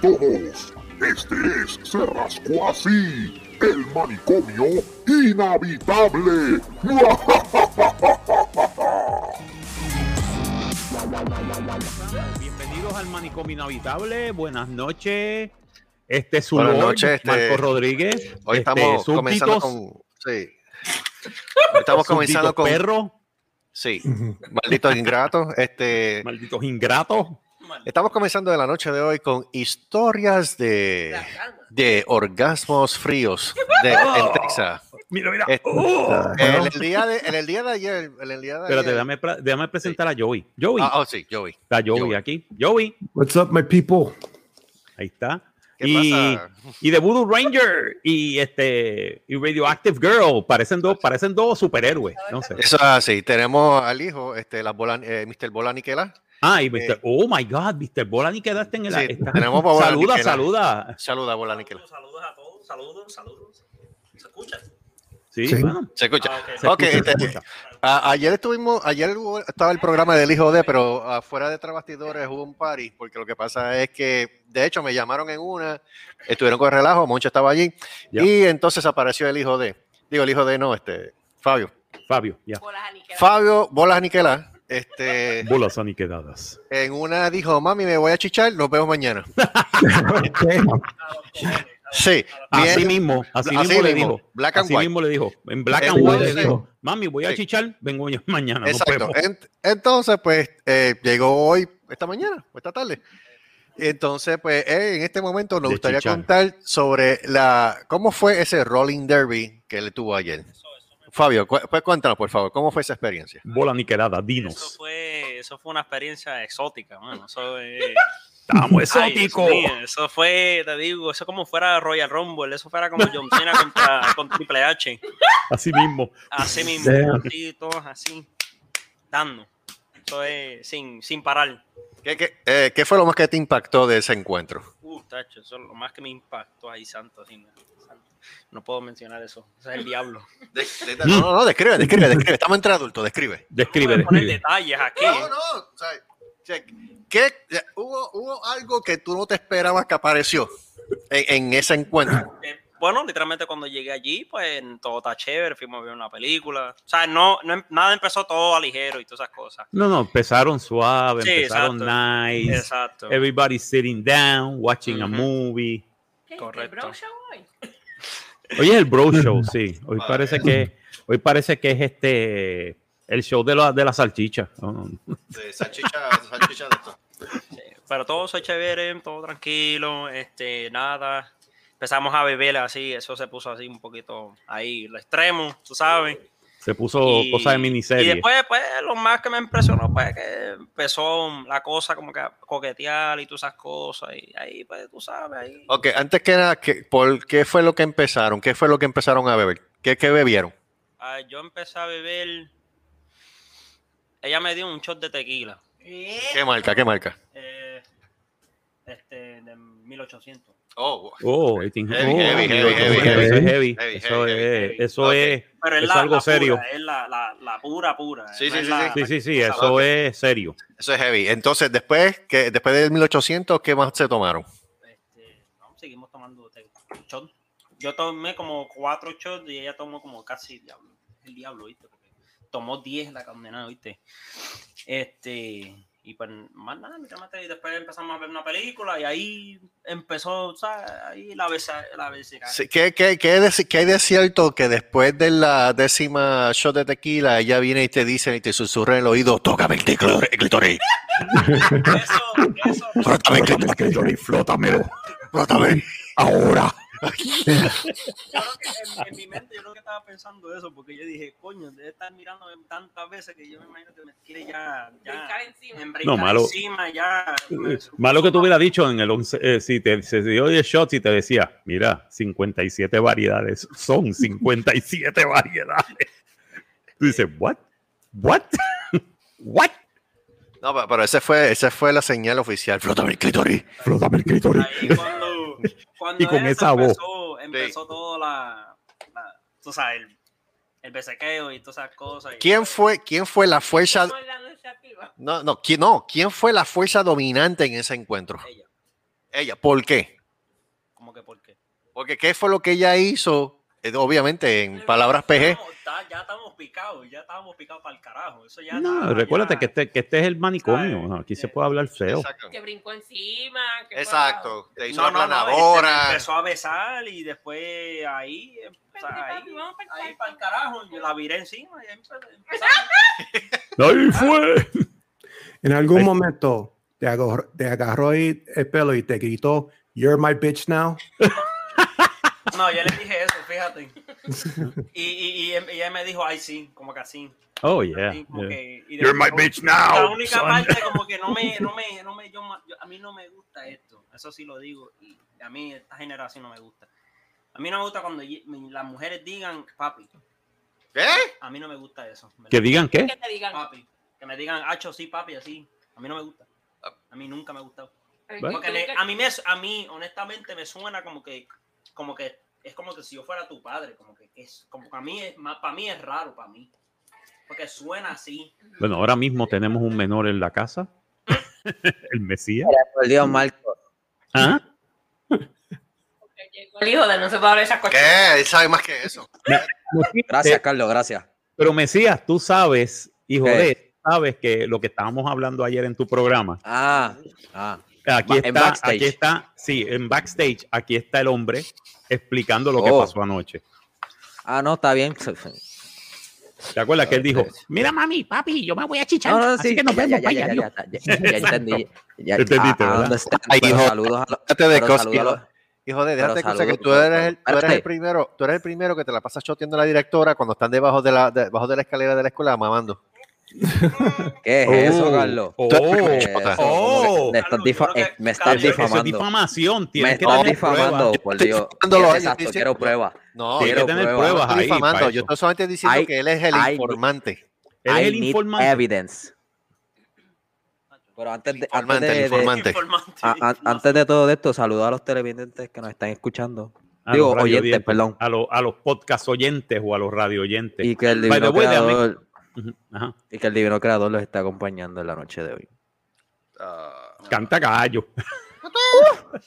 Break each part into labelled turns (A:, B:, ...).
A: todos. Este es Se Rascó Así, el manicomio inhabitable.
B: Bienvenidos al manicomio inhabitable. Buenas noches. Este es su
C: Buenas
B: lord,
C: noches, este-
B: Marco Rodríguez.
C: Hoy
B: Este,
C: estamos
B: súbditos,
C: comenzando con. Sí. Hoy estamos comenzando
B: súbditos
C: con.
B: perros,
C: Sí. Malditos ingratos. Este,
B: malditos ingratos.
C: estamos comenzando de la noche de hoy con historias de, de orgasmos fríos de,
D: Oh.
C: en Texas.
B: Mira, mira.
C: Este-
B: Oh.
C: En el día de, en el día de ayer. En el día de
B: Espérate,
C: ayer-
B: déjame, pra- déjame presentar a Joey. Joey,
C: Ah, oh, sí, Joey.
B: está Joey,
C: Joey.
B: aquí. Joey,
E: What's up, my people?
B: ahí está.
C: ¿Qué
B: y,
C: pasa?
B: y de Voodoo Ranger y este y Radioactive Girl. Parecen dos, parecen dos superhéroes. No sé.
C: Eso es así. Tenemos al hijo, este, la bola, eh, Mr. Bola Niquela.
B: Ah, y Mr. oh my God, Mr. Bola ni quedaste en el.
C: eh, Sí,
B: está-
C: tenemos a Bola
B: saluda,
C: Niquela.
B: saluda.
C: Saluda, Bola Niquela.
D: Saludos a todos, saludos, saludos. ¿Se escucha?
B: Sí,
E: Sí.
B: bueno,
C: Se escucha.
D: Ah, ok.
B: se
C: Ok,
B: escucha, se
C: este,
B: escucha.
C: A- ayer estuvimos, ayer hubo- estaba el programa del hijo de, pero afuera de Trabastidores hubo un party, porque lo que pasa es que, de hecho, me llamaron en una, estuvieron con relajo, Moncho estaba allí,
B: Ya.
C: y entonces apareció el hijo de, digo, el hijo de no, este, Fabio.
B: Fabio, ya.
C: Fabio Bolas Niquela, este,
B: Bolas aniquedadas.
C: en una dijo, mami, me voy a chichar, nos vemos mañana. Sí,
B: Así
C: bien,
B: mismo, así,
C: Así
B: mismo le
C: mismo,
B: dijo.
C: black and
B: así
C: white.
B: mismo le dijo. En Black and
C: Entonces-
B: White le dijo, mami, voy a
C: Sí.
B: chichar, vengo yo mañana. nos
C: Exacto.
B: vemos".
C: Ent- entonces, pues, eh, llegó hoy, esta mañana, o esta tarde. Entonces, pues, eh, en este momento nos
B: De
C: gustaría
B: chichar.
C: contar sobre la cómo fue ese Rolling Derby que le tuvo ayer. Fabio, cu- pues cuéntanos, por favor, ¿cómo fue esa experiencia?
B: Bola aniquilada,
D: Eso
B: dinos.
D: fue, eso fue una experiencia exótica, mano. Eso, eh,
B: Estamos
D: ay, Dios
B: exóticos.
D: mío, eso fue, te digo, eso como fuera Royal Rumble, eso fuera como John Cena contra, con Triple H.
B: Así mismo.
D: Así mismo,
E: Damn.
D: así, todos así, dando. Eso es sin, sin parar.
C: ¿Qué, qué- eh, qué fue lo más que te impactó de ese encuentro?
D: Uh, tacho, eso es lo más que me impactó ahí, santo. así, santo. No puedo mencionar eso. Eso es el diablo.
C: no, no, no, describe, describe, describe. Estamos entre adultos, describe.
B: Describe,
D: Voy a poner
B: describe.
D: detalles aquí.
C: No, no, o sea, o sea, ¿qué, eh, hubo, hubo algo que tú no te esperabas que apareció en, en ese encuentro?
D: Eh, bueno, literalmente cuando llegué allí, pues todo está chévere, fuimos a ver una película. O sea, no, no em- nada empezó todo a ligero y todas esas cosas.
B: No, no, empezaron suave,
D: Sí,
B: empezaron
D: exacto.
B: nice.
D: Exacto.
B: Everybody sitting down, watching a
D: Ujú.
B: movie.
D: Correcto.
B: Hoy es el Bro Show, sí. Hoy
C: Vale.
B: parece que, hoy parece que es este el show de la, de la salchicha. No, no, no.
C: De salchicha, salchicha de esto.
D: Sí, Pero todo fue chévere, todo tranquilo, este, nada. Empezamos a beber así, eso se puso así un poquito ahí, lo extremo, tú sabes.
B: Se puso
D: Y-
B: cosas de
D: Y
B: miniserie.
D: después, pues, lo más que me impresionó fue que empezó la cosa como que a coquetear y todas esas cosas. Y ahí, pues, tú sabes, ahí.
C: Ok, antes que nada, ¿qué, ¿por qué fue lo que empezaron? ¿Qué fue lo que empezaron a beber? ¿Qué, qué bebieron?
D: Ah, yo empecé a beber. Ella me dio un shot de tequila.
C: ¿Qué marca? ¿Qué marca?
D: eh, este, de 1800.
C: Oh,
B: Oh, it's in-
C: Heavy,
B: oh,
C: heavy,
B: amigo,
C: heavy,
B: eso es
E: heavy,
B: eso es
E: heavy.
B: heavy.
C: Heavy,
B: Eso
C: heavy,
B: es,
C: heavy.
B: eso
C: Ok.
B: es,
D: Pero es,
B: es
D: la, eh.
B: algo
D: la
B: serio.
D: Pura, es la, la, la pura, pura.
C: Sí,
D: no
C: sí,
D: es
C: sí,
D: la-
B: Sí, sí, sí,
D: tú
B: eso
D: sabes.
B: es serio.
C: eso es heavy. Entonces, después que después del 1800, ¿qué más se tomaron?
D: Este, no, seguimos tomando te- shot. Yo tomé como cuatro shots y ella tomó como casi diablo. El diablo, ¿viste? Porque tomó 10 la condenada, ¿viste? Este. Y pues más nada, literalmente, y después empezamos a ver una película y ahí empezó, ¿sabes? Ahí la besa, la besa.
C: Sí, ¿Qué, qué, qué, de, qué hay de cierto que después de la décima shot de tequila, ella viene y te dice y te susurra en el oído, tócame el clítor- el clítoris,
D: Eso, eso.
C: frótame el clítoris,
E: flótamelo.
C: frótame".
E: Ahora.
D: yo creo que en, en mi mente yo creo que estaba pensando eso, porque yo dije, coño, debe estar mirando tantas veces que yo me imagino que me quiere ya, ya en brincar
B: No, malo.
D: encima, ya.
B: Malo que tú hubieras dicho en el 11, eh, si te se dio el shot y te decía, mira, 57 variedades, son 57 variedades. Tú dices, what? What? What?
C: No, pero- pero ese fue, esa fue la señal oficial, flótame el clítoris.
E: Flótame el clítoris.
D: Ahí cuando, cuando
B: Y con
D: eso
B: esa voz.
D: empezó, Empezó todo la, la- tú sabes, el, el besequeo y todas esas cosas. y-
C: ¿Quién fue, quién fue la fuerza? No, no, ¿quién, no, ¿quién fue la fuerza dominante en ese encuentro?
D: Ella.
C: Ella, ¿por qué?
D: Como que por qué.
C: Porque ¿qué fue lo que ella hizo? Eh, Obviamente, en palabras PG.
D: Estamos- ta- ya estamos picados, ya estábamos picados para el carajo. Eso ya
B: No,
C: Ah,
D: está-
B: recuérdate
D: ya-
B: que este, que este es el manicomio.
D: Ay,
B: ¿no? Aquí se
D: eh,
B: puede hablar feo.
C: Exacto.
F: Que brincó encima. que fue-
C: Exacto. Te hizo
D: No,
C: la
D: no, no, y se
C: planadora.
D: me empezó a besar y después ahí, eh, o sea,
F: Vente,
D: ahí,
F: papi, vamos pa'l
D: ahí
F: cuarto.
D: para el carajo, yo la viré encima y ahí empe- empezamos.
B: ¡Ahí fue!
E: En algún
B: Ahí-
E: momento te agarró, te agarró ahí el pelo y te gritó, You're my bitch now.
D: No, yo le dije eso, fíjate. Y, y, y em- ella me dijo, ay, sí, como que así.
B: Oh, yeah.
D: así, como
B: yeah.
D: que- y de-
A: You're my bitch now,
D: La única
A: son.
D: parte como que no me, no me, no me, yo ma- yo- a mí no me gusta esto. Eso sí lo digo. Y a mí esta generación no me gusta. A mí no me gusta cuando ye- me- las mujeres digan, papi,
C: ¿Qué?
D: a mí no me gusta eso. ¿verdad?
B: Que digan qué.
F: Que te digan.
D: Papi, que me digan, hacho, sí, papi, así. A mí no me gusta. A mí nunca me ha gustado.
F: Ay,
B: Bueno.
F: tú
D: Porque le-
F: nunca-
D: a mí me, a mí honestamente me suena como que como que es como que si yo fuera tu padre, como que es como que a mí es más para mí es raro para mí. Porque suena así.
B: Bueno, ahora mismo tenemos un menor en la casa. el Mesías.
G: Por Dios, Marco.
B: ¿Ah?
F: que llegó El hijo de no se puede hablar esas cosas.
C: ¿Qué? Él sabe más que eso.
G: Gracias,
B: Eh,
G: Carlos, gracias.
B: pero Mesías, tú sabes, hijo
G: ¿Qué?
B: de, sabes que lo que estábamos hablando ayer en tu programa.
G: Ah, ah.
B: Aquí
G: Ba- en
B: está,
G: backstage.
B: aquí está, sí, en backstage, aquí está el hombre explicando lo que
G: Oh.
B: pasó anoche.
G: Ah, no, está bien.
B: ¿Te acuerdas que él dijo?
G: Backstage.
B: Mira, mami, papi, yo me voy a chichar.
G: No, no,
B: así
G: sí.
B: que nos
G: ya, ya,
B: vemos,
G: ya,
B: vaya,
G: ya,
B: adiós".
G: ya, ya, ya, ya entendí. Ya,
B: Entendiste,
G: ah,
B: ¿verdad?
G: understand,
C: Ay,
G: pero
C: hijo.
G: saludos a los-
C: Déjate de
G: pero
C: cosas,
G: saludos a los-
C: Hijo de,
G: Pero
C: déjate cosa
G: saludos,
C: que tú eres, el, tú eres
G: espérate.
C: el primero, tú eres el primero que te la pasas choteando a la directora cuando están debajo de la, debajo de la escalera de la escuela mamando.
G: ¿Qué es eso,
B: Oh,
G: Carlos?
B: oh,
G: ¿Qué es eso? ¿Cómo
C: Oh,
G: que
C: ah,
G: Me
D: Carlos, yo
G: estás, difa-
D: creo que-
G: eh, me estás
D: Carlos,
B: eso- eso es
G: difamando.
B: difamación,
G: Me
B: tienes que
G: estás
B: tener
G: difamando,
B: pruebas.
G: por
C: Estoy
G: Dios.
C: difamando lo-
G: Exacto,
C: yo estoy-
G: quiero pruebas.
C: No,
B: Tienes
G: Quiero
B: que tener
G: pruebas.
B: pruebas
C: estoy
B: ahí. para
C: difamando. Yo
B: eso.
C: estoy solamente diciendo
G: Hay-
C: que él es el
G: hay-
C: informante.
B: Él es
G: I
B: el
G: need
B: informante.
G: evidence. Pero antes de, antes
C: Informante,
G: de- de-
C: informante.
D: Informante.
G: a- a-
D: No,
G: antes de todo esto, saludos a los televidentes que nos están escuchando.
B: A
G: Digo,
B: los radio
G: oyentes,
B: oyentes,
G: perdón.
B: A, los- a los podcast oyentes o a los radio oyentes.
G: Y que el
B: By the
G: divino
B: way, déjame-
G: creador,
B: Ujú, ajá.
G: y que el divino creador los está acompañando en la noche de hoy.
B: Canta gallo.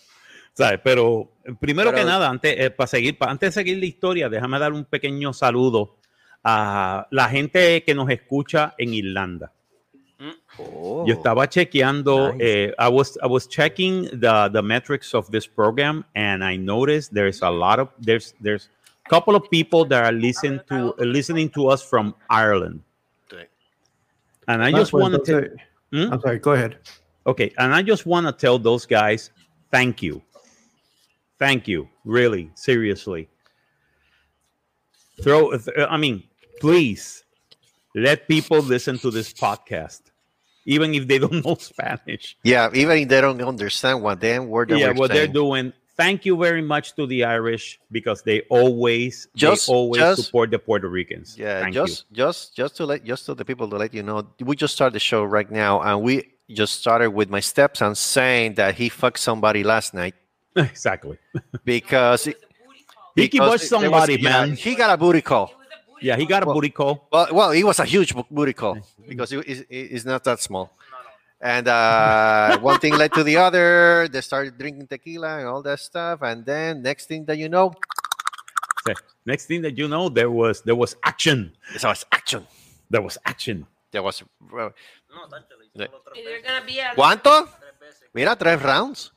B: ¿Sabes? Pero eh, primero
G: Pero-
B: que nada, antes, eh, para seguir, pa- antes de seguir la historia, déjame dar un pequeño saludo a la gente que nos escucha en Irlanda.
G: Oh.
B: Yo estaba chequeando,
G: Nice.
B: eh, I, was, I was checking the, the metrics of this program and I noticed there's a lot of, there's, there's a couple of people that are listen to, listening to us from Ireland.
C: Sí.
B: And I
E: Ah,
B: just
E: pues,
B: wanted to...
E: entonces-
B: ¿Mm?
E: I'm sorry, go ahead.
B: Okay, and I just want to tell those guys, thank you. Thank you, really, seriously. Throw th- I mean, please let people listen to this podcast even if they don't know Spanish.
C: Yeah, even if they don't understand what damn word they
B: yeah,
C: were
B: what they're
C: saying.
B: doing. Thank you very much to the Irish because they always
C: Just-
B: they always
C: just-
B: support the Puerto Ricans.
C: Yeah,
B: thank
C: just just just to let just to the people to let you know, we just started the show right now, and we just started with my stepson saying that he fucked somebody last night
B: you. Exactly.
C: because
F: It was a booty call.
B: He
C: because
B: watched
C: there was-
B: somebody,
C: yeah,
B: man.
C: He got a booty call.
F: It was a booty
B: Yeah, he
F: call.
B: got a
C: Well-
B: booty call.
C: Well, well, it was a huge bo- booty call because it is it's not that small. And uh, one thing led to the other. They started drinking tequila and all that stuff, and then next thing that you know,
B: Next thing that you know, there was there was action.
C: there was action.
B: There was action.
C: There was uh,
D: No, tacho, le hice solo tres
F: If you're
D: veces,
F: gonna be a-
C: ¿cuánto?
D: tres veces.
C: Mira, tres rounds.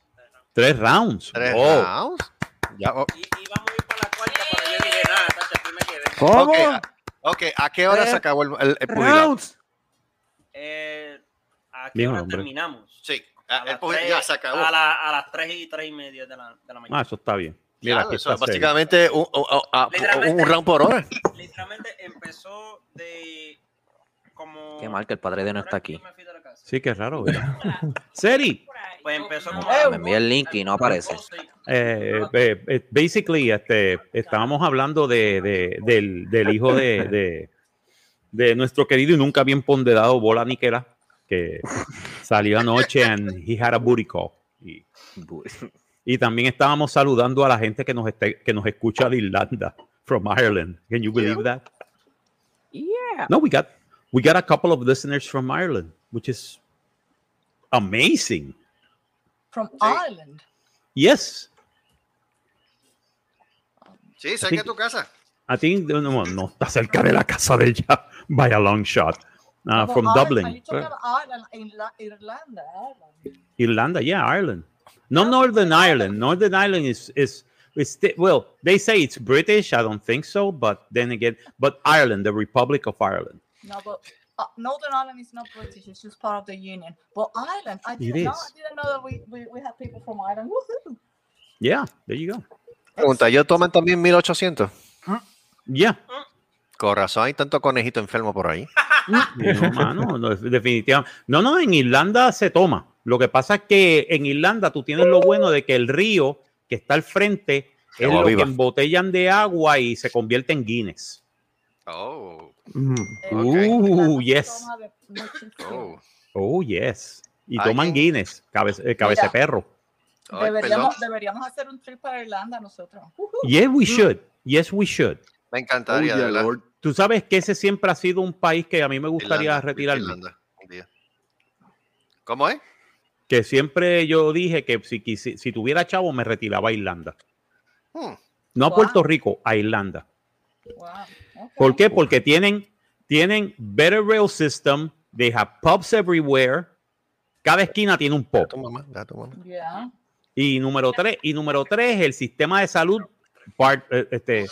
B: Tres rounds.
C: Tres
B: Wow.
C: rounds.
B: Ya.
C: Oh,
D: Y, y vamos a ir para la cuarta, pero yo dije nada, tacho, aquí me quedé.
G: ¿Cómo?
C: Ok, a- ok, ¿a qué hora
G: Tres
C: se acabó el, el, el pugilato?
G: Rounds.
D: Eh, ¿A qué
B: Dijo
D: hora
B: el hombre.
D: terminamos?
C: Sí,
D: A,
C: a- el
D: las
C: pugil-
D: tres-
C: ya se acabó.
D: A, la- a las 3 y 3 y media de la, de la mañana.
B: Ah, eso está bien.
C: Ya,
B: Mira, aquí
C: eso es
B: está serio.
C: básicamente un, un- ah, un- a-
D: Literalmente.
C: un round por hora.
D: Literalmente empezó de como.
G: Qué mal que el padre de no está
D: Yo
G: aquí.
D: me fui de la casa.
B: Sí, qué raro. ¿verdad? Seri,
D: Pues empezó como.
G: Ah, Me envía el link y no aparece.
B: eh, eh, eh, basically, este, estábamos hablando de, de- del, del hijo de, de, de nuestro querido y nunca bien ponderado Bola Niquera, que salió anoche en He Had a Booty Call. Y, y también estábamos saludando a la gente que nos, este- que nos escucha de Irlanda, from Ireland. Can you believe that? Yeah. No, we got we got a couple of listeners from Ireland, which is amazing.
H: From
C: Hey.
H: Ireland.
B: Yes.
C: Sí, cerca de tu casa.
B: I think no, no, no, está cerca de la casa de ella by a long shot. Uh,
H: Well,
B: from
H: Ireland- Are
B: Dublin, Uh,
H: you talking about Ireland, Irla- Irlanda, Ireland.
B: Irlanda, yeah, Ireland. No, Northern Ireland. Northern Ireland is is is sti- well, they say it's British. I don't think so, but then again, but Ireland, the Republic of Ireland.
H: No, but uh, Northern Ireland is not British; it's just part of the Union. But Ireland, I
B: It
H: didn't know.
B: is.
H: I didn't know that we, we, we have people from Ireland. Woohoo!
B: Yeah, there you go.
C: Pregunta, ¿ellos toman también 1800?
B: Yeah.
C: Con razón, hay tanto conejito enfermo por ahí.
B: No, mano, no, definitivamente. No, no, en Irlanda se toma. Lo que pasa es que en Irlanda tú tienes lo bueno de que el río que está al frente es
C: Agua
B: lo
C: viva.
B: que embotellan de agua y se convierte en Guinness.
C: Oh,
H: Eh,
C: Ok.
B: Uh,
H: Irlanda
B: yes.
H: toma de muchísimo.
C: oh.
B: Oh, yes. Y
C: Ay,
B: toman
C: en-
B: Guinness, cabeza, eh, cabeza de perro.
C: Ay,
H: Deberíamos,
C: perdón.
H: deberíamos hacer un trip para Irlanda nosotros. Woohoo.
B: Yes, we should. Yes, we should.
C: Me encantaría, de verdad.
B: Tú sabes que ese siempre ha sido un país que a mí me gustaría
C: Irlanda,
B: retirarme.
C: Irlanda, un día. ¿Cómo es?
B: Que siempre yo dije que si, quisi- si tuviera chavo me retiraba a Irlanda.
C: Hmm.
B: No a
H: Wow.
B: Puerto Rico, a Irlanda.
H: Wow. ok.
B: ¿Por qué? Porque tienen, tienen better rail system, they have pubs everywhere, cada esquina tiene un
C: Ve a
B: pub.
C: tu mamá, ve a tu mamá.
H: Yeah.
B: Y número tres, y número tres, el sistema de salud, part- eh, este,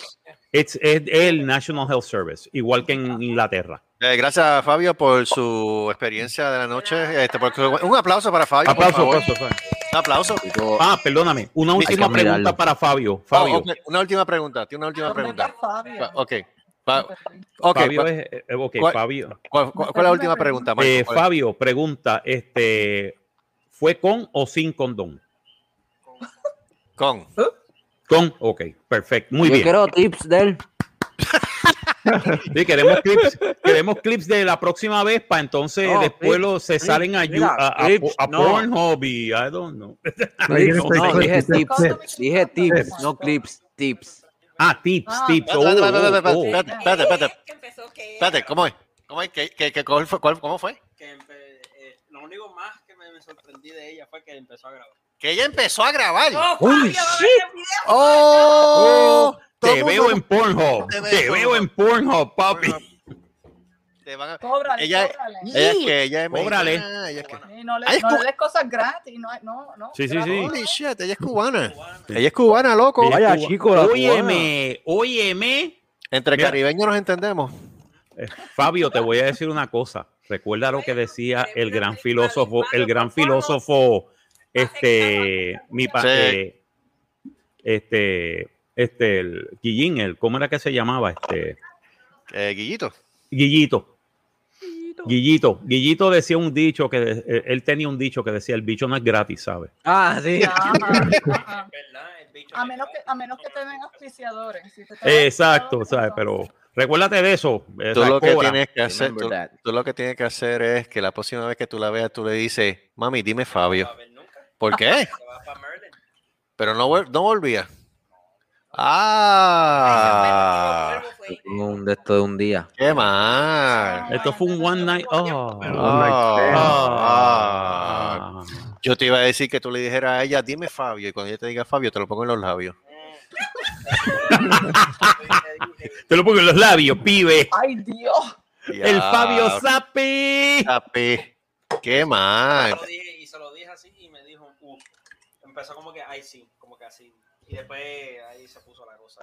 B: it's- es el National Health Service, igual que
C: Ah.
B: en Inglaterra.
C: Eh, gracias a Fabio por su experiencia de la noche. Este, por su- un aplauso para Fabio. por
B: Aplauso,
C: favor.
B: aplauso, aplauso.
C: Un aplauso.
G: Digo,
B: Ah, perdóname, una
G: que
B: última pregunta
G: mirarlo.
B: para Fabio. Fabio,
C: Oh, ok, Una última pregunta. Tiene una última
H: ¿Dónde está
C: pregunta.
H: Ah, Fabio?
C: Pa- Ok. Pa- ok,
B: Fabio
C: ¿cuál,
B: es- eh, ok,
C: ¿Cuál-
B: Fabio.
C: cuál- cuál es la última pregunta, Marco?
B: Eh,
C: ¿Cuál-
B: Fabio, pregunta, este, ¿fue con o sin condón?
C: Con.
B: Con, ok, perfecto, muy
G: yo
B: bien.
G: quiero tips de él.
B: Sí, queremos clips, queremos clips de la próxima vez para entonces
G: No,
B: después
G: clips,
B: los- se
G: clips,
B: salen a,
G: mira,
B: a, a-
G: clips,
B: a
G: no.
B: Pornhub y I don't know.
G: Tips, no,
B: no,
G: dije
E: clips,
G: tips.
H: clips.
G: Dije tips,
H: Clips.
G: no clips, tips.
B: Ah, tips,
H: Ah.
B: tips.
C: Espérate, espérate,
B: oh,
C: espérate,
B: oh, oh.
C: espérate, espérate, espérate.
F: ¿Qué empezó? ¿Qué?
C: Espérate, ¿cómo es? ¿Cómo es? ¿Qué, qué- qué- cuál fue- cuál- ¿Cómo fue?
D: que empe- eh, lo único más que me, me sorprendí de ella fue que empezó a grabar.
C: Que ella empezó a grabar.
F: Oh, Fabio,
B: Holy
F: va a ver
B: shit.
F: el video.
C: ¡Oh! Todo
B: Te
C: el
B: veo
C: mundo-
B: en Pornhub.
C: Te veo
B: Te
C: en
B: veo en Pornhub, papi.
C: Te van a-
H: Cóbrale,
C: Ella-
H: cóbrale.
C: Ella es que ella es
B: Cóbrale.
C: mexicana, ella es que-
H: Y no le,
C: Ay, es
H: no le
C: cu-
H: des cosas gratis. No, no, no.
B: Sí, sí, sí.
C: Holy shit, ella es cubana. Ella es cubana, loco.
B: Ella es
G: Vaya,
B: cuba-
G: chico, la
B: Óyeme, óyeme.
C: Entre
B: Mira.
C: caribeños nos entendemos.
B: Eh, Fabio, te voy a decir una cosa. Recuerda lo que decía el gran filósofo, el gran filósofo, este, mi pa-
C: Sí.
B: eh, este, este, el Guillín, el, ¿cómo era que se llamaba? Este,
C: Eh, Guillito.
B: Guillito. Guillito, Guillito decía un dicho que eh, él tenía un dicho que decía el bicho no es gratis, ¿sabes?
G: Ah, sí.
H: Ajá, ajá.
D: ¿Verdad? El bicho
H: A
D: me
H: menos que,
D: graba.
H: a menos que te den auspiciadores. Si te traen
B: Exacto,
H: auspiciadores,
B: ¿sabes? Pero recuérdate de eso. eh,
C: Tú
B: la
C: lo que
B: cobra.
C: tienes que hacer, tú,
G: Remember that.
C: tú lo que tienes que hacer es que la próxima vez que tú la veas, tú le dices, mami, dime
D: No va
C: Fabio.
D: a ver nunca.
C: ¿Por qué?
D: Se va para Merlin.
C: Pero no, vol- no volvía. Ah,
G: Un de esto de un día.
C: qué mal.
B: Esto fue un one night. oh,
C: Ah,
B: ah.
C: Yo te iba a decir que tú le dijeras a ella, dime Fabio, y cuando ella te diga Fabio, te lo pongo en los labios.
D: Mm.
B: Te lo pongo en los labios, pibe.
H: Ay, Dios.
B: El Fabio
C: Ya,
B: Sapi.
C: papi, Qué mal.
D: Se lo dije, y se lo dije así y me dijo, "Uh". empezó como que, ay, sí, como que así. Y después ahí se puso la cosa.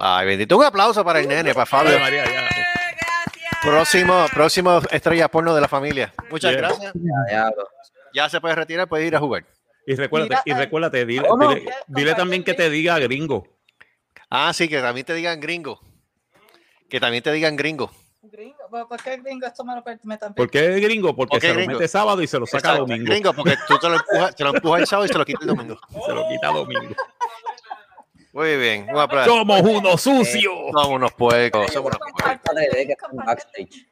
C: Ay, bendito. Un aplauso para el nene, para Fabio.
B: María, ya.
C: Próximo, próximo estrella porno de la familia. Muchas
B: Bien.
C: gracias.
G: Ya,
C: Ya se puede retirar, puede ir a jugar.
B: Y recuérdate, y
H: Mira, eh,
B: recuérdate, dile,
G: ¿cómo?
B: dile- dile también que te diga gringo.
C: Ah, sí, que también te digan gringo. Que también te digan gringo.
H: Gringo. ¿Por por qué gringo esto me lo per- me tan
B: ¿Por qué gringo? Porque
C: ¿Por qué
B: se
C: gringo?
B: lo mete sábado y se lo saca
C: Exacto,
B: domingo.
C: Gringo, porque tú te lo empujas, te lo empujas el sábado y se lo quita el domingo.
B: Se lo quita domingo.
C: Muy bien, un aplauso. Eh,
B: Somos unos sucios.
C: Somos unos puercos, somos unos puercos.
H: Compártelo, compártelo.
G: backstage.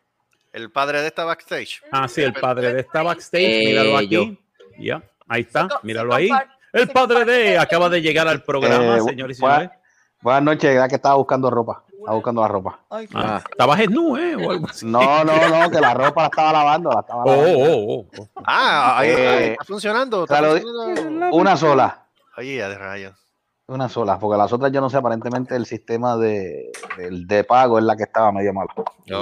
C: El padre de esta backstage.
B: Ah, sí, el padre de esta backstage.
G: Eh,
B: míralo aquí.
G: yo.
B: Ya, ahí está.
H: Si co- si
B: Míralo ahí.
H: compar-
B: El
H: si
B: padre de
H: comparte-
B: acaba de llegar al programa,
I: Eh,
B: señores y
I: bueno.
B: señores.
I: Buenas noches, era que estaba buscando ropa. Estaba buscando la ropa.
H: Ay,
B: Ah, estabas desnudo, ¿eh? O algo así.
I: No, no, no, que la ropa la estaba lavando, la estaba
B: Oh,
I: lavando.
B: oh, oh, oh.
C: Ah, ahí,
I: Eh,
C: ahí está funcionando. está
I: claro,
C: funcionando.
I: Una sola.
C: Oye, ya de rayos.
I: Una sola, porque las otras yo no sé, aparentemente el sistema de, del- de pago es la que estaba medio malo.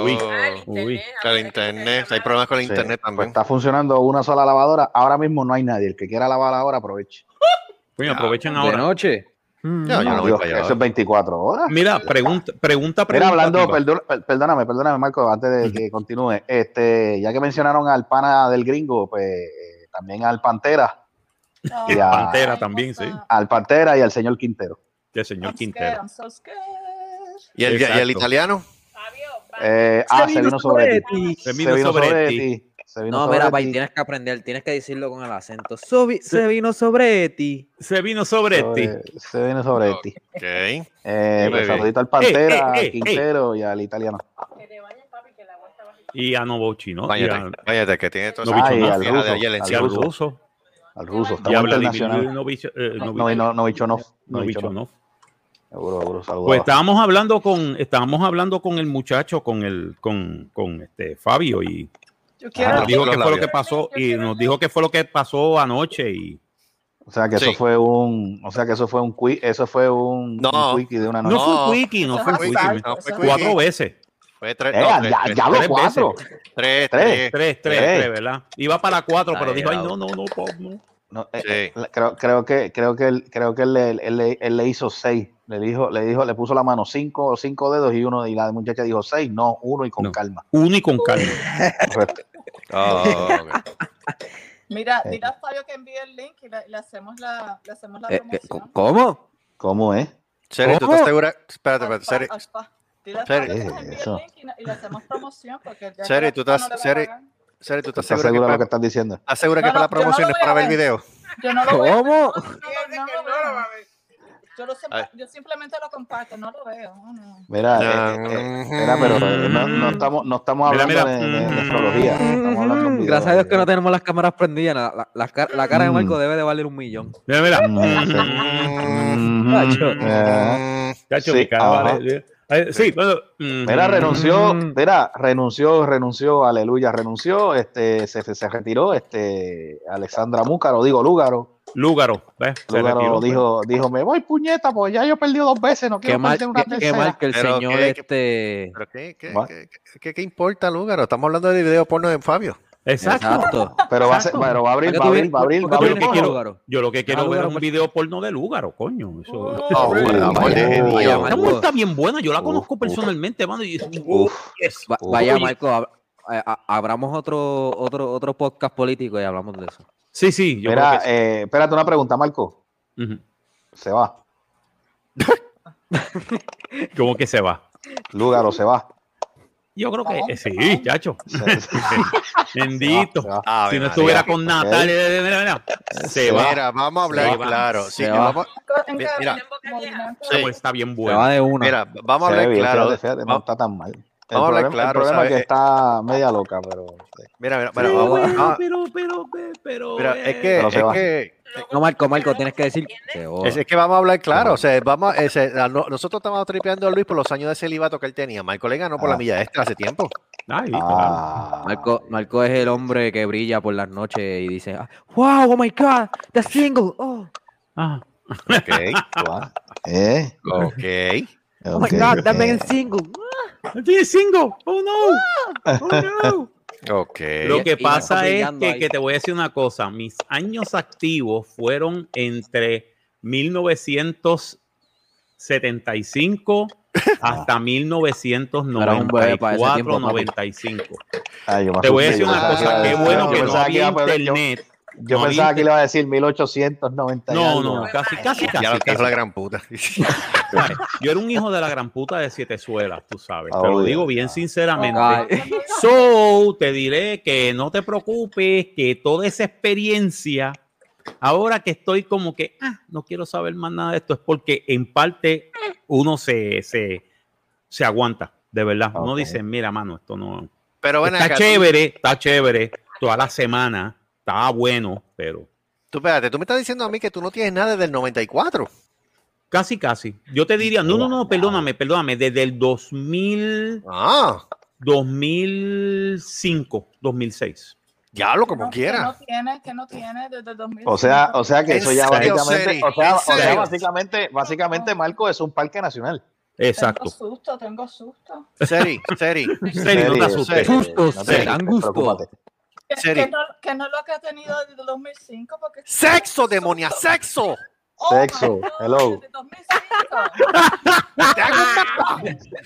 B: Uy.
F: Ah, el internet,
B: Uy.
C: Con
F: ahora
C: Oh. el
F: que está
C: internet, hay
F: cerrado.
C: problemas con el
I: Sí,
C: internet
I: pues
C: también.
I: está funcionando una sola lavadora. Ahora mismo no hay nadie. El que quiera lavar ahora, aproveche.
B: Coño, aprovechan
G: De
B: ahora. Mm.
G: noche.
C: No, yo no voy
I: No, ah, Dios,
C: para allá ¿eh?
I: eso
C: ahora.
I: es 24 horas.
B: Mira, pregunta, pregunta,
I: Mira,
B: pregunta.
I: hablando,
B: Tico.
I: perdón- per- perdóname, perdóname, Marco, antes de que continúe. Este, ya que mencionaron al pana del gringo, pues eh, también al Pantera,
H: Oh,
I: Y a-
B: Pantera
H: ay,
B: también,
H: what's
B: sí.
H: up?
I: al Pantera y al señor Quintero.
B: del
H: I'm
B: señor
H: scared,
B: Quintero.
H: I'm so scared.
C: ¿Y el, y el
B: Exacto.
C: italiano?
F: Fabio,
I: Eh, ah, se vino sobre ti.
B: Se
I: Se vino sobre ti. Se vino
G: No,
I: sobre
G: mira,
I: ti.
G: Pai, tienes que aprender, tienes que decirlo con el acento. Sobi- Se vino sobre ti.
B: Se vino sobre ti.
I: Sobre- Se vino sobre ti.
C: Ok.
I: Eh,
C: Muy
I: pues,
C: bien.
I: saludito al Pantera,
B: Eh, eh, eh,
I: al Quintero y al italiano.
F: va, que te bañes, papi, que la agua está bajita.
B: Y a Novochi, ¿no? Y a,
C: Váyate, váyate, que tiene todo
B: No,
C: esa
B: bicho, no,
C: fiera
I: al
C: de ayer
I: ruso,
B: y al
I: al ruso.
B: ruso.
I: Al ruso,
B: Y a
I: estamos
B: Vladimir
I: internacionales.
B: Novich, eh,
I: No,
B: Novich-
I: no, no, bicho no. No, bicho no.
B: Novichonov.
I: Seguro, seguro, saludado.
B: Pues estábamos hablando con, estábamos hablando con el muchacho, con el, con, con este Fabio y
H: Yo quiero.
B: nos
C: Ah,
B: dijo
C: los
B: que fue lo
C: labios.
B: que pasó
F: Yo
B: y
F: quiero
B: nos
F: hablar.
B: dijo que fue lo que pasó anoche y
I: O sea que eso
C: Sí.
I: fue un, o sea que eso fue un qui- eso fue un,
C: No.
I: un quickie de una
B: no,
I: noche.
B: fue un quickie, no
H: Eso
B: fue un
H: es
B: quickie,
H: azar,
B: me-
C: no,
H: eso
C: fue
H: es
C: quickie.
B: cuatro veces,
C: Fue tres,
I: Era,
C: no, tres,
I: Eh, ya,
C: tres,
I: ya hablo
B: tres
I: cuatro.
C: tres, tres.
I: tres.
B: tres, tres,
I: Tres.
B: tres, ¿verdad? Iba para cuatro, pero
G: Ay,
B: dijo, ay,
G: bravo.
B: no, no, no, Pop, no.
I: No, eh,
C: Sí.
I: eh, la- creo, creo que, creo que él, creo que él, le- él le- él le hizo seis. Le dijo, le dijo, le puso la mano cinco, cinco dedos y uno, y la muchacha dijo seis, no, uno y con
B: No.
I: calma.
B: Uno y con calma.
I: Correcto.
C: Oh, ok.
H: Mira,
I: Eh.
H: dile a Fabio que envíe el link y le, le hacemos la, le hacemos la
G: Eh, eh,
H: promoción.
G: co- ¿Cómo?
I: ¿Cómo es?
C: Seri, ¿tú
I: Oh.
G: ¿Cómo?
C: estás segura? Espérate,
H: Al
C: espérate,
H: fa-
C: Seri.
H: al fa- Dile a
C: Seri. eh,
H: Fabio que nos envíe
I: Eso.
H: el link y, no- y le hacemos promoción porque ya que
C: Seri,
H: la
C: tú
H: chica
C: estás-
H: no le va a
C: Seri.
H: pagar.
C: Seri, ¿tú estás
I: ¿Estás
C: segura que
I: seguro de lo que
C: para,
I: estás diciendo?
C: estás segura que
H: No,
C: para
H: no, yo
C: la
H: no lo
C: promoción es
H: voy a
C: para ver el
H: ver.
C: video?
H: Yo no lo voy a ver,
G: ¿Cómo?
H: no lo- no lo veo. Yo, lo simple- yo simplemente lo comparto, no lo veo. no, no.
I: Mira, eh, eh, eh, espera, pero eh, no, no
B: Mm.
I: estamos, no estamos
B: Mira,
I: hablando
B: mira.
I: de, de- de astrología. Estamos hablando de un video.
G: Mm, Gracias a Dios que no tenemos las cámaras prendidas. La, la- la ca- la cara de Marco
I: Mm.
G: debe de valer un millón.
B: Mira, mira.
I: Ajá.
B: Chacho,
I: eh, Sí,
B: mi cara
I: ajá.
B: vale- eh, Sí, bueno, mm,
I: Mira, renunció,
G: Mm.
I: mira, renunció, renunció, aleluya, renunció, este, se, se- se retiró, este, Alexandra Múcaro, digo Lúgaro,
B: Lúgaro, ¿ves? Se
I: Lúgaro
B: retiró, pues.
I: dijo, dijo, me voy puñeta, pues ya yo he perdido dos veces, no
G: Qué
I: quiero
G: mal,
I: perder
G: qué,
I: una
G: qué
I: tercera.
G: mal que el
C: Pero
G: señor
C: qué-
G: este.
C: ¿Pero qué, qué,
I: What?
C: qué, qué- qué importa, Lúgaro? Estamos hablando del video porno de Fabio.
B: Exacto.
I: Pero va a ser, bueno, va a abrir, va a abrir, va a abrir, va a
B: tú
I: abrir.
B: vienes- quiero-
G: Lúgaro?
B: Yo lo que quiero ver
G: Lúgaro,
B: es un
G: pues.
B: video porno de Lúgaro, coño. Eso,
I: Oh,
C: Por el amor de Dios.
I: oh,
B: Esta
G: Marco.
B: mujer está bien buena, yo la
I: Uf,
B: conozco
I: uf.
B: personalmente, mano. Y,
I: Uf.
B: yes.
G: Va- Vaya,
B: Oye.
G: Marco, ab- a- a- abramos otro, otro, otro podcast político y hablamos de eso.
B: Sí, sí, yo
I: Mira,
B: creo que
I: eh, espérate una pregunta, Marco,
B: sí. Ujú.
I: se va,
B: ¿Cómo que se va?
I: Lúgaro se va.
B: Yo creo que
H: Vamos,
B: eh, sí,
H: vamos.
B: chacho.
I: Ah, Se- se-
B: Bendito.
I: se va.
B: Si no estuviera con Natalia, mira, mira, mira. eh, se va.
C: Mira, vamos a
B: Se
C: hablar
B: va.
C: claro. Sí,
G: Se va.
C: vamos,
H: Con-
C: Mira,
H: con-
C: mira.
H: movimiento.
B: Esta
C: Sí.
B: mujer Está bien
G: Se va
B: buena.
G: de una.
C: Pues, mira, vamos a
I: Se ve
C: hablar
I: bien,
C: claro.
I: fíjate, fíjate, no
C: Va-
I: está tan mal. El
C: vamos a hablar
I: problema, el
C: claro,
I: problema es que
C: ¿sabes?
I: está media loca, pero
C: Mira, mira,
B: Sí,
C: mira, vamos-
B: bueno,
C: ah,
B: pero, pero, pero, pero,
C: mira,
B: eh,
C: es que,
I: Pero se
C: es
I: va.
C: que
G: No, Marco, Marco, tienes que decir. Se va.
C: Es, es que vamos a hablar claro, o sea, vamos, a- ese- a no- nosotros estábamos tripeando a Luis por los años de celibato que él tenía. Michael le ganó por la
I: Ah.
C: milla extra hace tiempo.
B: ay, claro.
I: Ah.
G: Marco, Marco es el hombre que brilla por las noches y dice, "Ah, wow, oh my god, the single, oh,
B: Ah,
C: Ok,
I: Guau. Eh,
C: ok.
G: oh my
I: ok,
G: god,
I: eh.
G: dame el single.
B: tiene cinco. Oh no. Oh
C: Eh,
B: no.
C: Ok.
B: Lo que
G: Y Marco
B: pasa es
G: brillando
B: que,
G: ahí.
B: que te voy a decir una cosa. Mis años activos fueron entre 1975 hasta
G: Era un bebé para ese
B: 1994,
G: tiempo, papi.
B: 95.
I: Ay, yo me
B: Te voy a
I: asusté,
B: decir
I: yo
B: una cosa.
I: pensaba que
B: Qué
I: iba a-
B: bueno
I: yo
B: que no
I: pensaba
B: había
I: iba a poder- yo-
B: internet.
I: Yo
B: no había
I: pensaba que
B: internet.
I: le iba a decir 1890. y
B: No,
I: algo.
B: no, casi, casi,
F: Ya
B: casi.
C: Ya lo que es
B: casi.
C: la gran puta.
B: Vale, Yo era un hijo de la gran puta de siete suelas, tú sabes.
I: Ah,
B: te lo
I: obvio.
B: digo bien sinceramente.
G: Ay.
B: So, te diré que no te preocupes, que toda esa experiencia, ahora que estoy como que, ah, no quiero saber más nada de esto, es porque en parte uno se, se, se aguanta, de verdad. Uno
I: Ok.
B: dice, mira, mano, esto no...
C: Pero bueno,
B: está chévere, está chévere, toda la semana, está bueno, pero...
C: Tú, espérate, tú me estás diciendo a mí que tú no tienes nada desde el 94.
B: Casi, casi. Yo te diría, no, no, no,
I: Wow.
B: perdóname, perdóname, desde el 2000...
C: Ah,
B: 2005, 2006.
C: Diablo, como
H: No, que
C: quiera.
H: no tiene, que no tiene desde el 2000.
I: O sea, o sea que eso ya
C: ¿En serio,
I: básicamente,
C: Seri?
I: o sea,
C: ¿En
I: o sea,
C: serio?
I: básicamente, básicamente Marco es un parque nacional.
B: Exacto.
H: Tengo susto, tengo susto.
C: Seri, Seri.
B: Seri, no te asustes.
I: Seri,
G: Susto,
I: no te-
G: Seri, angustia.
I: preocúpate.
H: Que,
C: Seri.
H: que no, que no lo que ha tenido desde el 2005. Porque
C: ¡Sexo, demonia! ¡Sexo!
H: Oh my
I: Sexo,
H: God,
I: hello.
H: desde el 2005.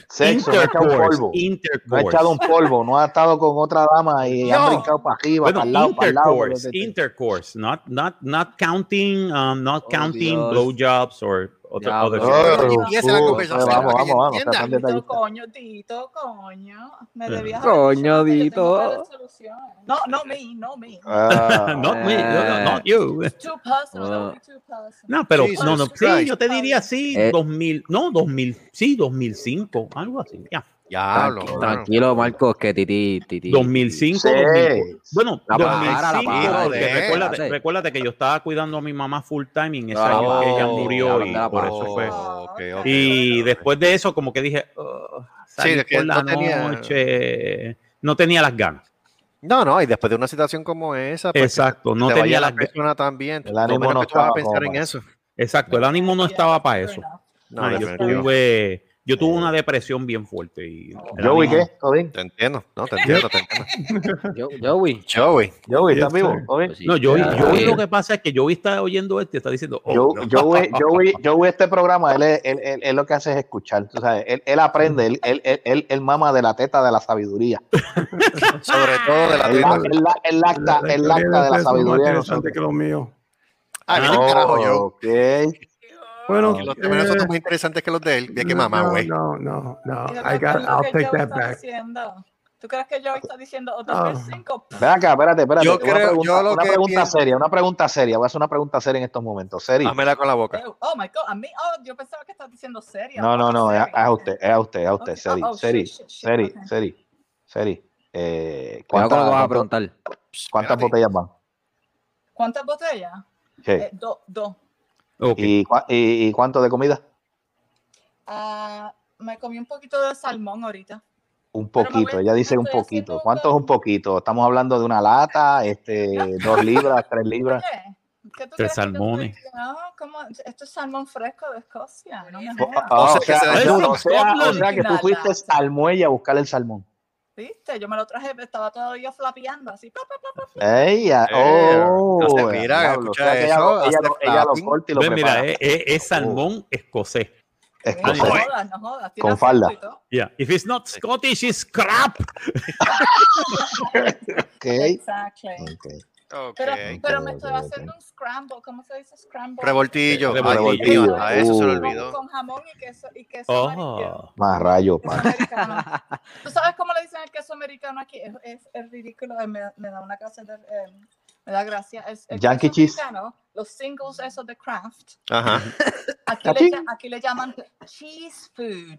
I: Sexo, no ha echado un polvo. No ha
B: intercourse.
I: echado un polvo, no ha estado con otra dama y
C: No.
I: ha brincado para arriba,
B: Bueno,
I: para el lado, para el lado.
B: intercourse, intercourse, not not not counting, um, not
G: Oh,
B: counting
G: Dios.
B: blowjobs or other,
G: Ya,
B: other
G: bro.
B: shit.
H: Oh,
I: Vamos,
C: Empieza la
B: uh,
C: conversación
I: vamos,
C: para que
I: vamos, no
C: entienda.
I: seas tan
H: Dito,
I: detallista.
H: coño, Dito, coño. Me
B: Eh.
H: debías
G: Coño,
H: haber dicho antes, yo tengo
G: Dito.
H: varias soluciones. No, no me, no me.
I: Ah,
B: not me, no, no, not you.
H: Two personal,
G: Ah.
H: only two personal.
B: No, pero
C: Jesus
B: no, no, sí,
C: Christ.
B: yo te diría sí,
G: Eh.
B: 2000, no, 2000, sí, 2005, algo así, ya.
C: Diablo, mano.
G: Tranquilo, Marcos, que Titi, Titi.
B: 2005,
I: Sí.
B: 2004. Bueno,
G: La para, la
B: 2005,
G: para,
B: porque
C: joder.
B: recuérdate, recuérdate que yo estaba cuidando a mi mamá full time y en ese año que ella
G: Oh,
B: murió y
G: ya,
B: por
G: ya,
B: eso fue.
C: Oh, ok, ok,
B: Y
C: ok.
B: después de eso, como que dije, "Oh, salí
C: Sí, de que
B: por la
C: no tenía-
B: noche, no tenía las ganas.
C: No, no, y después de una situación como esa, pues,
B: Exacto,
C: que
B: no
C: te vaya
B: tenía
C: la
B: las ganas.
C: persona también.
I: El
C: Lo
I: ánimo
C: menos
I: no
C: que tú vas a
I: estaba
C: pensar
I: como
C: en
I: para-
C: eso.
B: Exacto, el ánimo no estaba para eso.
C: No,
B: Ah, yo
C: definitivo.
B: tuve, yo tuve una depresión bien fuerte. Y el
I: Joey,
B: ánimo-
I: ¿qué? ¿Todo bien?
C: Te entiendo, no, te entiendo, te entiendo.
G: Yo- Joey.
C: Joey,
I: Joey, ¿estás
B: Yes,
I: vivo?
B: sir.
I: ¿Todo
C: Pues
I: bien?
B: No, Joey,
G: Ya,
B: Joey
G: sí.
B: lo que pasa es que Joey está oyendo esto y está diciendo, oh,
I: Yo,
B: no.
I: yo, ve- yo, ve- yo ve este programa, él, es- él- él- él lo que hace es escuchar, tú sabes, él, él aprende, él, él, él- él- él mama de la teta de la sabiduría.
C: sobre todo de la
I: Él,
C: teta.
I: la- él la- él lacta, él lacta de la sabiduría de
E: Es más interesante
I: nosotros.
E: que los míos.
C: Ah, ¿qué
I: Oh,
C: carajo yo?
I: ok.
E: Bueno,
C: Que los
E: eh,
C: temas son más interesantes que los de él. De que
E: no,
C: mamá,
E: no,
C: güey.
E: No, no, no.
H: Yo creo
E: I
H: que
E: got,
H: es lo
E: I'll
H: que
E: take
H: Joe
E: that
H: está
E: back.
H: diciendo. ¿Tú crees que yo está diciendo o
E: Ah.
H: 2005?
I: Ven acá, espérate, espérate.
C: Yo
I: una
C: creo-
I: pregunta,
C: yo lo
I: una
C: que
I: pregunta
C: pienso-
I: seria, una pregunta seria. Voy a hacer una pregunta seria en estos momentos. Seria.
C: Hámela con la boca.
H: Eh, Oh my god, a mí, oh, yo pensaba que estás diciendo seria.
I: No, no, no, es a,
H: seria.
I: es a usted, es a usted, es a usted.
H: Ok,
I: Seri,
H: oh, oh,
I: Seri,
H: shit, shit, shit,
I: Seri,
H: ok.
I: Seri, Seri. Eh,
G: Cuidado
I: ¿cuántas-
G: con lo que vas a
I: cuánto-
G: preguntar.
I: ¿Cuántas
C: Espérate.
I: botellas van?
H: ¿Cuántas botellas?
I: Sí.
H: Eh, dos. dos.
B: Ok.
I: ¿Y, cua- y, y cuánto de comida?
H: Ah, me comí un poquito de salmón ahorita.
I: Un
H: Pero me voy a-
I: poquito, ella dice
H: me
I: un
H: estoy
I: poquito.
H: haciendo
I: ¿Cuánto es un
H: un-
I: poquito? Estamos hablando de una lata, este, dos libras, tres libras.
H: Oye, ¿qué tú
B: Tres
H: crees que yo estoy-
B: salmones.
H: No, ¿cómo? Esto es salmón fresco de Escocia. No me
I: O,
H: jodas.
I: o- o
C: sea, que
I: sea,
C: se
I: o
C: la
I: sea-
B: llevan
I: o
B: a
I: sea- o sea que tú
H: Scotland.
I: fuiste al muelle a buscar el salmón.
H: ¿Viste? Yo me lo traje, estaba todavía flapeando así. pa, pa, pa, pa, pa.
I: Ey, ya-
C: Eh,
I: oh,
C: no se
I: eh,
C: mira,
I: diablo, o
C: escucha
I: sea que ella
C: eso,
I: lo- ella
C: hace
I: lo- ella lo
C: flapping. Oh.
I: corta y lo
B: Ven, mira,
I: prepara.
B: es, es- es salmón escocés.
I: Es
H: No
B: Escocés.
I: cosa-
H: jodas, no jodas. tiene
I: Con
H: acento
I: falda.
H: y todo.
B: Yeah. If it's not Scottish, it's crap.
I: ok,
H: Exacto.
I: ok.
C: Ok.
H: Pero, pero me
I: ok,
H: estoy
I: ok.
H: haciendo un scramble. ¿Cómo se dice scramble?
C: Revoltillo.
B: Re-
C: Ay,
I: revoltillo.
C: Dios, A eso se lo
I: Uh.
H: Con,
C: olvidó.
H: con jamón y queso, y queso amarillo.
B: Oh.
I: Más rayo,
H: Queso
I: pa.
H: americano. ¿Tú sabes cómo le dicen el queso americano aquí? Es, es- es ridículo. eh, Me, me da una clase de... eh, me da gracia. Es, el
I: Yankee
H: queso
I: cheese.
H: americano, los singles esos de Kraft.
C: Ajá.
H: Aquí le,
I: Cachín.
H: lla- aquí le llaman cheese food.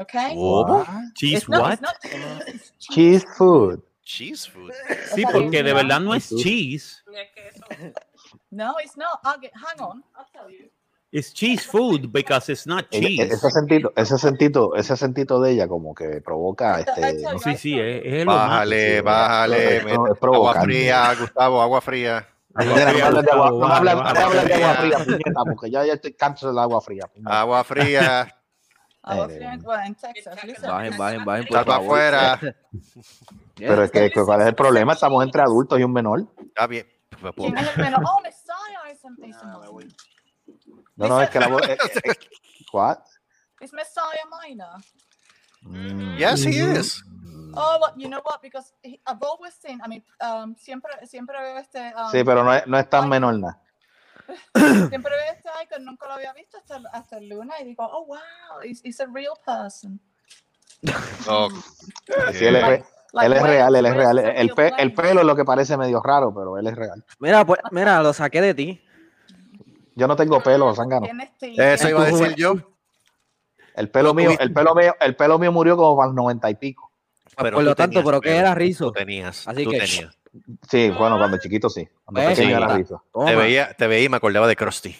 H: ¿Ok?
B: ¿Cómo? Cheese
H: It's not-
B: what?
H: it's not cheese, it's cheese.
I: Cheese food.
C: Cheese food.
B: Sí,
H: Está
B: porque
H: bien,
B: de
H: ¿no?
B: verdad no es cheese.
F: Es que eso.
H: No, it's not. I'll get- hang on. I'll tell you.
B: It's cheese food because it's not
I: E- e-
B: cheese.
I: Ese sentito, ese sentito, ese sentito de ella como que provoca este.
H: Eso-
B: No, sí, sí, es, es lo más.
C: Bájale,
I: Es-
C: bájale.
I: es
C: mete Agua
I: provocante.
C: fría, Gustavo, agua fría.
I: Mira, no me hables de agua- no me hables- no me hables de agua
C: Bájale,
I: fría, puñeta, porque ya, ya estoy canso del agua fría. puñeta.
C: Agua fría.
H: I was
I: Eh,
H: in, well, in Texas. Listen,
G: Bajen, bajen, bajen, por
C: Sal para
G: favor.
C: afuera.
I: Pero es que, ¿cuál es el problema? Estamos entre adultos y un menor.
C: Está bien.
H: ¿Quién es el menor? Oh, Messiah is in- is in Austin.
I: No, no, es que la voz. eh, eh, eh, ¿What?
H: Is Messiah minor?
I: Mm.
C: Yes, he is.
H: Oh, well, you know what? Because he- I've always seen, I mean, um, siempre, siempre veo este. um,
I: Sí, pero no es, no es tan menor nada.
H: Siempre veo este icon, nunca lo había visto hasta, hasta el lunes y digo, oh, wow, he's, he's a real person.
C: Ok.
I: Sí, él, es, re-
H: Like,
I: él es
H: where-
I: real, él es
H: where
I: real.
H: is the
I: El,
H: real
I: pe- el
H: blame?
I: pelo es lo que parece medio raro, pero él es real.
G: Mira, pues, mira, lo saqué de ti.
I: Yo no tengo
H: Ah,
I: pelo, zángano.
H: Tienes tinta.
C: Eso iba a decir yo.
I: El pelo
C: Lo
I: mío,
C: tuviste. Ah,
I: el pelo mío, el pelo mío murió como para los noventa y pico.
C: Pero
G: por
C: tú
G: lo tanto,
C: tenías
G: pero que
C: pelo,
G: era rizo.
C: Tú tenías.
G: Así
C: tú
G: que-
C: tenías.
I: Sí, bueno, cuando chiquito sí. Cuando
G: Pues,
I: pequeño
C: sí.
I: era rizo.
G: Toma.
C: Te veía, te veía y me acordaba de Krusty.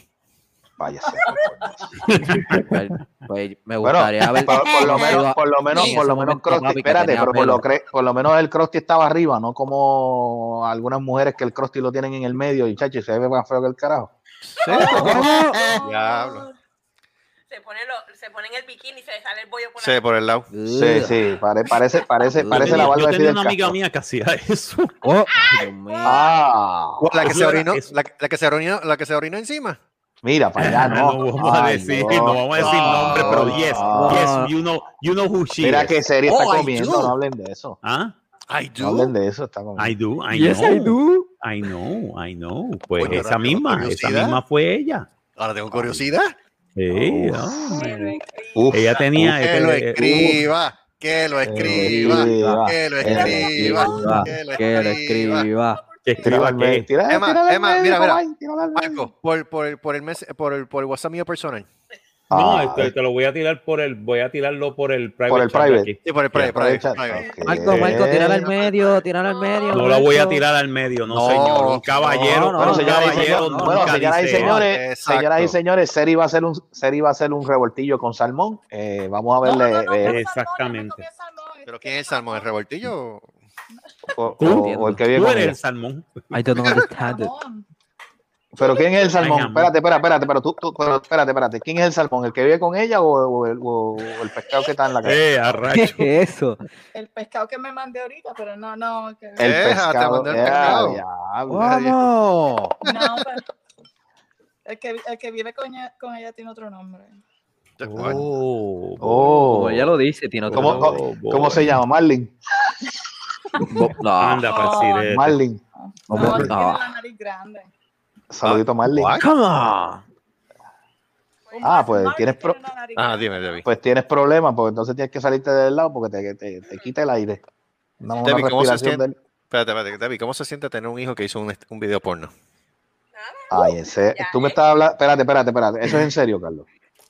I: Váyase.
G: Pues, pues, me gustaría ver.
I: Por, por lo menos, por lo menos,
G: Sí,
I: por
G: ese
I: lo menos
G: momento,
I: Krusty-
G: papi, que
I: espérate,
G: tenía
I: pero por
G: pelo.
I: lo, cre- por lo menos el Krusty estaba arriba, no como algunas mujeres que el Krusty lo tienen en el medio y chacho, y se ve más feo que el carajo.
C: Diablo.
F: Se pone, lo, se pone en el bikini y se le sale el bollo por
C: Sí,
F: la
C: por el lado.
I: Sí, sí, pare- parece, parece,
G: Yo
I: parece
B: tenía-
I: la barba
B: yo
I: de
B: tenía
I: Fidel
B: una amiga
I: Castro.
B: mía que hacía eso.
G: Oh, Dios mío.
I: Ah,
C: La que
B: Eso
C: se
B: era-
C: orinó,
B: eso. Ah,
C: la, que- la que se orinó, la que se orinó encima.
I: mira, para allá Ah, no.
B: No vamos a
I: Ay,
B: decir,
I: Dios.
B: no vamos a decir nombre, pero yes,
I: Ah.
B: yes, you know, you know who she
I: Mira
B: is.
I: qué serie
C: Oh,
I: está
C: I
I: comiendo,
C: do.
I: no hablen de eso.
B: ¿Ah?
C: Ay,
I: No hablen de eso, está comiendo.
B: I do, I
G: Yes,
B: know.
G: I do.
B: I know, I know. Pues
C: Coño,
B: esa
C: pero
B: misma, esa
C: curiosidad.
B: misma fue ella.
C: Ahora tengo curiosidad.
B: Sí,
I: Uf.
B: hombre.
I: Uf.
B: ella tenía.
C: Que
B: eh,
C: lo
B: eh, eh,
C: escriba, que lo escriba, que lo
I: escriba, que lo
C: escriba,
G: escriba,
C: que lo
G: Que lo
C: escriba.
G: escriba.
B: que
I: Tíralo
B: escriba
I: al medio,
B: que
I: tíralo-
C: Emma,
I: tíralo al
C: Emma,
I: medio,
C: mira, mira.
I: Mike, tíralo al medio.
C: Marco, por, por, por, el mes, por, el, por el WhatsApp mío personal.
B: No,
I: Ah,
B: este, te lo voy a tirar por el, voy a tirarlo por el private.
I: Por el
B: chat de
I: private.
B: aquí.
C: Sí, por el
I: Por
C: pre,
I: el
C: por el-
I: chat,
C: por el-
I: ok.
G: Marco, Marco, tírala al medio, tírala al medio.
B: No la voy a
G: Marco.
B: tirar al medio, no,
C: No,
B: señor. Un
C: no,
B: caballero,
G: no,
B: un
I: Bueno, señoras y
B: caballero
I: señores,
G: no,
I: bueno,
B: nunca
I: señoras y
B: dice,
I: señores,
C: Exacto.
I: señoras y señores, Seri va a hacer un, Seri va a hacer un revoltillo con salmón. Eh, vamos a
H: No, no,
I: verle
H: no, no,
I: eh,
H: come salmón,
B: Exactamente.
H: no comía salmón.
C: Pero ¿quién es el salmón? ¿El revoltillo?
I: o, o-
G: Tú.
I: o el que vive
B: Tú
I: con
B: eres
I: ella.
B: el salmón.
G: I don't understand it.
H: Salmón.
I: Pero quién es el salmón?
B: Ay, amor.
I: espérate, espérate, espérate, pero tú, tú- pero espérate, espérate. ¿Quién es el salmón? ¿El que vive con ella o, o el, o- o el pescado que está en la casa?
B: Eh, arracho.
G: ¿Qué es eso?
H: El pescado que me mandé ahorita, pero no, no. que-
I: El
C: Deja, te
I: pescado.
C: mandé Eh, el
I: ya,
C: pescado.
I: diablo.
G: ¡Vamos!
H: No, pero el que, el que vive con ella, con ella tiene otro nombre.
B: Oh,
I: Oh,
G: Como ella lo dice, tiene otro
I: ¿Cómo-
G: nombre.
B: boy.
I: ¿Cómo se llama? Marlin.
G: No.
B: Anda,
H: Oh,
B: Facilete.
I: Marlin.
H: No,
G: No,
H: tiene
G: no.
H: la nariz grande.
I: Saludito, Marlin.
C: Ah, What?
G: Come on.
I: Ah, pues, tienes pro-
H: tiene una nariz
C: Ah,
H: grande.
C: dime, Debbie.
I: Pues tienes problemas, porque entonces tienes que salirte del lado porque te, te- te quita el aire. No, una
C: Debbie, ¿cómo se
I: respiración
C: siente?
I: del-
C: Espérate, espérate, Debbie, ¿cómo se siente tener un hijo que hizo un, est- un video porno?
I: Ay, ese,
F: Ya,
I: tú me
F: eh.
I: estás hablando. Espérate, espérate, espérate. Eso es en serio, Carlos.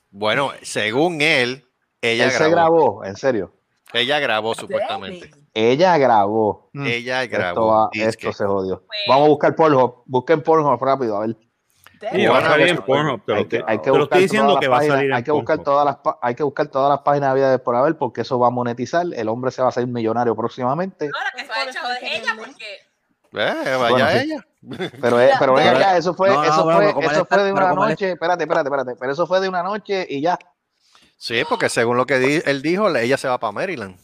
C: Bueno, según él, ella
I: él se
C: grabó.
I: grabó, en serio.
C: Ella grabó, supuestamente.
I: Ella grabó. Mm,
C: Ella
I: esto,
C: grabó.
I: va- esto
C: disque.
I: se jodió.
F: Pues-
I: Vamos a buscar Pornhub. Busquen Pornhub rápido, a ver.
B: Sí,
H: Debbie,
B: va a
C: Bueno,
B: salir
C: bueno,
B: en Pornhub, te lo
I: Hay que,
B: estoy-
I: hay que
B: te lo
I: buscar
B: estoy diciendo
I: todas
B: que
I: las
B: va a
I: páginas-
B: salir en
I: hay que buscar
B: Pornhub.
I: todas las pa- hay que buscar todas las páginas habidas por haber porque eso va a monetizar. El hombre se va a hacer millonario próximamente.
F: Ahora que se ha hecho de ella porque
C: Eh, vaya
I: Bueno, sí.
C: ella.
I: Pero, eh,
H: Ya,
I: pero
H: ya.
I: venga acá, eso fue,
G: No, no,
I: eso
G: bueno,
I: fue,
G: pero como él
I: eso
G: está-
I: fue de
G: pero
I: una
G: como él-
I: noche, espérate, espérate, espérate, pero eso fue de una noche y ya.
C: Sí, porque según lo que di- él dijo, la- ella se va para Maryland.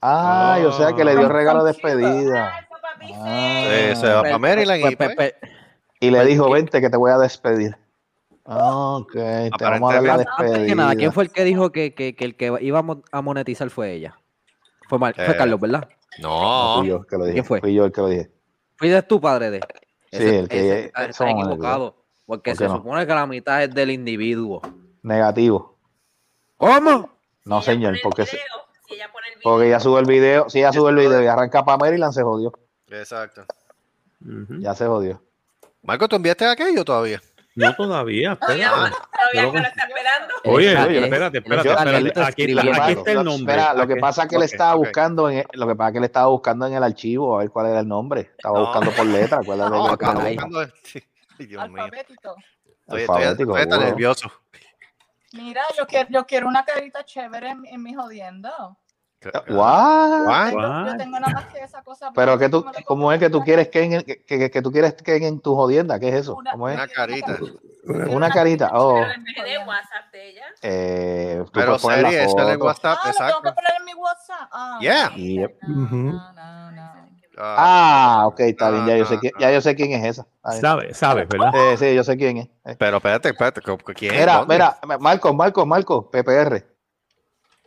I: Ay, o sea que le dio
H: Ah.
I: regalo de
F: Ay,
I: despedida. Ah.
F: papá dice.
C: Sí, Eh, se va para Maryland y
G: Pe-
C: pues,
G: pe- pe-
I: Y le dijo, vente que te voy a despedir. Ah, Ok, te vamos a dar la
C: Aparentemente-
G: Antes que nada, ¿quién
I: despedida.
G: fue el que dijo que, que, que el que iba a mon- a monetizar fue ella? Fue, Mar- fue
C: Eh.
G: Carlos, ¿verdad?
I: No,
C: no.
I: Fui yo el que lo dije.
G: ¿Quién fue?
I: Fui yo el que lo dije.
G: Fuiste tú, padre de.
I: Sí,
G: Ese-
I: el que-
G: ese está-
I: eso
G: está
I: vamos a
G: equivocado. Porque
I: ¿Por
G: se
I: qué no?
G: supone que la mitad es del individuo.
I: Negativo.
G: ¿Cómo?
I: No,
F: Si ella
I: señor,
F: pone el
I: porque, se-
F: video, si ella pone el video,
I: porque ya sube el video. Si ya sube el video y arranca para Maryland, se jodió.
C: Exacto.
B: Ujú.
I: Ya se jodió.
C: Marco, ¿tú enviaste aquello todavía?
B: No todavía, espérate.
F: todavía
B: yo lo-
F: no la está esperando.
B: Oye,
G: Está-
B: oye,
G: es-
B: espérate, espérate,
G: yo- Carlitos
B: espérate. Aquí, está-
G: escribió
B: aquí
G: mal.
B: está el nombre.
I: Espera, lo que
B: Aquí-
I: pasa es que él
B: ok,
I: estaba
C: ok.
I: buscando en lo que pasa es que él estaba buscando en el archivo a ver cuál era el nombre. Estaba
C: No.
I: buscando por letra, cuál era el
C: No,
I: nombre.
C: estaba
G: caray.
C: buscando- Sí, Ay, Dios mío.
H: alfabético.
C: Estoy, estoy-
I: Alfabético,
C: estoy tan
I: seguro.
C: nervioso.
H: Mira, yo quiero, yo quiero una carita chévere en, en mi jodiendo.
I: What?
H: Yo
C: What?
H: tengo,
B: What?
H: yo tengo nada más que esa cosa.
I: Pero
H: blanca
I: que tú,
H: me lo
I: ¿cómo es que tú
H: compré.
I: quieres que, en el- que, que- que tú quieres que en tu jodienda? ¿Qué es eso?
H: Una-
I: ¿Cómo es?
C: Una carita.
H: Yo quiero
I: Una carita. Oh,
F: Pero en vez de WhatsApp de ella,
I: eh, tú
C: Pero
I: puedes poner la
C: serie, eso en el
I: foto.
C: WhatsApp,
H: Ah, lo tengo que
C: exacto.
H: poner en mi WhatsApp. Ah,
C: Yeah.
I: Yep.
H: No, no, no, no.
I: Ah, ok, está
C: No,
I: bien. Ya yo
C: no,
I: sé quién,
C: no.
I: ya yo sé quién es esa. Está bien.
B: Sabes, sabes, ¿verdad?
I: Eh, sí, yo sé quién es. Eh,
C: Pero espérate, espérate. ¿con- con ¿Quién?
I: Mira,
C: ¿Dónde?
I: mira, Marcos, Marcos, Marcos, PPR.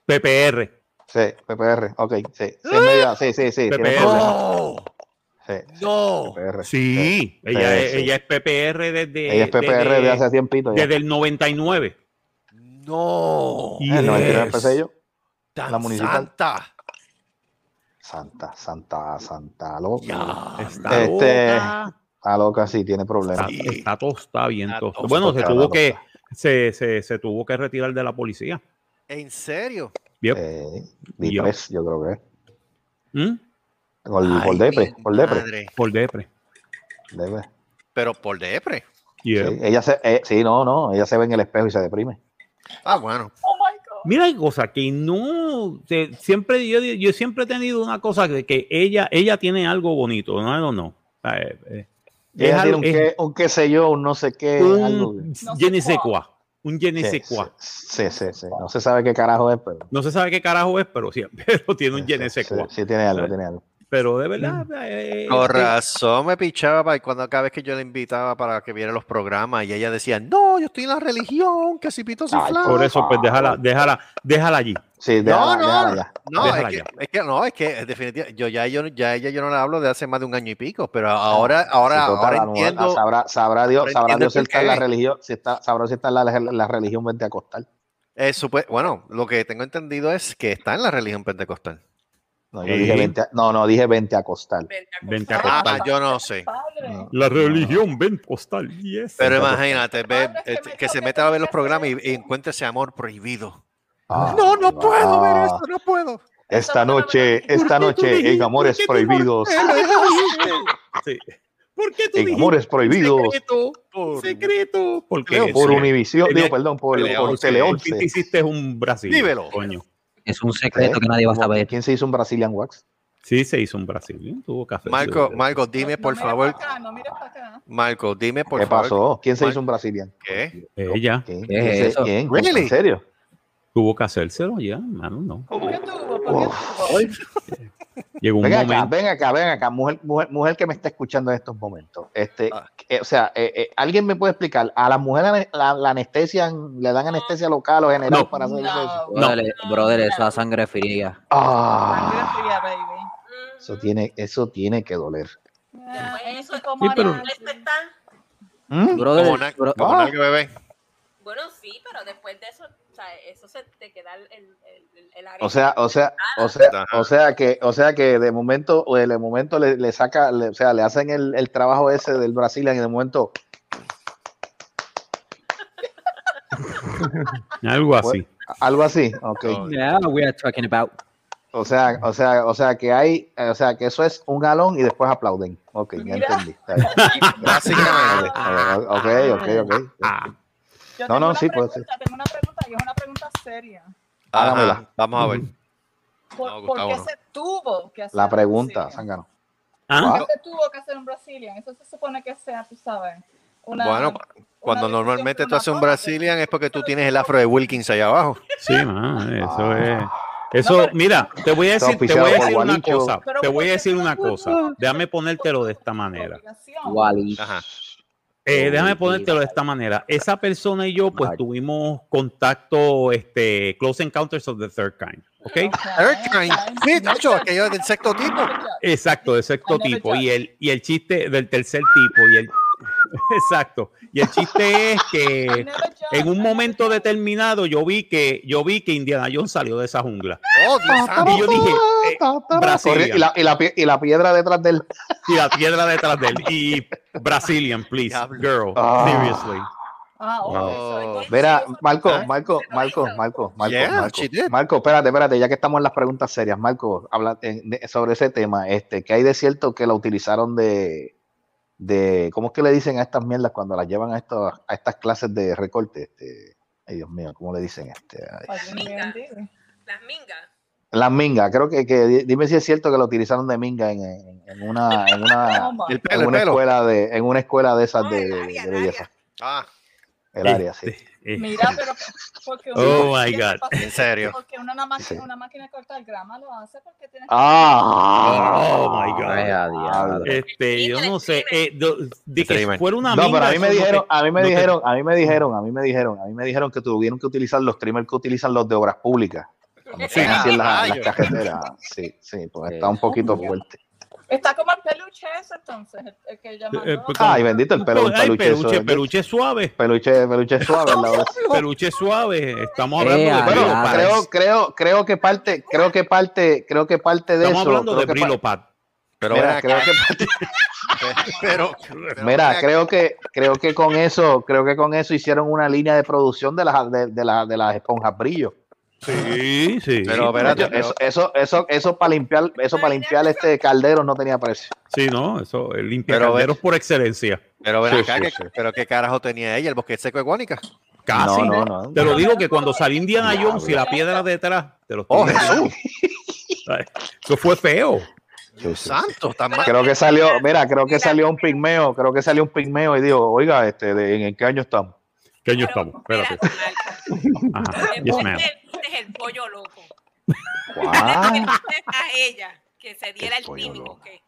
B: PPR.
I: Sí, PPR, ok, sí. Sí,
B: ¡Ah!
I: es media- sí, sí, sí, tiene
B: PPR.
I: problemas. Sí,
C: No.
I: PPR.
B: Sí, ella, es,
I: sí.
B: ella es PPR desde,
I: Ella es PPR
B: desde,
I: de hace tiempito ya.
B: desde el 99.
C: No.
I: En el 99 empecé yo.
C: Tan
I: la municipal.
C: Santa.
I: Santa, santa, santa, loca.
C: Ya.
B: Está
I: Este-
B: loca.
I: Está loca, sí, tiene problemas.
B: Está, está tostada, bien
C: Está
B: tostada.
C: tostada,
B: Bueno, se
I: está
B: tuvo,
I: loca.
B: que, se, se, se tuvo que retirar de la policía.
C: ¿En serio?
B: Yep.
I: Eh,
B: Yo.
I: Dipres, yo creo que es.
B: ¿Mm?
I: Por,
C: Ay,
I: por Depre,
C: mi
I: por Depre.
C: madre.
B: Por depre.
I: Depre.
C: Pero por depre.
B: Yeah.
I: Sí, ella se, eh, sí, no, no, ella se ve en el espejo y se deprime.
C: Ah, bueno.
H: Oh my God.
B: Mira, hay cosas que no. te- siempre yo, yo siempre he tenido una cosa de que ella, ella tiene algo bonito, no, no, no. Eh, eh, es
I: Ella tiene
B: algo-
I: un,
B: es
I: qué, un qué sé yo, un no sé qué. algo.
B: un
H: No sé
B: je ne sais
H: cuál.
B: quoi, Un je ne
I: Sí,
B: sais
I: sí,
B: quoi.
I: sí, sí, sí. No se sabe qué carajo es, pero.
B: No se sabe qué carajo es, pero, sí, pero tiene un
I: sí,
B: je ne sais
I: Este, sí,
B: quoi.
I: sí, tiene algo,
B: ¿Sabes?
I: tiene algo.
B: Pero de verdad. eh, eh,
C: Con
I: Este,
B: eh,
C: razón me pichaba para cuando cada vez que yo la invitaba para que viera los programas y ella decía, no, yo estoy en la religión, que si pito si
I: Ay,
C: flan.
B: Por eso, pues déjala, déjala, déjala allí.
I: Ah, Sí,
C: No,
I: déjala,
C: no,
I: déjala ya.
C: no,
B: Déjala
C: es que,
B: ya.
C: es que no, es que es definitiva, yo ya yo ya a ella yo no la hablo de hace más de un año y pico, pero ahora ahora
I: Ah, Sí, total,
C: ahora
I: la mujer,
C: entiendo,
I: sabrá, sabrá Dios,
C: ahora
I: sabrá
C: entiendo
I: Dios si
C: por
I: está en la
C: qué.
I: religión, si está, sabrá si está en la, la religión vente a acostar.
C: eh, supe- bueno, lo que tengo entendido es que está en la religión pentecostal.
I: No, yo
B: Sí.
I: dije vente a- no, no, dije vente a acostar.
B: Vente a
C: Ah,
B: acostar.
C: yo no sé.
H: Padre.
I: No.
B: La religión ven postal. Yes.
C: Pero
I: Pentecostal.
C: imagínate, ve-
H: Ahora es que
C: este,
H: me
C: que se
H: toca
C: meta a ver los
H: hacer
C: programas y,
H: eso.
C: y encuentre ese amor prohibido.
I: Ah,
C: No, no puedo ver
I: ah.
C: esto, no puedo.
I: Esta noche, esta noche en Amores Prohibidos,
B: Sí. ¿Por qué tú
I: en
B: dijiste
I: Amores Prohibidos,
B: secreto?
C: Por-
B: secreto. Porque
C: Leo,
I: por
B: sí.
I: Univisión,
B: Tenía-
I: digo, perdón, por,
C: Tele
I: por
C: once,
I: Tele
B: Por
I: 11.
B: fin te hiciste un Brasil.
C: Dímelo.
B: Coño.
G: Es un secreto que nadie va a
I: ¿Cómo?
G: saber.
I: ¿Quién se hizo un Brazilian Wax?
B: Sí, se hizo un Brasil. ¿eh? Tuvo café.
C: Marco,
B: Sí.
C: Marco, dime
H: No-
C: por
H: no mires
C: favor.
H: pa' acá, no mires para acá.
C: Marco, dime por
I: ¿Qué
C: favor.
I: pasó? ¿Quién se hizo un Brazilian?
C: ¿Qué?
B: Ella
I: ¿Quién?
G: ¿Qué es
I: ¿Quién se-
G: eso?
I: ¿Quién?
C: Really?
I: ¿En serio?
B: Eh, tuvo que hacérselo ya, mano, no.
H: ¿Por qué tuvo? ¿Por qué tuvo?
B: Llegó un
I: Ven Oh. acá,
B: momento.
I: ven acá, ven acá, mujer, mujer, mujer que me está escuchando en estos momentos. Este,
C: Ah.
I: eh, o sea, eh, eh, ¿alguien me puede explicar? ¿A las mujeres ane- la, la anestesian, le dan anestesia local o general
B: No.
I: para hacer eso?
H: No.
G: Brother, eh, brother, eso a sangre fría.
H: Sangre
I: Ah,
H: fría, baby.
I: eso tiene, eso tiene que doler.
H: Ah,
F: Eso-
H: ¿y cómo
B: Sí, pero-
H: hará?
F: está?
I: ¿Mm?
G: Brother,
C: Como, na-
G: bro-
C: como
I: Ah.
C: nalga bebé.
F: Bueno, sí, pero después de eso, o sea, eso se te queda el, el, el, el área.
I: O sea, o sea, o sea, o sea que, o sea que de momento, o de momento le, le saca, le- o sea, le hacen el, el trabajo ese del Brazilian y de momento,
B: Algo así.
I: algo así. Ok.
C: No.
G: Oh, Yeah, we are talking about.
I: O sea, o sea, o sea que hay, eh, o sea que eso es un galón y después aplauden. Ok, ya
H: Mira.
I: entendí. Está bien.
C: Básicamente.
I: Ok, ok, ok.
B: Ah.
H: Yo
I: No,
H: tengo
I: no,
H: una
I: sí, pues, puede ser.
H: pregunta, Tengo una pregunta y es una pregunta seria.
C: Ajá,
I: Hágamela.
C: vamos a ver.
H: ¿Por,
C: No,
H: por qué
C: Gustavo, no.
H: se tuvo que hacer
I: La
H: un
I: pregunta,
H: Brazilian?
I: Zángano.
B: Ah,
H: ¿Por qué se tuvo que hacer un Brazilian? Eso se supone que sea, tú sabes. Una,
C: Bueno, Cuando
H: decisión
C: normalmente
H: por
C: tú haces un
H: una parte.
C: Brazilian es porque tú tienes el afro de Wilkins allá abajo.
B: sí, mano, eso es.
I: Ah.
B: Eso,
H: pero-
B: mira, te voy a
I: Está
B: decir, te
I: auspiciado
B: voy a
I: por
B: decir una
I: Gualicho.
B: cosa.
H: Pero
B: Te voy a
H: porque
B: decir
H: tú
B: una
H: no-
B: cosa. Déjame ponértelo de esta manera.
H: Obligación.
G: Wally.
C: Ajá.
B: Eh, déjame
G: Uy,
B: ponértelo de
G: mira.
B: esta manera. Esa persona y yo, pues,
G: Ay.
B: tuvimos contacto, este, close encounters of the third kind, ¿ok?
C: Third kind. Sí, tacho,
H: Yo-
C: aquello del sexto tipo.
B: Exacto, de
H: I
B: sexto
H: never
B: tipo. Y
H: judge.
B: el, y el chiste del tercer tipo. Y el, exacto. Y el chiste es
H: I
B: que
H: never judge,
B: en
H: I
B: un
H: never
B: momento
H: judge.
B: determinado yo vi que, yo vi que Indiana Jones salió de esa jungla.
C: Oh, Dios santo.
B: Y yo dije, eh,
I: Corre-
B: Brazilian.
I: y, la, y la pie- y la piedra detrás del.
B: Y la piedra detrás de él. Y Brazilian, please,
C: Diablo.
B: girl,
I: Ah.
B: seriously.
H: Ah, oh,
C: No.
H: eso es-
I: Verá, Marco,
C: ¿Ah?
I: Marco, Marco, Marco, Marco,
C: Yeah,
I: Marco,
C: she did.
I: Marco, espérate, espérate, ya que estamos en las preguntas serias, Marco, habla eh, de- sobre ese tema, este, que hay de cierto que la utilizaron de, de, ¿cómo es que le dicen a estas mierdas cuando las llevan a estos, a estas clases de recorte? Este, ay Dios mío, ¿cómo le dicen? Este, ay.
F: Pues
H: Ay, Dios mío,
F: Minga.
H: bendito.
F: Las mingas.
I: las mingas, creo que, que di- dime si es cierto que la utilizaron de minga en, en- en una, en
H: Oh,
I: una,
H: my
C: El
I: en
C: pelo, el
I: una
C: pelo.
I: escuela de, en una escuela de esas
F: No,
I: de,
F: el
I: de-
F: área,
I: de
F: el
I: belleza,
C: Ah,
I: el área, sí.
C: Este,
B: Eh,
H: Mira, pero porque
B: Oh,
H: porque
B: my God.
H: pasa-
C: En serio.
H: Porque una, una
I: Sí.
H: máquina, una máquina de cortar grama lo hace porque tiene
I: Ah,
B: Oh, my God.
G: Ay, a diablo.
B: Este, yo no sé. eh, do- de que
C: Streamer.
B: fuera una
I: No,
B: minga,
I: pero a mí me
B: eso no
I: dijeron,
B: te-
I: a mí me
B: no te-
I: dijeron, a mí me dijeron, a mí me dijeron, a mí me dijeron que tuvieron que utilizar los streamers que utilizan los de obras públicas. Cuando
C: Sí,
I: están así en las,
C: rayos.
I: las carreteras. Sí, sí, pues
G: Sí.
I: está un poquito
H: Oh, my God.
I: fuerte.
H: Está como el peluche ese entonces, el, el que llaman.
B: Eh,
H: ¿no?
B: pues,
I: Ay, bendito el pelo, un
B: Ay,
I: peluche, eso,
B: peluche,
I: bendito.
B: peluche suave.
I: peluche, eh, peluche suave. al lado de-
B: Peluche suave, estamos
G: Eh,
B: hablando de
G: al
I: Bueno,
B: Brillo
G: lado.
B: Pad.
I: creo, creo, creo que parte, creo que parte, creo que parte de
B: Estamos
I: eso.
B: hablando de
I: creo que pa-
B: Brillo Pad.
C: Pero
I: Mira,
C: ven acá,
I: creo que
C: pero, pero
I: Mira,
C: ven acá.
I: creo que, creo que con eso, creo que con eso hicieron una línea de producción de las de, de las- de las esponjas brillo.
B: Sí, sí.
I: Pero espérate,
B: Ya-
I: eso, eso, eso, eso para limpiar, eso para limpiar este caldero no tenía precio.
B: Sí, no, eso, el
C: Pero ve-
B: limpiacaderos por excelencia.
C: Pero ven
B: Sí,
C: acá,
B: sí,
C: que-
B: sí.
C: pero qué carajo tenía ella, el bosque seco de Guánica.
B: Casi.
I: No, no, no.
B: Te lo digo que cuando salí Indiana
I: Diablo.
B: Jones y la piedra detrás, te lo estoy
C: ¡Oh,
B: diciendo.
C: Jesús!
B: Ay, Eso fue feo.
I: Sí, sí.
C: ¡Santo! Tan mal.
I: Creo que salió, mira, creo que salió un pigmeo, creo que salió un pigmeo y dijo, oiga, este, de- ¿en, en qué año estamos?
B: ¿Qué año estamos? Espérate. Ajá. Yes, ma'am.
F: Este es el pollo loco.
I: Guau.
F: a ella que se diera el
I: pollo
F: químico.
I: loco.
F: que-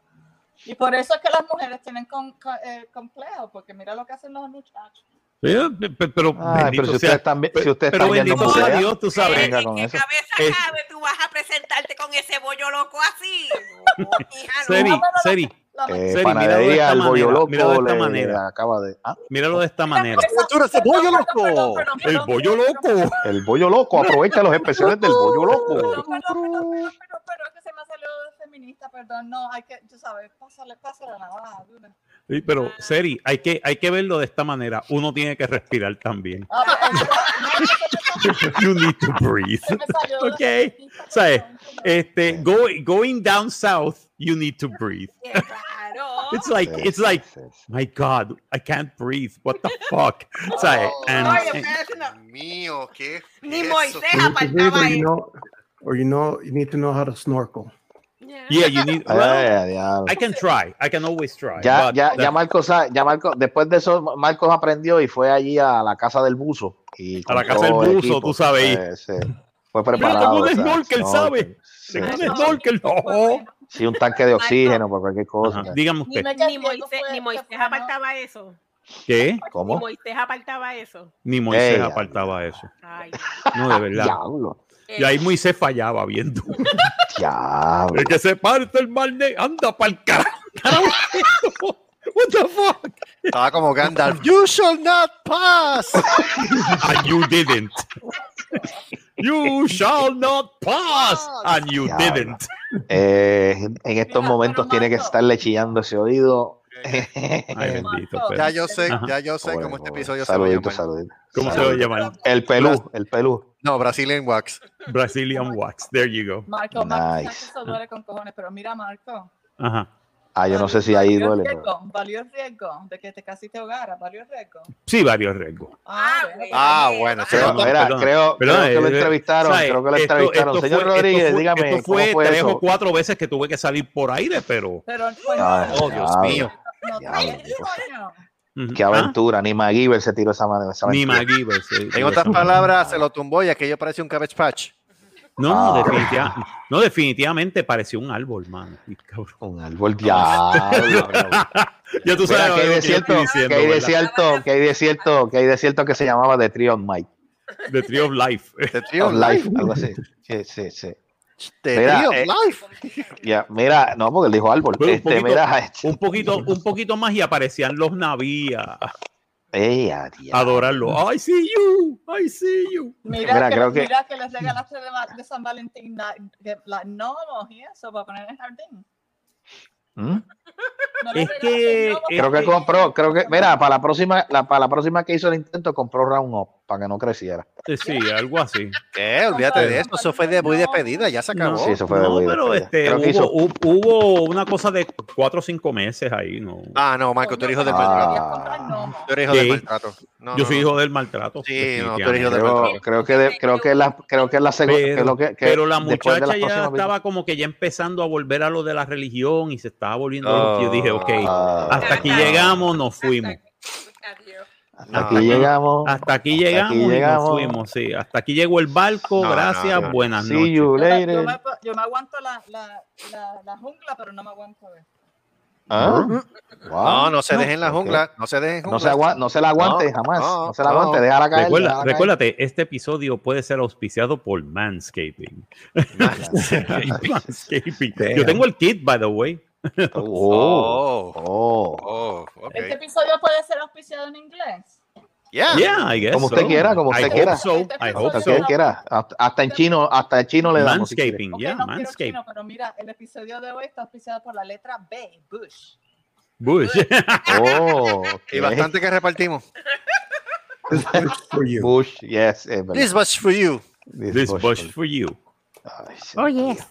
H: Y por eso es que las mujeres tienen con, con- eh, complejo, porque mira lo que hacen los muchachos.
B: Pero, pero,
I: Ay, pero
B: bendito
I: si
B: sea-
I: ustedes están, vi- si ustedes
B: pero
I: están viendo
B: bendito
I: por
B: sea
I: allá,
B: Dios, tú sabes.
I: Venga
F: ¿En
I: con
F: qué
I: eso.
F: cabeza
B: Es-
F: cabe tú vas a presentarte con ese bollo loco así? No, hija, Ah, no.
B: Seri, Seri,
H: La
I: eh,
B: Seri, míralo de
I: panadería,
B: esta
I: el bollo
B: manera,
I: loco,
B: míralo de esta
I: le-
B: manera.
I: acaba de, ah,
B: míralo de esta manera.
C: ¡Cultura ese pollo loco!
B: El bollo loco.
I: el bollo loco, aprovecha los especiales del bollo
H: Perdón,
I: loco.
H: perdón, perdón, perdón, perdón, perdón, que se me salió feminista, perdón, no, hay que, tú sabes, pásale, pásale la navaja, dura.
B: Sí, pero, Seri, hay que, hay que verlo de esta manera. Uno tiene que respirar también.
H: Ah, pero-
B: You need to breathe.
H: se me salió de
B: Ok.
H: feminista,
B: ¿Sabes?
H: perdón, perdón.
B: Este, go- going down south, you need to breathe.
F: Claro.
B: It's like,
I: Sí,
B: it's
I: sí,
B: like,
I: sí, sí.
B: my God, I can't breathe. What the fuck? eh, ¿Sabes? And-
F: Ay,
B: and-
F: ustedes no-
C: mío, qué.
F: Ni
C: eso.
F: Moisés apartaba
E: Or you,
F: eso.
E: know, or you know, you need to know how to snorkel.
B: yeah, you need.
I: Ay,
B: well,
I: ay, diablo.
B: I can try. I can always try.
I: Ya,
B: but
I: ya, ya
B: that-
I: Marcos, sa- ya Marcos, después de eso, Marcos aprendió y fue allí a la casa del buzo. Y
B: A la
I: compró
B: casa del buzo,
I: equipo.
B: tú sabes, ahí.
I: Eh, sí. Fue
B: Mira,
I: preparado.
B: tengo un
I: o sea,
B: snorkel, ¿sabes?
I: sí,
B: Tengo
I: sí,
B: un
I: sí.
B: snorkel.
H: Fue
B: No.
H: bueno.
I: Sí, un tanque de oxígeno por cualquier cosa.
B: Ajá, Dígame usted.
H: Dime que
F: Ni
H: el ciego
F: Moisés,
H: fue-
F: ni
H: que
F: Moisés
H: fue, ¿no?
F: apartaba eso.
B: ¿Qué?
F: Ni
I: ¿Cómo?
F: Moisés apartaba eso.
B: Ni Moisés
I: Ey,
B: apartaba eso.
F: Ay,
B: No, de verdad.
I: Diablo,
B: Y ahí Moisés fallaba viendo.
I: diablo.
B: El que se parte el mal de. Anda pa'l carajo. carajo. What the fuck?
C: Estaba como Gandalf. ¡You shall not pass!
B: And Ah, you didn't. You shall not pass. And you
I: Diablo.
B: didn't.
I: Eh, en estos
H: Mira,
I: momentos
H: pero
I: tiene que
H: Marcos-
I: estarle chillando ese oído.
B: Ay, bendito.
H: Marco.
B: pero-
C: Ya yo sé,
B: Ajá.
C: ya yo sé
I: Pobre,
C: cómo este
I: pobre.
C: episodio
I: saludito,
C: se va a llamar.
I: saludito.
B: ¿Cómo se va a
I: Saludito.
B: llamar?
I: El pelú, el pelú.
C: No, Brazilian Wax.
B: Brazilian Wax. There you go.
H: Marco, Marco,
I: Nice.
H: sabes que eso duele con cojones, pero mira, Marco.
B: Ajá.
I: Ah, yo no sé si ahí
H: valió el
I: duele. pero-
H: riesgo, Valió el riesgo de que te casi te ahogaras, valió el riesgo.
B: Sí, varios riesgos.
F: Ah,
H: bueno,
F: güey.
C: Ah, bueno, sí,
I: Creo,
B: Perdón,
I: mira,
B: perdón,
I: creo,
B: perdón,
I: creo que lo
B: eh,
I: entrevistaron,
B: ¿Sabe?
I: creo que lo
B: Esto-
I: entrevistaron.
B: esto
I: Señor
B: fue-
I: Rodríguez,
B: esto fue-
I: dígame,
B: Esto fue,
I: ¿cómo fue
B: tres
I: eso?
B: o cuatro veces que tuve que salir por aire, pero.
H: Pero pues,
B: Ah,
I: Ay,
H: no,
C: Oh, Dios
I: diablo,
C: mío.
H: no,
I: diablo,
H: no, coño.
B: Ujú.
I: Qué
B: Ah,
I: aventura, ni MacGyver se tiró esa mano.
B: Ni pues, eh, MacGyver. sí, sí,
C: En otras
B: eso.
C: palabras, se lo tumbó y aquello parece un cabbage patch.
B: No, no,
I: Ah.
B: definitiva- no, definitivamente pareció un árbol, mano. Y cabrón.
I: Un árbol diablo.
B: ya tú
I: Mira,
B: sabes
I: que hay
B: lo que yo
I: desierto,
B: estoy diciendo,
I: que hay
B: ¿verdad?
I: desierto, que hay desierto, que hay desierto que se llamaba The Tree of Might.
B: The Tree of Life.
C: The Tree
I: Of
C: of
I: Life, algo así. Sí, sí, sí.
C: The
I: Mira,
C: Tree of
I: eh,
C: Life.
I: Ya, mira, no, porque él dijo árbol.
B: Pero un
I: este,
B: poquito-
I: mira, este,
B: Un poquito, un poquito más y aparecían los navías.
I: ey, a diablo.
B: Adorarlo. I see you. I see you.
H: Mira,
I: Mira,
H: que,
I: creo que-
H: mira que les regalaste de, va- de San Valentín la, que- la- gnomos y eso para poner en el jardín.
I: ¿Mm?
H: No
B: Es
H: les regalaste
B: que-
H: gnomos
B: es
I: Creo
H: para
I: que
B: que-
I: compró, creo que, mira, para la próxima, la- para la próxima que hizo el intento, compró Round Up para que no creciera.
B: Eh, Sí, algo así.
C: ¿Qué? Olvídate de eso. Eso fue de muy despedida. Ya se acabó.
B: No,
I: Sí, eso fue de
B: no,
I: Guido,
B: pero
I: fue de-
B: este,
I: creo
B: hubo,
I: que hizo-
B: hu- hubo una cosa de cuatro o cinco meses ahí, ¿no?
C: Ah, no, Marco, tú eres hijo del
I: Ah.
C: maltrato.
H: Querías comprar gnomos.
C: Tú eres hijo del
B: Sí.
C: maltrato. No,
B: Yo
C: no,
B: soy
C: no.
B: hijo del maltrato.
C: Sí, no, tú eres
B: definitivamente.
C: hijo del
I: Creo,
C: maltrato.
I: creo que de- creo que la creo que la segunda
B: Pero-
I: que lo que- que
B: Pero la
I: después de
B: muchacha
I: las
B: ya
I: próximas
B: estaba como que ya empezando a volver a lo de la religión y se estaba volviendo.
C: Ah.
B: loca. Yo dije, ok,
I: Ah.
B: hasta aquí llegamos, nos fuimos.
F: Adiós.
I: Hasta
C: No.
I: aquí llegamos.
B: Hasta aquí llegamos, y nos
I: llegamos.
B: fuimos, sí. Hasta aquí llegó el barco,
C: No, no,
B: gracias,
C: no.
B: buenas
I: See
B: noches.
H: Yo,
I: you
H: la- yo
I: later.
H: me, yo me aguanto la, la, la, la jungla, pero no me aguanto. eh.
I: Ah, wow.
C: No, no se
I: Ah, No,
C: dejen la
I: ok.
C: jungla. No se dejen
I: No
C: jungla.
I: se, agua- no se la aguante
C: No,
I: jamás.
C: no,
I: No, se la aguante,
C: no.
I: déjala caer.
B: Recuerda-
I: déjala caer.
B: recuérdate, este episodio puede ser auspiciado por Manscaping. Manscaping. Yo
E: Damn.
B: tengo el kit, by the way.
I: Oh,
C: Oh, oh,
I: oh.
C: ok.
H: Este episodio puede ser auspiciado en inglés.
C: Yeah.
B: Yeah, I guess
I: Como usted
B: so.
I: quiera, como usted
B: I
I: quiera.
B: Hope so. I hope
I: Hasta
B: so.
I: que quiera. Hasta, hasta en chino, hasta en chino le damos. si quiere.
B: Manscaping,
H: Ok,
B: yeah,
H: no quiero
B: manscaping.
H: chino, pero mira, el episodio de hoy está auspiciado por la letra B, Bush.
B: Bush.
I: Oh,
C: Y
I: ok.
C: bastante que repartimos.
E: It's good for you.
I: Bush, yes, es verdad.
C: This was for you.
I: This
B: This
I: bush
B: bush
I: for-
B: for you.
I: Ay,
J: Oh,
I: Dios mío.
J: yes.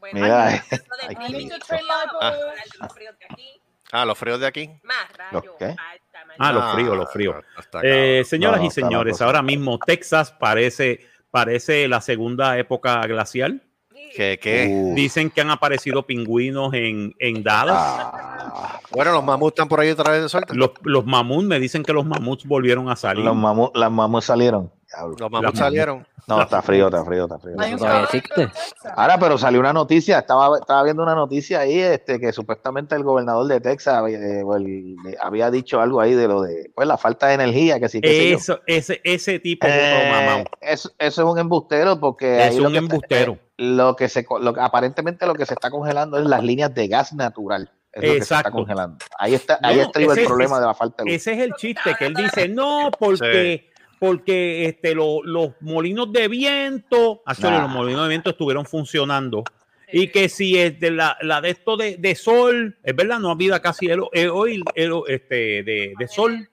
F: Bueno,
I: Mira, eh.
F: hay lo de
I: ay,
F: Timmy,
H: Cristo.
F: que es más popular de los fríos de aquí.
C: Ah, los fríos de aquí.
F: Más rayos,
I: qué?
F: alta,
B: Ah,
F: mañana.
B: los fríos, los fríos.
C: hasta acá.
B: Eh, señoras
I: No,
B: y
I: está la
B: señores,
I: cosa.
B: ahora mismo Texas parece, parece la segunda época glacial.
C: Eh, ¿Qué, qué?
I: Uf,
B: Dicen que han aparecido pingüinos en, en Dallas.
I: ah,
C: Bueno, los mamuts están por ahí otra vez de suelta.
B: Los, los mamuts, me dicen que los mamuts volvieron a salir.
I: los mamu- las mamus salieron. Diablo.
C: Los
B: mamuts.
C: mamuts salieron.
I: No, está frío, está frío, está frío.
H: Hay un
G: Todavía
H: caballo en
G: existe.
H: Texas.
I: Ahora, pero salió una noticia, estaba, estaba viendo una noticia ahí, este, que supuestamente el gobernador de Texas eh, o el- le había dicho algo ahí de lo de, pues, la falta de energía, que sí, que sí.
B: Eso, ese, ese tipo de mamau.
I: Eh, eso, eso es un embustero porque ahí
B: es
I: lo
B: un
I: que está-
B: embustero.
I: lo que se co- lo que- aparentemente lo que se está congelando es las líneas de gas natural. Es lo que se está
B: Exacto.
I: congelando. Ahí está, ahí
B: No,
I: estriba
B: ese-
I: el problema
B: ese-
I: de la falta de luz.
B: Ese es el chiste que él dice, no, porque, porque este, lo- los molinos de viento, actually,
I: Nah.
B: los molinos de viento estuvieron funcionando. Y que si es de la, la de esto de, de sol, es verdad, no ha habido casi el, el- hoy el- este, de, de sol,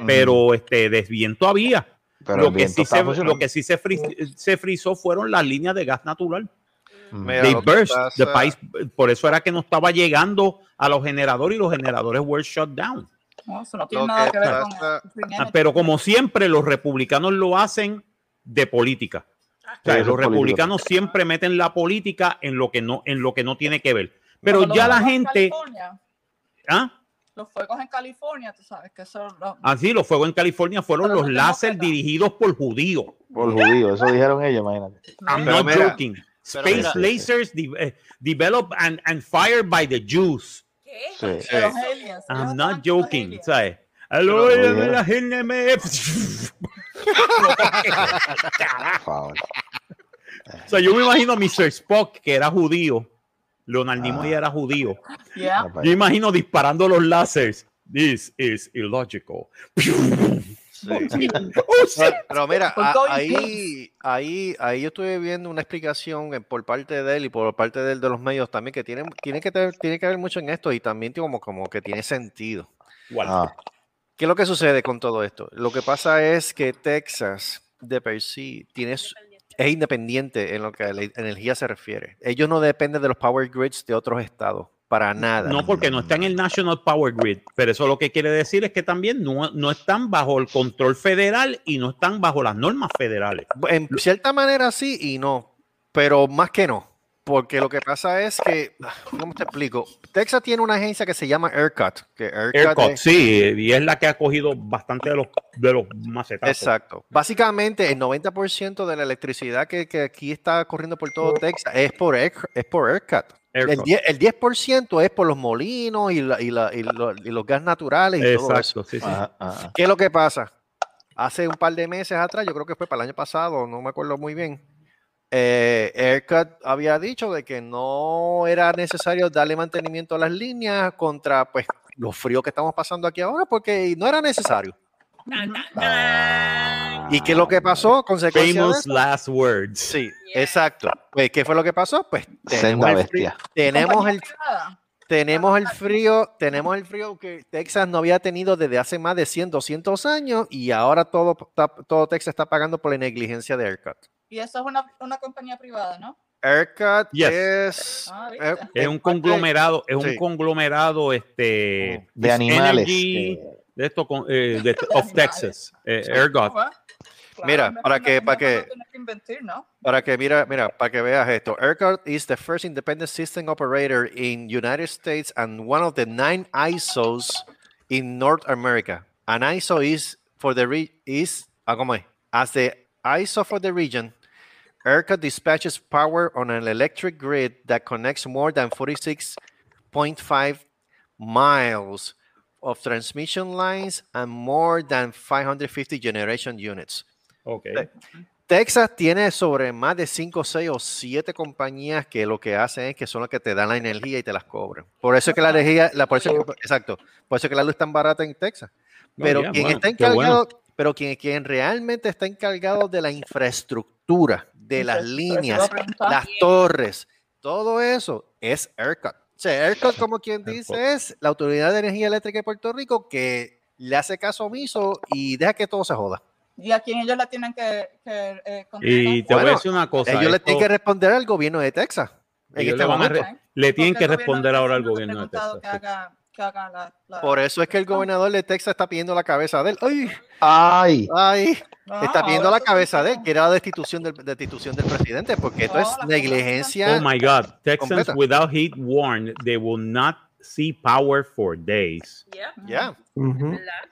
I: Mm.
B: pero este, de viento había.
I: Pero
B: lo,
I: el
B: que
I: viento
B: sí
I: está
B: se,
I: funcionando.
B: lo que sí se, fri- se frizó fueron las líneas de gas natural.
I: Mm.
C: Mira,
B: They
C: lo que
B: burst, the
C: pasa-
B: pipes, por eso era que no estaba llegando a los generadores y los generadores were shut down.
H: No, eso no
C: Lo
H: tiene nada
C: que
H: que ver con
C: pasa-
H: Green
B: Ah,
H: Energy.
B: Pero como siempre, los republicanos lo hacen de política. O sea, los
I: Sí, eso es político.
B: republicanos siempre meten la política en lo que no, en lo que no tiene que ver. Pero
H: Como
B: ya
H: los
B: la
H: fuegos en
B: gente,
H: California,
B: ¿ah?
H: los fuegos en California, tú sabes que son los.
B: así los fuegos en California fueron
H: Pero
B: los
H: los
B: láser
H: demócratas.
B: dirigidos por judíos.
I: Por judío, eso dijeron ellos, imagínate.
B: I'm
C: Pero
B: not
C: mira,
B: joking.
C: pero
B: Space
C: mira.
B: lasers de- eh, developed and, and fired by the Jews.
F: ¿Qué?
I: Sí.
C: Sí.
H: los aliens. Ellos
B: I'm
H: estaban
B: not
H: con los
B: joking,
H: aliens.
B: ¿sabes? Aló,
I: Pero,
B: dame
I: oye.
B: la GNM. Carajo.
I: Por favor.
B: O sea, yo me imagino a Mr. Spock, que era judío. Leonard Nimoy
I: Ah.
B: era judío.
H: Yeah.
B: Yo imagino disparando los láseres. This is illogical.
C: Sí.
B: Oh, sí.
C: Pero- Pero mira,
H: Por
C: a-
H: COVID,
C: ahí, ahí, ahí yo estuve viendo una explicación en- por parte de él y por parte de, de los medios también que tienen, tiene que tener- tiene que ver mucho en esto y también tiene como, como que tiene sentido.
B: Igual.
I: Ah.
C: ¿Qué es lo que sucede con todo esto? Lo que pasa es que Texas de per sí tiene su- es independiente en lo que a la energía se refiere. Ellos no dependen de los power grids de otros estados para nada.
B: No, porque no está en el National Power Grid. Pero eso lo que quiere decir es que también no, no están bajo el control federal y no están bajo las normas federales.
C: En cierta manera sí y no, pero más que no. Porque lo que pasa es que, ah, ¿cómo te explico? Texas tiene una agencia que se llama ERCOT. Que ERCOT
B: ERCOT,
C: es-
B: sí, y es la que ha cogido bastante de los, de los macetazos.
C: Exacto. Básicamente, el 90% de la electricidad que, que aquí está corriendo por todo Texas es por, ERC es por ERCOT. El
B: ERCOT.
C: 10%, el 10% es por los molinos y, la- y la- y lo- y los gas naturales y todo eso.
B: Exacto, sí, sí.
I: Ajá, ajá.
C: ¿Qué es lo que pasa? Hace un par de meses atrás, yo creo que fue para el año pasado, no me acuerdo muy bien, eh, ERCOT había dicho de que no era necesario darle mantenimiento a las líneas contra pues, los fríos que estamos pasando aquí ahora porque no era necesario.
I: Ah.
C: ¿Y qué es lo que pasó? Consecuencia de
B: Famous
C: eso?
B: last words.
C: Sí,
F: Yeah.
C: exacto. Pues, ¿Qué fue lo que pasó? Pues tenemos
I: Senda
C: el, frío,
I: bestia.
C: tenemos
H: Compañía
C: el
H: privada.
C: Tenemos el frío, tenemos el frío que Texas no había tenido desde hace más de 100, 200 años y ahora todo, está- todo Texas está pagando por la negligencia de ERCOT.
H: Y eso es una, una compañía privada, ¿no?
C: ERCOT
B: Yes.
C: es...
H: Ah,
C: eh,
H: ¿viste? Es
B: Es
C: en
B: un
C: parte-
B: conglomerado, es un
C: sí.
B: conglomerado este,
I: Mm, De animales.
B: Energy,
I: eh,
B: de esto, con- eh, de, of
H: animales.
B: Texas, eh, ERCOT.
H: Bueno, claro,
C: Mira,
H: no es
C: para
H: una-
C: que-
H: no es
C: para
H: una
C: que-
H: tiene inventar, ¿no?
C: Para que, mira, mira, para que veas esto. ERCOT is the first independent system operator in United States and one of the nine ISOs in North America. An ISO is for the re is ah, ¿cómo es? as the ISO for the region. ERCOT dispatches power on an electric grid that connects more than 46.5 miles of transmission lines and more than 550 generation units.
B: Ok.
C: Texas tiene sobre más de 5, 6 o 7 compañías que lo que hacen es que son las que te dan la energía y te las cobran. Por eso es que la energía, la, por eso es que- exacto, por eso es que la luz es tan barata en Texas.
B: No,
C: Pero
B: ya,
C: quien
B: bueno,
C: está
B: Oh, qué bueno.
C: encargado, pero quien, quien realmente está encargado de la infraestructura, de las
H: Eso- eso iba a
C: líneas,
H: preguntar.
C: las torres, todo eso es ERCOT. O sea, ERCOT, como quien dice, es la Autoridad de Energía Eléctrica de Puerto Rico que le hace caso omiso y deja que todo se joda.
H: Y a quien ellos la tienen que, que eh,
B: Y te
H: contestar.
B: voy a
C: Bueno,
B: decir una cosa.
C: Ellos le
B: esto-
C: tienen que responder al gobierno de Texas. En
B: Ellos
C: este
B: le van a
C: momento.
B: re- le tienen
H: Porque
B: que
H: el gobierno
B: responder ahora al
H: no ha
B: gobierno de
H: preguntado
B: Texas.
H: Que haga, que haga la, la-
C: Por eso es que el gobernador de Texas está pidiendo la cabeza de él. ¡Ay!
I: Ay,
C: ¡Ay!
H: No,
C: Está pidiendo
H: ahora
C: la
H: tú
C: cabeza de él,
H: tienes
C: que era la destitución del, destitución del presidente, porque esto
H: No,
C: es
H: las cosas
B: Oh
C: negligencia.
B: my God. Texans
C: Completa.
B: without heat warned they will not see power for days.
F: Yeah,
H: que-
C: Ya.
E: Ujú.
F: ¿verdad?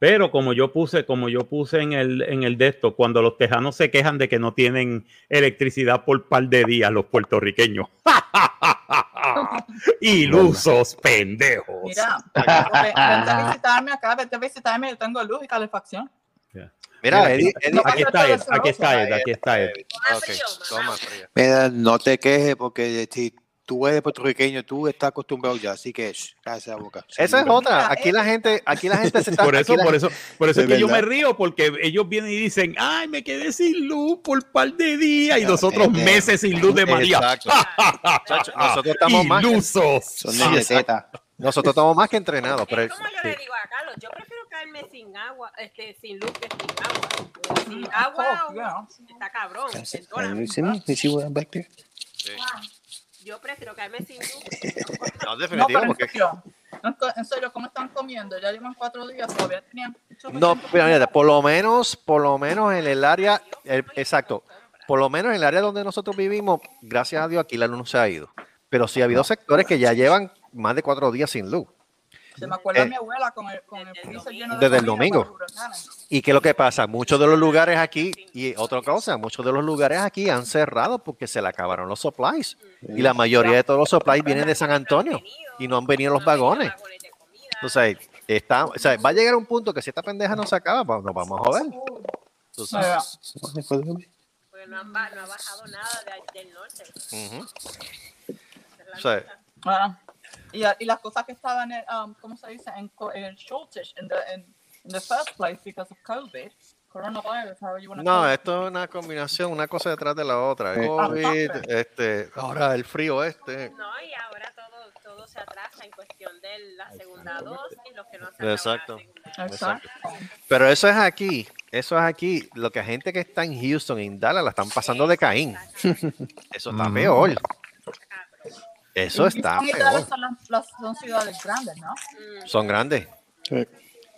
B: Pero como yo puse, como yo puse en el, en el de esto, cuando los tejanos se quejan de que no tienen electricidad por par de días, los puertorriqueños.
C: Ah.
B: Ilusos, pendejos.
H: Mira, ve- vente a visitarme acá, vete a visitarme, yo tengo luz y calefacción.
C: Mira,
B: Mira,
C: Eddie,
B: aquí-
C: Eddie-
B: Aquí está Ed, aquí está Ed, aquí está Ed.
F: Toma
C: Ok,
F: frío, mamá.
C: toma frío.
J: Mira, no te quejes porque si tú eres puertorriqueño, tú estás acostumbrado ya, así que shh, cállate la boca.
C: Esa es
J: Mira,
C: otra. Aquí la gente, aquí la gente se está.
B: Por eso,
C: aquí la
B: por eso, por eso
J: De
B: es que yo me
J: verdad.
B: río, porque ellos vienen y dicen, ay, me quedé sin luz por par de días y nosotros
J: pendejo.
B: meses sin luz de María.
C: este, Exacto. Chacho, nosotros estamos más.
B: Ah, Ilusos.
J: Son
C: Sí,
J: de
C: exacto.
J: teta.
C: Nosotros estamos más que entrenados. Pero
F: Es como yo le digo a Carlos, yo prefiero caerme sin agua, este, sin luz que sin agua. Sin agua
H: Oh, yeah.
F: está cabrón, perdóname.
J: You see me? You see what I'm back there?
F: Yo prefiero caerme sin luz.
C: no,
H: No,
C: definitivo,
H: pero en
C: porque-
H: serio, en co- en serio, ¿cómo están comiendo? Ya llevan cuatro días, todavía tenían.
C: No, pero mira, por lo menos, por lo menos en el área, el- exacto, por lo menos en el área donde nosotros vivimos, gracias a Dios, aquí la luz no se ha ido. Pero sí ha habido sectores que ya llevan más de cuatro días sin luz.
H: Se me acuerda
C: Eh,
H: mi abuela con el, con el piso lleno de pues,
C: desde
H: comida
C: el domingo.
H: por los huracanes.
C: ¿Y qué es lo que pasa? Muchos de los lugares aquí, y otra cosa, muchos de los lugares aquí han cerrado porque se le acabaron los supplies. Y la mayoría de todos los supplies vienen de San Antonio y no han venido los vagones.
F: de comida.
C: O sea, está, o sea, va a llegar un punto que si esta pendeja no se acaba, pues nos vamos a joder. Entonces,
H: Mira,
F: Porque no, han ba- no ha bajado nada de- del norte.
C: ujú.
F: esa es la
C: O sea,
F: cosa.
H: mira. Y, y las cosas que estaban, en, um, ¿cómo se dice? En, co- en shortage, in the, in, in the first place, because of COVID, coronavirus, however you wanna
C: No,
H: call it.
C: esto es una combinación, una cosa detrás de la otra.
I: Sí.
C: COVID, este, ahora el frío este.
F: No, y ahora todo, todo se atrasa en cuestión de la segunda dosis y los que no se
C: Exacto.
H: Exacto.
C: Pero eso es aquí, eso es aquí. Lo que gente que está en Houston, en Dallas, la están pasando de Caín. Eso está
E: Mm.
C: peor. Eso está
H: Y Italia
C: peor.
H: son, las, las- son ciudades grandes, ¿no?
C: Son grandes,
J: Sí.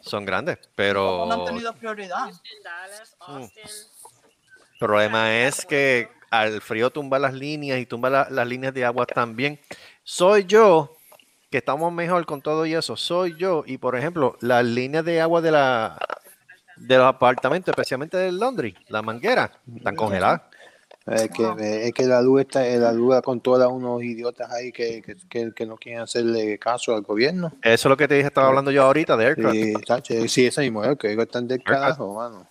C: son grandes,
H: No han
C: pero
H: tenido prioridad.
F: En Dallas, Austin.
C: el problema es que al frío tumba las líneas y tumba la- las líneas de agua también. Soy yo, que estamos mejor con todo y eso, soy yo. Y por ejemplo, las líneas de agua de la de los apartamentos, especialmente del laundry, la manguera, están congeladas.
J: Es que, es que la luz está, la luz la controla unos idiotas ahí que, que, que, que no quieren hacerle caso al gobierno.
C: Eso es lo que te dije, estaba hablando yo ahorita de ERCOT.
J: Sí, tacho, sí esa misma, es que están del
C: Haircut.
J: carajo, mano.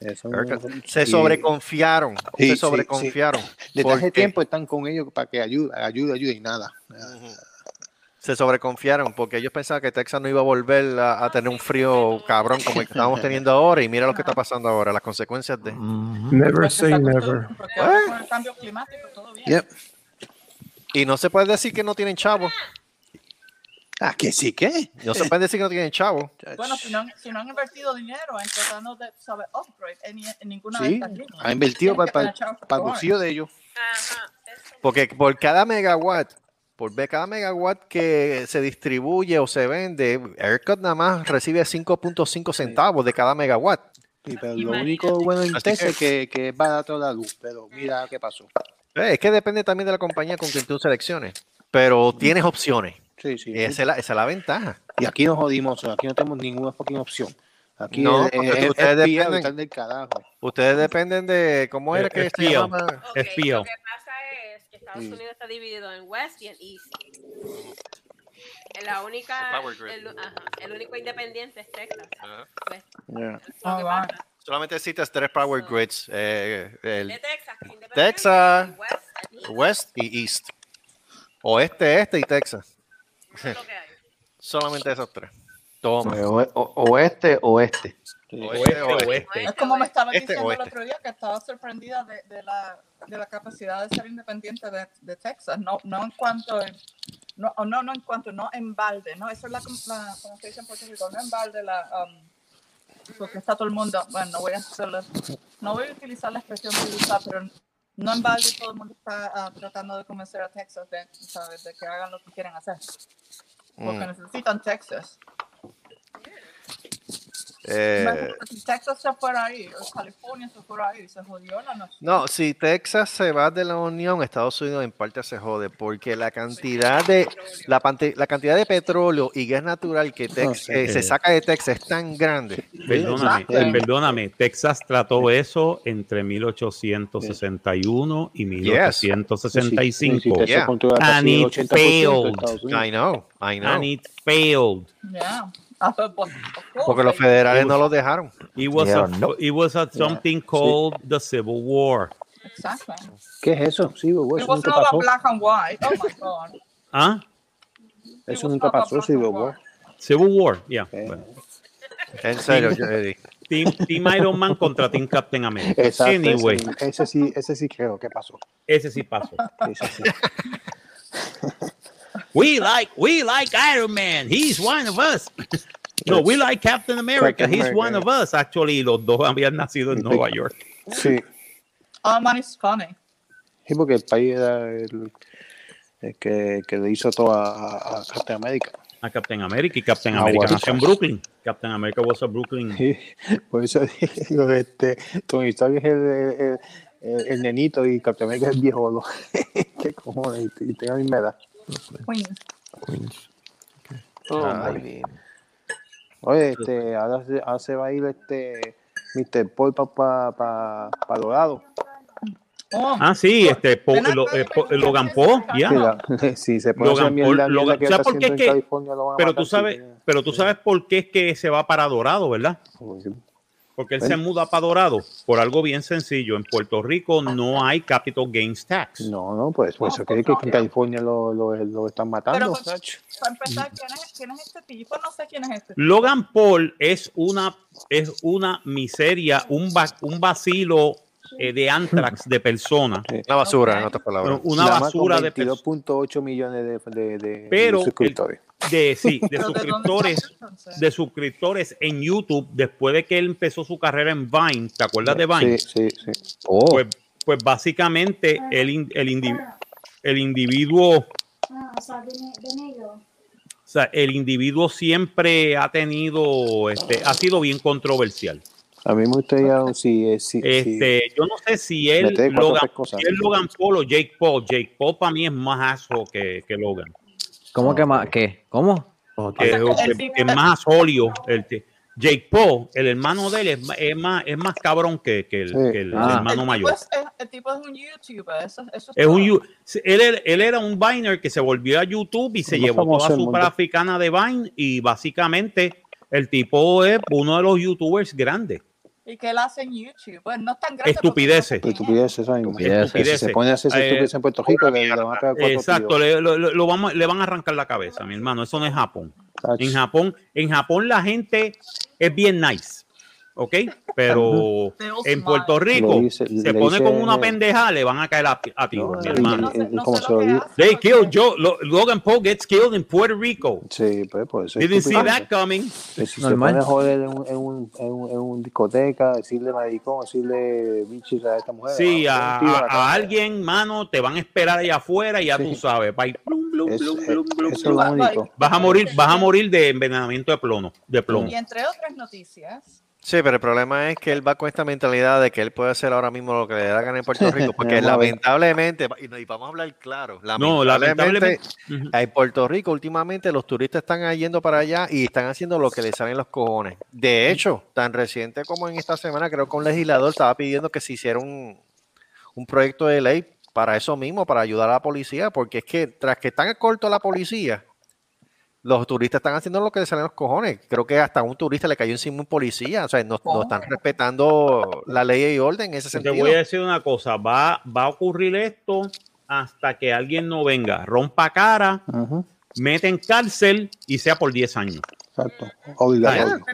J: Eso no-
C: ERCOT. Se
J: y
C: sobreconfiaron,
J: Sí,
C: se
J: sí,
C: sobreconfiaron.
J: Desde hace
C: porque
J: tiempo están con ellos para que ayude, ayude, ayude y nada.
C: Se sobreconfiaron porque ellos pensaban que Texas no iba a volver a, a tener un frío cabrón como el que estábamos teniendo ahora y mira lo que está pasando ahora, las consecuencias de...
E: Never
H: Porque se
E: say
H: acostumbran,
E: never.
H: porque ahora con el cambio climático todo bien.
J: Yep.
C: Y no se puede decir que no tienen chavo,
J: Ah, que sí, que.
C: no se puede decir que no tienen chavo.
H: Bueno, si no, han- si no han invertido dinero en tratando de saber upgrade en, ni- en ninguna de
J: Sí,
H: estas líneas.
J: ha invertido
H: Tienen
J: para
H: que tener chavo
J: el
H: por.
J: bolsillo de ellos.
F: Ajá. eso.
C: Porque por cada megawatt, por ve- cada megawatt que se distribuye o se vende, ERCOT nada más recibe 5.5 centavos de cada megawatt.
J: Sí, pero lo
F: Imagínate.
J: único bueno en
C: Así
J: Tesla es que, que es barato la luz, pero mira qué pasó.
C: Eh, Es que depende también de la compañía con quien tú selecciones, pero tienes opciones.
J: Sí, sí.
C: Esa es la, esa es la ventaja.
J: Y aquí nos jodimos, aquí no tenemos ninguna fucking opción. Aquí
C: No,
J: el-
C: porque
J: el- el
C: ustedes
J: FBI
C: dependen-
J: están del carajo.
C: Ustedes dependen de cómo era
B: Eh,
C: que se
B: espío.
C: llama.
F: Ok,
B: Espío.
F: Lo que pasa es que Estados
J: Mm.
F: Unidos está dividido en West y en East. La única,
C: The power grid.
F: el, ajá, el único independiente es Texas. Pues,
J: Yeah.
F: lo que
H: Ah, va.
F: pasa
C: Solamente citas tres power grids, eh,
F: de
C: el
F: Texas, que es independiente,
C: Texas,
F: y West, and East,
C: West y East. Oeste, Este y Texas.
F: eso es lo que hay.
C: Solamente esos tres. Toma.
I: Pues, O- o- este. Oeste, oeste.
B: Oeste, oeste.
H: Es como me estaba
C: Este
H: diciendo el
C: oeste.
H: otro día que estaba sorprendida de, de la, de la capacidad de ser independiente de, de Texas, no, no en cuanto no, o no, no en cuanto, no en balde, no, eso es la, la como se dice en Puerto Rico, no en balde la, um, porque está todo el mundo, bueno, no voy a hacerlo, no voy a utilizar la expresión utilizada, pero no en balde todo el mundo está ah, tratando de convencer a Texas de, ¿sabes? de que hagan lo que quieren hacer, porque
C: Mm.
H: necesitan Texas.
C: Eh,
H: Imagínate, si Texas se fuera ahí, o California se fuera ahí, se jodió la noche.
C: No, si Texas se va de la Unión, Estados Unidos en parte se jode, porque la cantidad de la, pante- la cantidad de petróleo y gas natural que Tex-
B: sí.
C: eh, se saca de Texas es tan grande.
B: Perdóname,
C: Exacto.
B: perdóname, Texas trató eso entre 1861 y 1865.
J: Necesita ese control de
B: And
J: casi el
B: it
J: 80% de Estados
B: failed.
J: Unidos. I
C: know, I know.
B: And it failed.
H: Yeah. Ah, pues, pues,
C: Porque los federales no los dejaron.
B: It was,
J: Yeah,
B: a,
J: no.
B: it was a
J: Yeah.
B: something called the Civil War.
H: Exacto.
J: ¿Qué es eso? Sí, Bobo,
H: It
J: eso
H: was
J: nunca
H: not a
J: pues, pasó.
H: black and white. Oh my God.
B: ¿Ah?
J: Eso nunca pasó, sí, Bobo.
B: Civil War, yeah. Bueno.
C: En serio,
B: Team-
C: yo- Eddie.
B: Team, Team Iron Man contra Team Captain America.
J: Exacto. ese-
B: anyway,
J: Ese, sí, ese sí creo que pasó.
B: ese sí pasó.
J: Ese sí.
B: We like, we like Iron Man. He's one of us. No, we like Captain America.
J: Captain
B: He's
J: America,
B: one of us. Actually, los dos habían nacido en Nueva York.
J: Sí.
H: Oh, man, it's funny.
J: Sí, porque el país era el, el que, que le hizo todo a, a, a Captain America.
B: A Captain America y Captain
J: Ah,
B: America
J: bueno.
B: nació en Brooklyn. Captain America was a Brooklyn.
J: Sí, Por eso digo, este, Tony Stark es el, el, el- el nenito y Captain America es el viejo. ¿no? ¿Qué cojones? Y tengo mi edad.
H: Queens.
J: Oh,
C: Ah.
J: muy bien. Oye, este, ahora, se- ahora se va a ir este Mr. Paul para pa, pa, pa Dorado.
H: Oh,
B: Ah, sí, este, Po- lo, eh, Po- Logan Paul, ya.
J: Sí, la- sí, se pone esa
B: Logan
J: mierda,
B: Paul,
J: mierda
B: Logan-
J: que
B: ¿sabes
J: está
B: por
J: haciendo
B: qué
J: en
B: es que-
J: California. Lo van a
B: Pero
J: matar,
B: tú
J: sí.
B: sabes, pero tú sabes por qué es que se va para Dorado, ¿verdad? Porque
J: ¿Eh?
B: él se muda para Dorado por algo bien sencillo. En Puerto Rico no hay capital gains tax.
J: No, no, pues por eso que, que en California lo, lo, lo
H: Pero
J: están matando.
H: pues, para empezar, ¿quién es, quién es este tipo? No sé quién es este.
B: Logan Paul es una, es una miseria, un, va- un vacilo eh, de antrax de persona.
C: Una basura, en
H: Ok.
C: otras palabras.
B: Una
J: Nada más
B: basura
J: con
B: de personas.
J: 22.8 millones de, de, de,
B: Pero
J: de
B: el-
J: suscriptores.
B: de, sí, de
H: Pero ¿de dónde
B: suscriptores
H: salió, entonces?
B: de suscriptores en YouTube después de que él empezó su carrera en Vine, ¿te acuerdas de Vine?
J: Sí, sí, sí.
B: Pues, pues básicamente el, in- el, indivi- el individuo o sea, el individuo siempre ha tenido, este, ha sido bien controversial.
J: A mí me gustaría si es. Si,
B: Este, Yo no sé si él,
J: Mete cuatro o
B: Logan,
J: tres cosas.
B: si es Logan Paul o Jake Paul. Jake Paul para mí es más asco que, que Logan.
G: ¿Cómo que más? ¿Qué? ¿Cómo?
B: Que,
H: O sea,
B: que-
H: el tipo-
B: que es más asolio. El, t- Jake Paul, el hermano de él, es, ma- es más, es más cabrón que, que el,
J: Sí.
B: que el
G: Ah.
H: el
B: hermano
H: tipo
B: mayor.
H: Pues, Es, es- el tipo es un youtuber. Eso, eso
B: Es un,
H: todo.
B: yu- él, era- él era un Viner que se volvió a YouTube y se
J: El más
B: llevó
J: famoso
B: toda
J: del
B: su
J: mundo.
B: africana de Vine y básicamente el tipo es uno de los youtubers grandes.
H: ¿Y qué él hace en YouTube? Bueno, no es tan grande.
B: Estupideces.
H: porque no sé quién es.
J: Estupidez, esa misma.
G: Estupideces.
J: Si se pone a hacer esa
B: Eh,
J: estupidez en Puerto Rico, le, le van a pegar cuatro
B: Exacto,
J: tiros.
B: le, lo- lo- lo vamos, le van a arrancar la cabeza, mi hermano. Eso no es Japón.
J: Ach.
B: En Japón, en Japón la gente es bien nice, ¿ok? Pero
H: They'll
B: en Puerto
H: smile.
B: Rico
J: Le dice-
B: se
J: le
B: pone
J: dice-
B: como una pendeja, le van a caer a, a tiros,
J: No,
B: mi
J: eh,
B: hermano.
H: No sé, no
J: ¿Cómo
H: sé
J: se
H: lo que
J: lo
H: hace.
B: They
H: porque-
B: killed Joe. Lo- Logan Paul gets killed in Puerto Rico.
J: Sí, pues por eso.
B: Didn't see
J: estupidez.
B: that coming.
J: Que eh, Si
G: Normal.
J: se pone a joder en, un, en, un, en, un, en un discoteca, decirle maricón, decirle bichis a esta mujer.
B: Sí,
J: le va
B: a,
J: poner un tiro en la
B: a- a
J: cabeza.
B: alguien, mano, te van a esperar allá afuera y ya tú sabes. Bye. Blum, blum,
J: Eso,
B: blum,
J: eh,
B: blum, blum,
J: eso es
B: blum.
J: lo único.
B: Vas a morir, vas a morir de envenenamiento de plomo, de plomo.
H: Y entre otras noticias.
C: Sí, pero el problema es que él va con esta mentalidad de que él puede hacer ahora mismo lo que le da la gana en Puerto Rico, porque
J: Vamos a ver.
C: lamentablemente, y y vamos a hablar claro,
B: No, lamentablemente. Ujú.
C: En Puerto Rico últimamente los turistas están yendo para allá y están haciendo lo que les salen los cojones. De hecho, tan reciente como en esta semana, creo que un legislador estaba pidiendo que se hiciera un, un proyecto de ley para eso mismo, para ayudar a la policía, porque es que tras que están corto a la policía, los turistas están haciendo lo que les salen los cojones. Creo que hasta un turista le cayó encima un policía. O sea, no, no están respetando la ley y orden en ese
B: Te
C: sentido.
B: voy a decir una cosa, va, va a ocurrir esto hasta que alguien no venga, rompa cara,
J: Ujú,
B: mete en cárcel y sea por 10 años.
J: Exacto. Obligatorio.
B: Ahí la,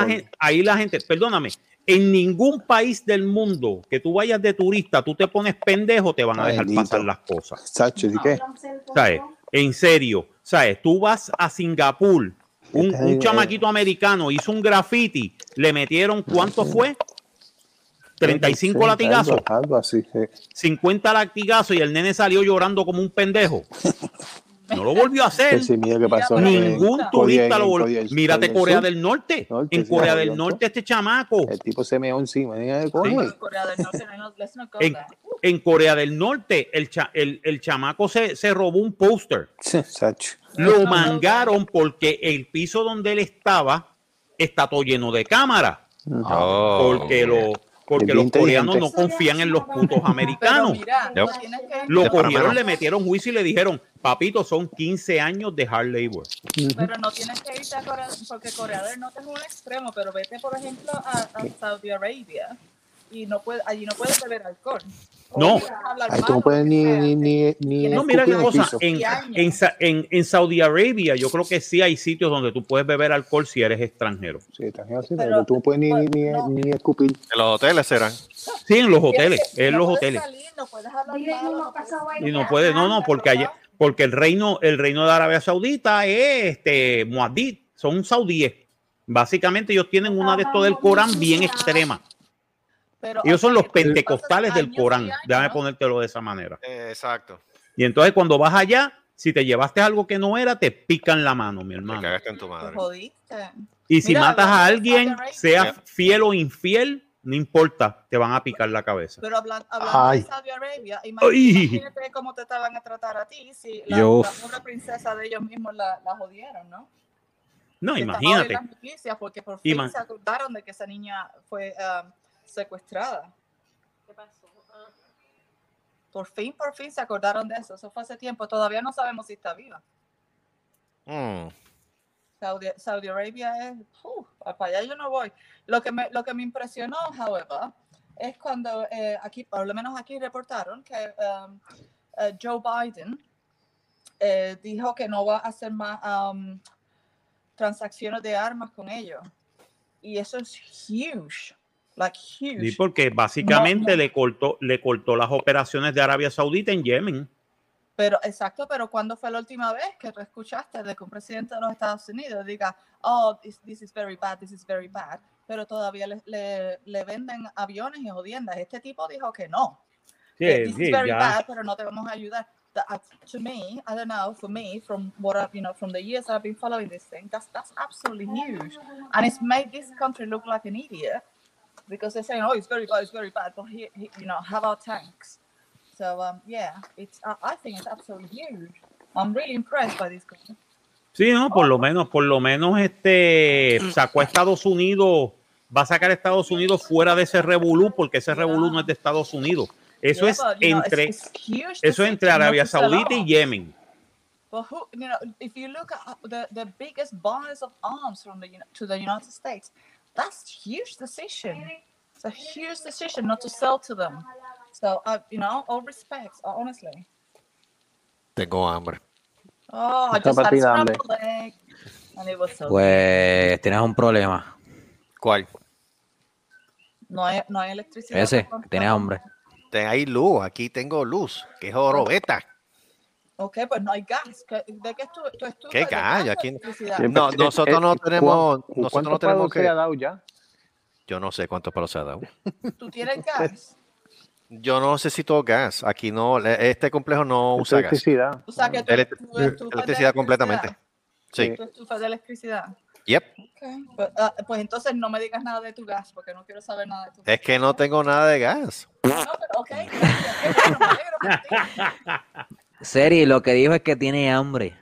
J: Obligatorio.
B: gen- ahí la gente, perdóname, en ningún país del mundo que tú vayas de turista, tú te pones pendejo, te van a dejar
J: Maldito.
B: pasar las cosas.
J: Sacho, ¿y qué?
B: ¿Sabes? En serio, ¿sabes? Tú vas a Singapur Un,
J: Este es
B: un
J: el-
B: chamaquito americano hizo un graffiti, le metieron, ¿cuánto fue? 35
J: Sí,
B: latigazos,
J: algo- Algo así, sí.
B: 50 latigazos y el nene salió llorando como un pendejo. No lo volvió a hacer.
J: Que sí, mira qué pasó.
B: Ningún
J: en-
B: turista
J: Corea,
B: lo
J: en-
B: volvió.
J: Corea del-
B: Mírate
J: Corea del
B: Corea
J: Sur.
B: del Norte.
J: Norte,
B: En
J: sí,
B: Corea
J: Corea
B: del
J: del
B: Norte este chamaco.
J: El tipo se meó encima. Mira, coge.
H: Corea del Norte, no, let's not go
B: En,
H: there.
B: en Corea del Norte el, cha- el- el chamaco se, se robó un póster.
J: Sacho.
B: Lo mangaron porque el piso donde él estaba está todo lleno de cámaras. porque lo, porque
J: Es bien
B: los coreanos
J: inteligente.
B: no confían en los putos
H: Pero
B: americanos.
H: mira,
C: Yep.
H: no tienes que...
B: Lo
C: De
B: cogieron,
C: Panamá.
B: le metieron juicio y le dijeron, papito, son 15 años de hard labor.
H: Pero no tienes que irte a Corea, porque Corea del Norte es un extremo, pero vete, por ejemplo, a, a Saudi Arabia y no puede, allí no puedes beber alcohol. O
B: No.
H: puedes hablar
J: Ahí tú no
H: malo,
J: puedes ni, ni, ni, ni
H: No,
B: No, mira
J: escupir
B: qué
J: en el
B: cosa,
J: piso.
B: en,
H: 15 años.
B: en, Sa- en- en Saudi Arabia yo creo que sí hay sitios donde tú puedes beber alcohol si eres extranjero.
J: Sí, estás así,
H: Pero-
J: pero tú no puedes ni, ni, ni,
H: no.
J: ni escupir.
C: En los hoteles serán.
B: Sí, en los hoteles,
H: Tienes que-
B: en
H: no
B: los
H: puedes
B: hoteles.
H: salir, no puedes hablar malo, no puedes-
B: Y no puede, no, no, porque allá, porque el reino, el reino de Arabia Saudita es este muadid, son saudíes. Básicamente ellos tienen una de
H: Ah,
B: estos del Corán bien extrema.
H: pero
B: Ellos son los
H: aunque tú
B: pentecostales
H: pases
B: del
H: años y
B: Corán,
H: años,
B: déjame ponértelo de esa manera.
C: exacto.
B: Y entonces cuando vas allá, si te llevaste algo que no era, te pican la mano, mi
C: Me
B: hermano.
C: cagaste en tu
H: te
C: madre.
H: jodiste.
B: Y si
H: Mira,
B: matas
H: hablando
B: a
H: de
B: alguien,
H: Saudi Arabia.
B: sea
C: Mira.
B: fiel o infiel, no importa, te van a picar la cabeza.
H: Pero hablan- hablando
I: Ay.
H: de Saudi Arabia,
B: Ay.
H: imagínate, imagínate cómo te estaban a tratar a ti si la,
G: Yo-
H: la pobre princesa de ellos mismos la, la jodieron, ¿no?
B: No,
H: que estaba hoy en
B: imagínate.
H: las noticias porque por fin
B: Ima-
H: se acordaron de que esa niña fue ah, secuestrada.
F: ¿Qué pasó? Ah,
H: Por fin, por fin se acordaron de eso. Eso fue hace tiempo. Todavía no sabemos si está viva.
C: Mm.
H: Saudi, Saudi Arabia es... uf, para allá yo no voy. Lo que me, lo que me impresionó, however, es cuando eh, aquí, por lo menos aquí reportaron que um, eh, Joe Biden eh, dijo que no va a hacer más um, transacciones de armas con ellos. Y eso es huge. Like huge.
B: Sí, porque básicamente
H: no.
B: le cortó, le cortó las operaciones de Arabia Saudita en Yemen.
H: Pero, exacto, pero ¿cuándo fue la última vez que tú escuchaste de que un presidente de los Estados Unidos diga, oh, this, this is very bad, this is very bad, pero todavía le, le- le venden aviones y jodiendas? Este tipo dijo que no. que this is very bad, pero no te vamos a ayudar. The- uh, to me, I don't know, for me, from what I've, you know, from the years I've been following this thing, that's, that's absolutely huge. And it's made this country look like an idiot because they're saying, oh, it's very bad, it's very bad, but he, he you know, have our tanks. So um, yeah, it's I, I think it's absolutely huge. I'm really impressed by this country.
B: Sí, no, por lo menos, por lo menos este sacó a Estados Unidos, va a sacar a Estados Unidos fuera de ese revolú, porque ese revolú no es de Estados Unidos. Eso
H: Yeah,
B: es
H: but, you know, it's-
B: entre,
H: it's huge to
B: eso es
H: see,
B: entre
H: you know,
B: Arabia
H: it's a lot.
B: Saudita y Yemen.
H: But who, you know, if you look at uh, the, the biggest buyers of arms from the Uni- to the United States, that's huge decision. It's a huge decision not to sell to them. So, I, you know, all respects, uh, honestly.
C: Tengo hambre.
H: Oh, I
J: Está
H: just had
J: papi dale.
H: scrambled egg, and it was so
G: Pues tienes un problema.
C: ¿Cuál?
H: good. No hay, no hay electricidad.
G: Ese,
H: por
G: que tienes
H: favor.
G: hambre.
C: Ten ahí luz. Aquí tengo luz. Que es jorobeta.
H: Ok, pues no hay gas. ¿Qué- ¿De qué tú, tú estufas
C: ¿Qué
H: de
C: gas?
H: gas o
C: Aquí-
H: electricidad?
C: Eh, No, nosotros no tenemos-
J: ¿cuán-
C: nosotros
J: ¿Cuántos
C: no tenemos
J: palos
C: que-
J: se ha dado ya?
C: Yo no sé cuántos palos se ha dado.
H: ¿Tú tienes gas?
C: Yo no necesito gas. Aquí no. le- Este complejo no usa gas.
J: Electricidad.
H: O sea, que tú,
C: Elec-
H: tú estufas de
C: Electricidad completamente. Sí.
H: Tú estufas de electricidad.
C: Yep.
H: Okay. Pues, ah, pues entonces no me digas nada de tu gas, porque no quiero saber nada de tu gas.
C: Es que no tengo nada de gas.
H: No, pero ok, gracias. Qué bueno, me alegro por ti.
G: Seri, lo que dijo es que tiene hambre.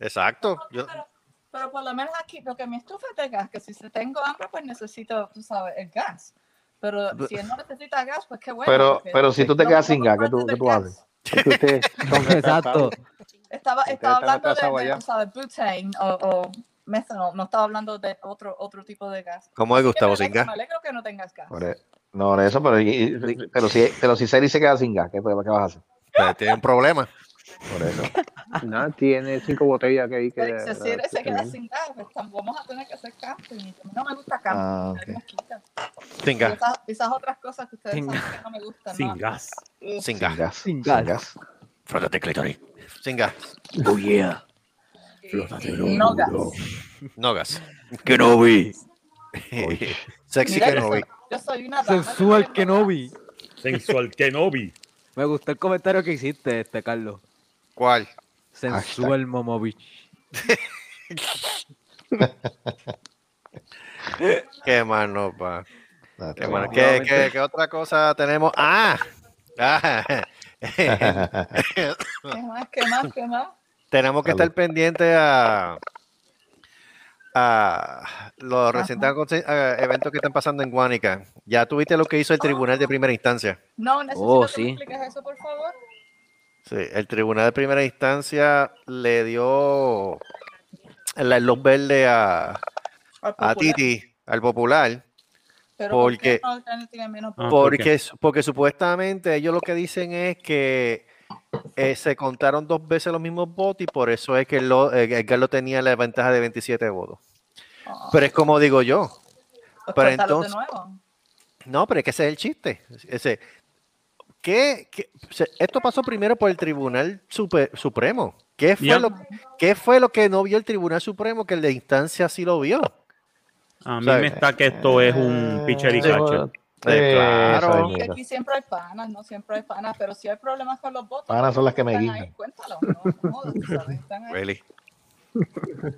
C: Exacto. Yo-
H: Pero, pero por lo menos aquí, lo que mi estufa es de gas, que si se- tengo hambre, pues necesito, tú sabes, el gas. Pero si él no necesita gas, pues qué bueno.
I: Pero-
H: porque
I: pero si tú te
H: no-
I: quedas
H: no
I: sin
H: me
I: gas, ¿qué tú-
H: falta
I: qué
H: del
I: tú haces?
H: gas.
J: Es que ustedes son
G: Exacto.
H: Estaba,
J: retrasados. Ustedes
H: estaba
J: están
H: hablando
J: atrasados
H: de, de,
J: allá.
H: tú sabes, butane o, o methanol, no estaba hablando de otro, otro tipo de gas.
C: ¿Cómo es
H: Así que me
C: Gustavo sin
H: alegro-
C: gas?
H: Me alegro que no tengas gas.
I: Por e- No, por eso, pero, y- y- pero, si, pero si Seri se queda sin gas, ¿qué, qué vas a hacer?
C: Pero Tiene un problema.
I: Por eso.
J: Nada, tiene cinco botellas que hay que.
H: Pero si Pues, se cierra y se queda sin gas, pues tam- vamos a tener que hacer camping. y a mí No me gusta camping.
I: Ah,
H: me
I: ok.
H: quita.
C: Sin
H: Y
C: gas.
H: Esas, esas otras cosas que ustedes
G: Sin
H: saben que no me gustan.
B: Sin
H: ¿no?
B: gas.
C: Sin
I: Sin
C: gas.
I: gas. Sin
G: gas.
I: gas.
C: Frótate, clítoris. Sin gas.
G: Oh yeah.
H: Nogas.
C: Nogas.
G: Que no vi.
C: Sexy
H: Mira,
C: que no vi.
H: Yo soy una dama.
G: Sensual Kenobi.
B: Sensual Kenobi.
G: Me gustó el comentario que hiciste, este Carlos.
C: ¿Cuál?
G: Sensual Momovich.
C: Qué mano, pa.
I: Ah,
C: Qué,
I: está
C: mano.
I: bien.
C: ¿Qué, qué- qué otra cosa tenemos? Ah. Ah.
H: ¿Qué más? ¿Qué más? ¿Qué más?
C: tenemos que estar pendiente a, a los recientes aconse- eh, eventos que están pasando en Guánica. Ya tuviste lo que hizo el tribunal de primera instancia.
H: Ah. No, necesito
C: Oh,
H: que
C: sí.
H: me expliques eso, por favor.
C: Sí, el tribunal de primera instancia le dio la luz verde a, a
H: popular.
C: Titi, al popular,
H: Pero
C: porque,
H: ¿por qué no tiene menos poder?
C: porque, su- porque supuestamente ellos lo que dicen es que eh, se contaron dos veces los mismos votos y por eso es que lo, eh, Edgardo tenía la ventaja de 27 votos. Pero es como digo yo.
H: Pues
C: Pero
H: cortarlos
C: entonces,
H: de nuevo.
C: no, pero es que ese es el chiste. Ese, ¿qué- qué- se- esto pasó primero por el Tribunal Supe- Supremo. ¿Qué fue,
B: Yep.
C: lo, ¿Qué fue lo que no vio el Tribunal Supremo que el de instancia sí lo vio?
B: A mí
C: ¿Sabes?
B: me está que esto es un pitcher y catcher.
C: Eh, claro.
H: Y aquí siempre hay panas, no siempre hay panas, pero si hay problemas con los votos.
I: Panas son las que me
H: están
I: guían.
H: ahí, Cuéntalo, no, jodas, tú sabes, están ahí.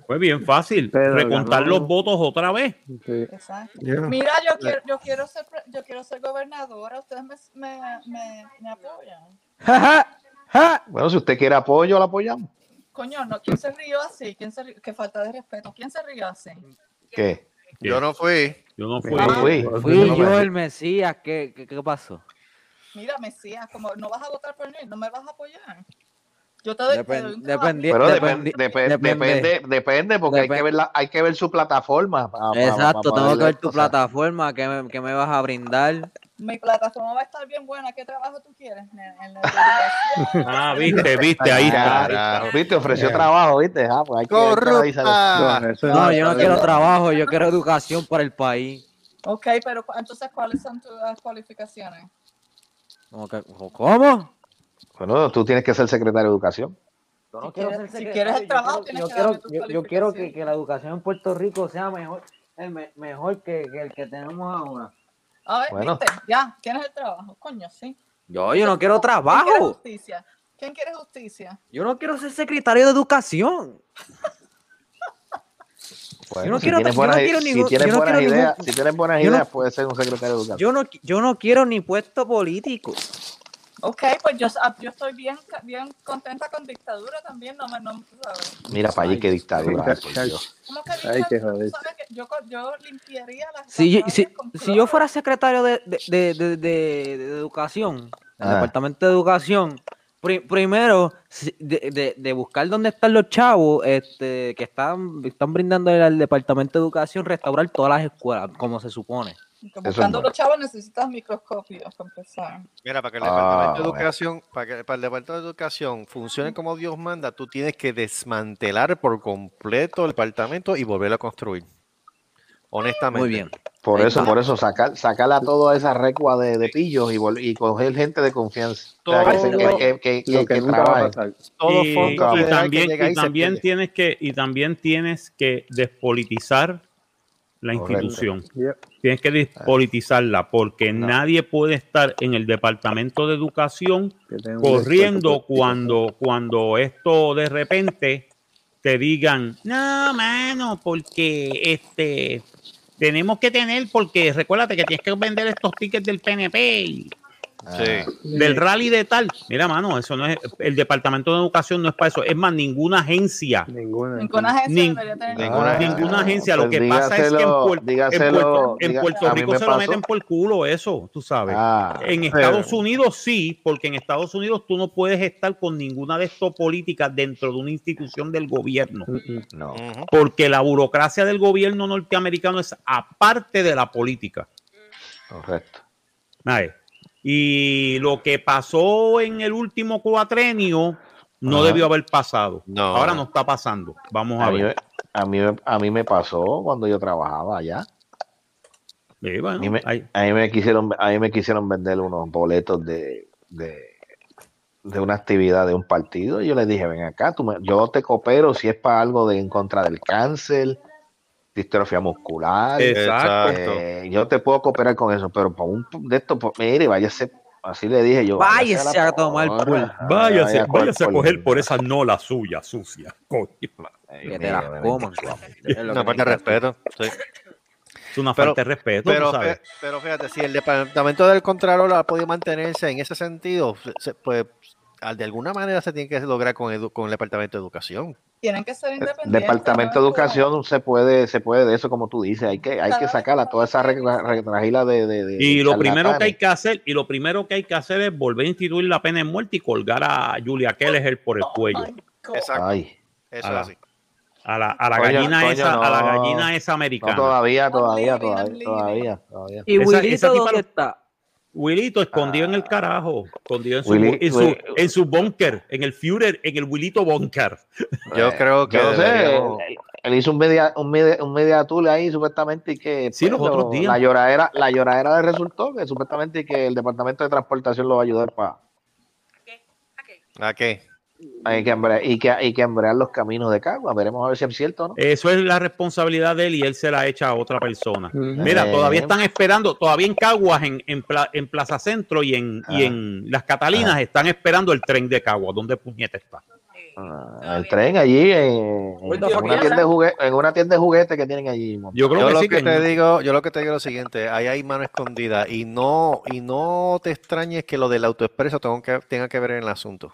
B: Fue bien fácil.
J: Pero
B: Recontar
J: ganó.
B: los votos otra vez.
H: Exacto.
B: Yeah.
H: Mira, yo
B: Yeah.
H: quiero, yo quiero ser pre- yo quiero ser gobernadora, ustedes me, me, me, me apoyan.
I: Bueno, si usted quiere apoyo, la apoyamos.
H: Coño, no, ¿quién se rió así? ¿Quién se rió? Qué falta de respeto. ¿Quién se rió así?
I: ¿Qué?
C: Yo no fui.
B: Yo no
I: fui. fui.
G: Fui yo el Mesías. ¿Qué, qué, qué pasó?
H: Mira, Mesías, como no vas a votar por mí, no me vas a apoyar. Yo te doy, te
G: Depen-
H: doy un
G: dependi-
H: trabajito.
I: Pero
G: dependi-
I: depen- depe-
G: depende.
I: depende, depende, porque hay
G: Depen-
I: que ver la- hay que ver su plataforma. pa- pa- pa-
G: Exacto,
I: pa-
G: tengo que
I: poderle-
G: ver tu
I: o sea,
G: plataforma. ¿Qué me, qué me vas a brindar?
H: Mi plataforma va a estar bien buena. ¿Qué trabajo tú quieres? nena? En la-
B: Ah, viste, viste, ahí está.
I: Ahí está. Viste, ofreció trabajo, viste. Ah, pues hay que hay que analizar eso.
G: No, yo no quiero trabajo, yo quiero educación para el país.
H: Ok, pero cu- entonces, ¿cuáles son tus ah, cualificaciones?
G: Como que- ¿Cómo?
I: Bueno, tú tienes que ser secretario de educación.
G: Yo
H: Si quieres- si quieres el trabajo, tienes que darme tus
G: yo- yo quiero que, que la educación en Puerto Rico sea mejor, eh, me- mejor que, que el que tenemos ahora.
H: A ver,
G: Bueno.
H: viste, ya, tienes el trabajo. Coño, sí.
G: Yo, yo no quiero
H: ¿Quién quiere
G: trabajo.
H: justicia? ¿Quién quiere justicia?
G: Yo no quiero ser secretario de educación.
I: Bueno,
G: no
I: si
G: quiero-
I: tienes
G: yo no
I: buenas,
G: quiero
I: si
G: ningún-
I: tienes
G: yo no
I: buenas
G: quiero
I: ideas,
G: ningún-
I: si tienes buenas
G: yo no-
I: ideas, puedes ser un secretario de educación.
G: Yo no, qui- yo no quiero ni puesto político.
H: Ok, pues yo, ah, yo estoy bien, ca- bien contenta con dictadura también. No me, no, me- ¿sabes?
I: Mira para allí qué dictadura. ay, por Dios.
H: ¿Cómo que
G: Ay, qué
H: dictadura?
G: joder.
H: Tú sabes que yo, co- yo limpiaría las
G: Si yo,
H: calles
G: si,
H: con
G: si yo fuera secretario de, de- de- de- de- de educación, del
I: Ah.
G: departamento de educación, pri- primero si- de, de- de buscar dónde están los chavos este, que están, están brindando al departamento de educación, restaurar todas las escuelas, como se supone.
H: cloro.
G: eso es
H: Buscando
G: bueno.
H: los chavos necesitas microscopios para empezar.
C: Mira, para que el
G: Ah,
C: Departamento de
G: bueno.
C: Educación, para que para el Departamento de Educación funcione como Dios manda, tú tienes que desmantelar por completo el departamento y volverlo a construir. Honestamente.
G: Muy bien.
I: Por
C: Ahí
I: eso,
C: está.
I: por eso, sacar, sacar a toda esa recua de, de pillos y, vol- y coger gente de confianza. O sea, que, se-
C: Todo
I: que, que, que,
J: lo que
I: que
J: nunca va a
I: trabaje.
J: pasar.
C: Todo
B: y,
C: fondo
B: y
C: federal que
B: también,
C: llega
B: y
C: ahí se
B: también
C: pierde.
B: tienes que y también tienes que despolitizar la
I: Correcto.
B: institución.
J: Yep.
B: Tienes que despolitizarla porque nadie puede estar en el departamento de educación
J: un descuento
B: corriendo
J: político.
B: cuando cuando esto de repente te digan no mano porque este tenemos que tener porque recuérdate que tienes que vender estos tickets del PNP y
J: Ah.
B: del rally de tal. Mira, mano, eso no es el departamento de educación no es para eso. Es más, ninguna agencia.
J: Ninguna.
H: Ninguna agencia
B: Nin-
H: debería tener.
B: ninguna,
I: Ah,
B: ninguna agencia. Lo
I: pues
B: que pasa es que en
I: dígaselo,
B: Puerto, en
I: dígaselo,
B: Puerto- en
I: diga-
B: Puerto
I: a mí
B: Rico
I: me
B: se lo
I: pasó.
B: meten por culo eso, tú sabes.
I: Ah,
B: en
I: pero-
B: Estados Unidos sí, porque en Estados Unidos tú no puedes estar con ninguna de estas políticas dentro de una institución del gobierno.
I: No.
B: Porque la burocracia del gobierno norteamericano es aparte de la política.
I: Correcto.
B: Ay, Y lo que pasó en el último cuatrenio no
I: Ajá.
B: debió haber pasado.
C: No.
B: Ahora no está pasando. Vamos a
I: A mí,
B: ver.
I: a, mí, a mí me pasó cuando yo trabajaba allá.
B: Sí, bueno,
I: A mí me,
B: ahí-
I: a mí me quisieron, a mí me quisieron vender unos boletos de, de, de una actividad de un partido y yo le dije, ven acá, tú me- yo te coopero si es para algo de en contra del cáncer, distrofia muscular.
B: Exacto.
I: eh, yo te puedo cooperar con eso, pero para un de esto, pues, mire, váyase, así le dije yo.
G: Váyase a tomar
I: porra,
G: por.
I: ajá,
B: Váyase,
I: vaya comer
B: váyase a
I: por-
B: coger por esa nola suya, sucia. coño.
I: Ay,
G: Que te
I: mira,
G: las
I: mira,
G: coman.
I: mira.
G: Es lo
C: Una
G: que
C: falta de
G: necesitas.
C: respeto. sí.
B: Es una
C: Pero-
B: falta de respeto,
C: Pero,
B: tú sabes.
C: fe- pero fíjate, si el departamento del Contralor ha podido mantenerse en ese sentido, se- se- pues al- de alguna manera se tiene que lograr con, edu- con el departamento de educación.
H: Tienen que ser independientes.
I: Departamento de
H: ¿no? Como-
I: Educación se puede, se puede de eso como tú dices, hay que, hay que
H: Cada
I: sacar a
H: vez-
I: toda esa regra- retragila de, de, de
B: Y lo primero que hay
G: eh.
I: charlatanes.
B: que hacer, y lo primero que hay que hacer es volver a instituir la pena de muerte y colgar a Julia Keller por el cuello.
H: Ay, God.
C: Exacto.
I: Ay,
C: Eso
B: Ah.
C: es así.
B: A la, a la
I: Coño,
B: gallina
I: coño,
B: esa, a la
I: no.
B: gallina esa
I: no,
B: americana.
I: todavía, todavía,
H: I'm leaving,
I: todavía,
H: I'm leaving.
I: todavía, todavía.
G: ¿Y
B: Esa-
G: Wilito
B: esa tipa
G: dónde
B: lo-
G: está?
B: Wilito escondido en el
I: Ah.
B: carajo, escondido en su,
I: Willy-
B: bu- en su,
I: Willy-
B: en su búnker, en el Führer, en el Wilito búnker.
C: Yo
I: Eh,
C: creo que
I: yo no sé,
C: deberíamos-
I: él, él hizo un media, un media, un media tour ahí supuestamente y que pues,
B: Sí, los otros días.
I: la lloradera, la lloradera le resultó que supuestamente que el departamento de transportación lo va a ayudar para
C: ¿A qué?
I: y eh, que hambre- y que, y que hambrear los caminos de Cagua. Veremos a ver si es cierto o no.
B: Eso es la responsabilidad de él y él se la echa a otra persona.
J: Ujú.
B: Mira,
I: Eh.
B: todavía están esperando, todavía en Caguas, en, en, Pla- en Plaza Centro y en, y
I: Ah.
B: en Las Catalinas
C: Ah.
B: están esperando el tren de Caguas. ¿Dónde puñeta está?
I: Ah, el tren allí en, en
G: Oye, ¿por
I: una
G: qué?
I: tienda de juguetes, en una tienda de juguetes que tienen allí. mon.
B: Yo creo
C: Yo
B: que
C: lo
B: sí.
C: que
B: que
C: te
B: no.
C: digo, yo lo que te digo es lo siguiente, ahí hay mano escondida y no y no te extrañes que lo del autoexpreso tenga que, tenga que ver en el asunto.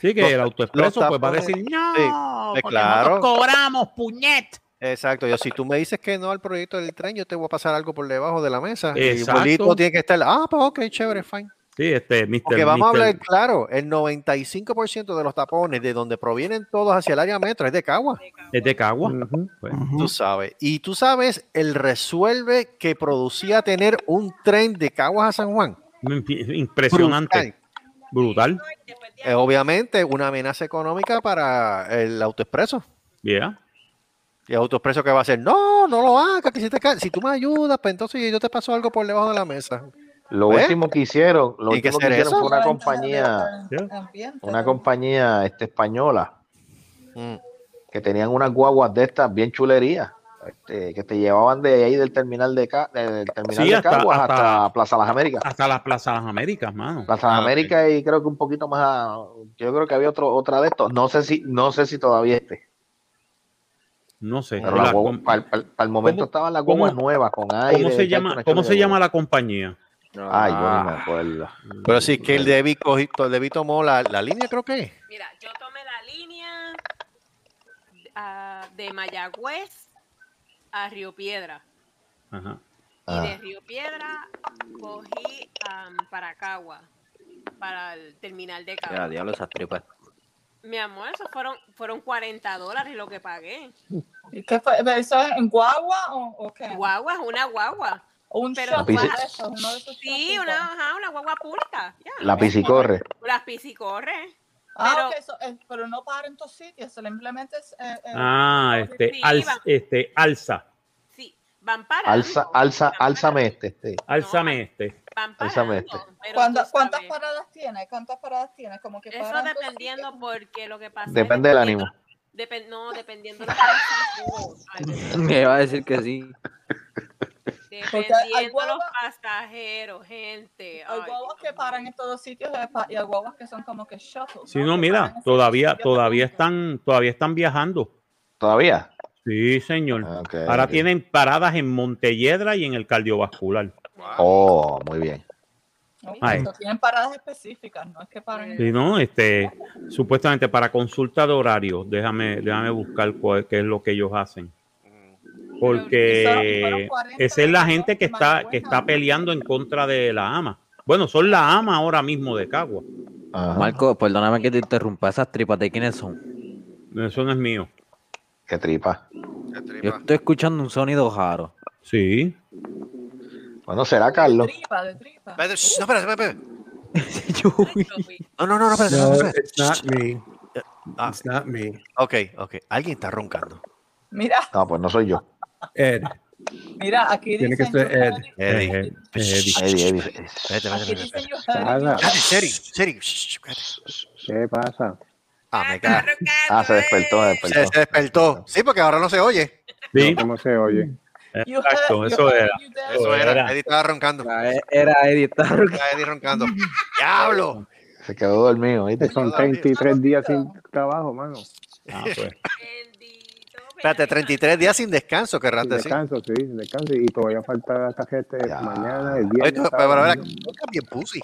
B: Sí, que
C: Los-
B: el autoexpreso
C: los
B: pues va a
C: tapones-
B: decir, no,
C: Sí, eh,
B: porque
C: claro.
B: nosotros cobramos, puñet.
C: Exacto, yo si tú me dices que no al proyecto del tren, yo te voy a pasar algo por debajo de la mesa.
B: Exacto.
C: Y Bolito tiene que estar, ah, pues ok, chévere, fine.
B: Sí, este, Mr.
C: Porque vamos a
B: Mr.
C: hablar, claro, el 95% de los tapones de donde provienen todos hacia el área metro es de Cagua,
B: es de Cagua.
J: Ujú.
B: Pues,
C: tú sabes. Y tú sabes el resuelve que producía tener un tren de Caguas a San Juan.
B: imp- Impresionante, brutal.
C: Eh, obviamente, una amenaza económica para el autoexpreso.
B: Yeah.
C: Y el autoexpreso que va a hacer, no, no lo hagas, que si, te ca- si tú me ayudas, pues entonces yo te paso algo por debajo de la mesa.
I: Lo
C: ¿Eh?
I: último que hicieron, lo
C: ¿Y qué
I: último que
C: será
I: hicieron
C: eso?
I: fue una
H: Entonces,
I: compañía,
H: el
B: ¿sí?
H: ambiente,
I: una
H: ¿no?
I: compañía este, española
C: Mm.
I: que tenían unas guaguas de estas bien chulerías, este, que te llevaban de ahí del terminal de, Ca- del terminal
B: Sí,
I: de
B: hasta-
I: Caguas hasta,
B: hasta-
I: Plaza Las Américas.
B: Hasta las plazas de las Américas, mano.
I: Plaza Las
C: Ah, ok.
I: Américas y creo que un poquito más, a- yo creo que había otro, otra de estos, no sé si, no sé si todavía esté,
B: No sé.
I: pero
C: la
B: la com-
I: para el momento
B: ¿Cómo-
I: estaban las
B: cómo-
I: guaguas nuevas con aire.
B: ¿Cómo se
I: chacho,
B: llama,
I: una
B: ¿cómo se
I: chulería.
B: llama la compañía?
I: Ay, yo ni me acuerdo.
C: Ah. Pero sí que el Debbie, cogi- el Debbie tomó la, la línea, creo que. es.
F: Mira, yo tomé la línea ah, de Mayagüez a Río Piedra.
B: Ajá.
F: Y de
I: Ah.
F: Río Piedra cogí am, para Cagua, para el terminal de Cagua.
G: Ya, diablo, esas tripas.
F: Mi amor, eso fueron, fueron 40 dólares lo que pagué.
H: ¿Y qué fue? ¿Eso es en guagua o, o qué?
F: Guagua es una guagua.
H: O un
F: Pero
H: shot
I: tú
H: de
I: vas-
H: esos, uno de esos
F: Sí,
H: shotitos.
F: una, ajá, una guagua pública. ya.
I: La piscicorre.
F: Las piscicorres.
H: Ah,
F: pero-
H: ok, eso es- pero no para en tus sitios, simplemente es... eh, eh,
B: Ah, este,
F: Sí,
B: al-
F: va.
B: este, alza.
F: Sí, van parando.
I: Alza, alza,
F: van
I: álzame
F: parando,
I: este, este.
B: Alzame este.
F: Van
I: álzame
F: parando.
I: este.
F: pero
H: ¿cuánta-
F: tú
H: ¿Cuántas
F: sabes,
H: paradas tiene? ¿Cuántas paradas tiene? Como que
F: Eso
H: paran en tus
F: dependiendo
H: sitios.
F: porque lo que pasa
I: Depende
F: es...
I: del
F: que
I: ánimo.
F: depen- no, dependiendo de la pasajeros. Ay, perdón.
G: Me va a decir que sí.
H: Porque hay- hay
F: Dependiendo de los
H: guagua-
F: pasajeros, gente. Ay,
H: Hay guaguas
F: Dios
H: que paran
F: mío.
H: en todos sitios eh, pa- y hay guaguas que son como que
I: este.
H: shuttles.
B: Si no, mira, todavía, todavía están, todavía están viajando.
I: ¿Todavía?
B: Sí, señor.
I: Ok,
B: Ahora
I: ok.
B: tienen paradas en Montelledra y en el cardiovascular.
I: Oh, muy bien.
B: Ay.
H: Esto tienen paradas específicas, no es que paran. en-
B: Sí, ¿no? Este, supuestamente para consulta de horario, déjame, déjame buscar cuál, qué es lo que ellos hacen.
H: Y son- y fueron
B: Porque
H: 40
B: esa es la
H: de
B: gente que está, que
H: Mayagüez,
B: está
H: ¿no?
B: peleando en contra de la AMA. Bueno, son la AMA ahora mismo de Cagua.
I: Ajá.
G: Marco, perdóname que te interrumpa. Esas tripas de quiénes son.
B: Eso no es mío.
I: Qué tripa.
G: Yo estoy escuchando un sonido raro.
B: Sí.
I: Bueno, será
H: De
I: Carlos.
H: tripa, de tripa.
C: Espérate, shh, No, espérate, espérate, espérate.
G: Yo-
F: Ay, Dios mío.
C: No, no, no, no, espérate,
J: No,
C: espérate, espérate.
J: it's not me.
C: Ah,
J: It's not me.
C: ok, ok. Alguien está roncando.
H: Mira,
I: No, pues no soy yo.
J: Ed.
H: Mira, aquí
E: Tiene que
H: dicen.
E: ser eh, Ed.
C: Eddie.
E: Ed,
I: Eddie,
C: Vete,
I: Eddie.
H: Aquí
C: vete, vete, vete.
H: dicen yo.
J: Sara,
C: Seri, Seri. shh, shh, cállate.
J: ¿Qué pasa?
C: Ah, me cago.
I: Ah, se despertó, se
C: Se,
I: despertó.
C: se despertó. Sí, porque ahora no se oye.
B: Sí,
J: ¿Cómo se oye?
H: You
B: exacto,
H: heard-
B: eso
H: you
B: era.
H: heard you dead.
C: Eso era.
B: Era.
C: Eddie estaba roncando.
G: Era,
J: e,
G: era Eddie, está
C: Estaba Eddie roncando. ¡Diablo!
I: Se quedó dormido, ¿viste?
J: Son 33 días sin trabajo, mano.
B: Ah, pues.
F: Bendito,
C: Espérate,
F: Benjamín.
C: 33 días sin descanso, querrás
J: Sin
C: decir.
J: descanso, sí, sin descanso. Y todavía falta la tarjeta
I: Ya.
J: mañana, el
C: Oye,
J: viernes.
C: tú, pero,
J: sábado,
C: pero,
J: domingo.
C: pero, toca bien pussy.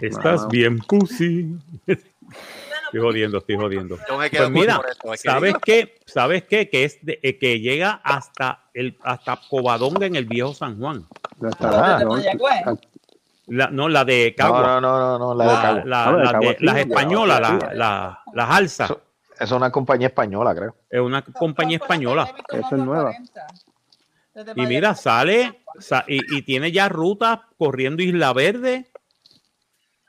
B: Estás
J: Mamá.
B: bien, pussy.
F: No, no,
B: Estoy
F: porque-
B: jodiendo, estoy jodiendo.
C: Yo me
B: Pues
C: quedo
B: mira,
C: por esto. hay que
B: ¿sabes
C: decirlo.
B: qué? ¿Sabes qué? Que, es de- eh, que llega hasta, el, hasta Covadonga en el viejo San Juan.
J: No
I: Ah.
J: está. no,
H: Mayagüez.
B: La- no, la de
I: No,
B: Cagua.
I: no, no, no, no, la de
B: la,
I: Cagua.
B: la-
J: Ah, la de
B: la
J: Cagua
B: de-
J: sí,
B: las
J: la de
B: españolas,
J: Cagua
B: la, la, las alzas,
I: Eso- Es una compañía española, creo.
B: es una compañía española.
J: Eso es nueva.
B: Y mira, sale sa- y, y tiene ya rutas corriendo Isla Verde.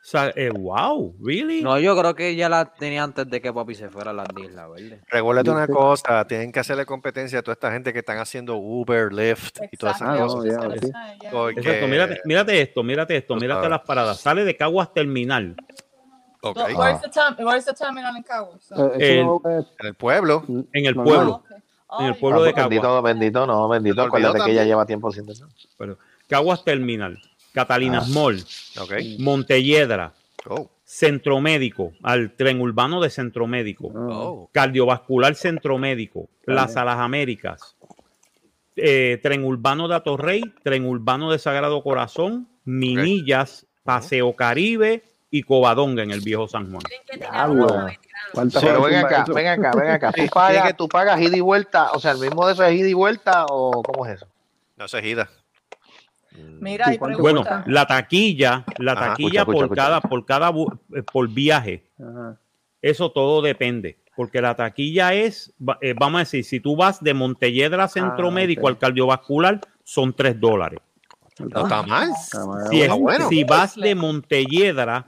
B: O sea, eh, wow, really?
G: No, yo creo que ya la tenía antes de que papi se fuera a las islas, ¿verdad?
C: Recuérdate una
J: Dice-
C: cosa, tienen que hacerle competencia a toda esta gente que están haciendo Uber, Lyft y todas esas
J: Exacto.
C: cosas.
J: Ah, no, ya, sí.
C: Porque-
B: Exacto, mírate, mírate esto, mírate esto,
C: Tú
B: mírate
C: sabes.
B: las paradas. Sale de Caguas Terminal.
C: Ok.
H: Where's the term- where's the terminal in Caguas?
J: Eh, eso
B: El-
J: no es-
C: En el pueblo.
J: Mm,
B: en el
J: Normal.
B: pueblo.
H: Okay.
B: En el
H: Oh,
B: pueblo
I: Ah,
B: de
I: pues,
B: Caguas.
I: bendito, bendito, no, bendito.
C: Se me olvidó
I: Acuérdate que ella
C: también.
I: lleva tiempo sin tener.
B: Pero, Caguas Terminal, Catalinas
I: Ah.
B: Mall,
C: Ok.
B: Montelledra,
C: Oh.
B: Centro Médico, al tren urbano de Centro Médico.
J: no.
C: Oh.
B: Cardiovascular Centro Médico, Plaza Las Américas, eh, Tren Urbano de Atorrey, Tren Urbano de Sagrado Corazón, Minillas, Paseo Caribe y Covadonga en el Viejo San Juan.
F: Tienen que tirar
J: Diablo.
F: uno a los veteranos.
J: ¿Cuántas
I: Pero
J: horas
I: ven
J: tumba
I: acá,
J: eso?
I: ven acá, ven acá. ¿Tú pagas, ¿Tú pagas ida y vuelta? O sea, ¿el mismo de eso es ida y vuelta o cómo es eso?
C: No se gira.
H: Mira,
J: ¿Y
H: y
J: cuánto
B: Bueno,
H: pregunta.
B: la taquilla, la
C: Ajá.
B: taquilla
I: Escucha,
B: por
I: escucha,
B: cada,
I: escucha.
B: por cada bu- eh, por viaje,
J: Ajá.
B: eso todo depende. Porque la taquilla es, va- eh, vamos a decir, si tú vas de Montelledra Centro
J: Ah,
B: Médico
J: ok.
B: al cardiovascular, son tres dólares.
C: No está mal.
J: Ah, madre,
B: Si, es-
J: bueno.
C: bueno.
B: si vas de Montelledra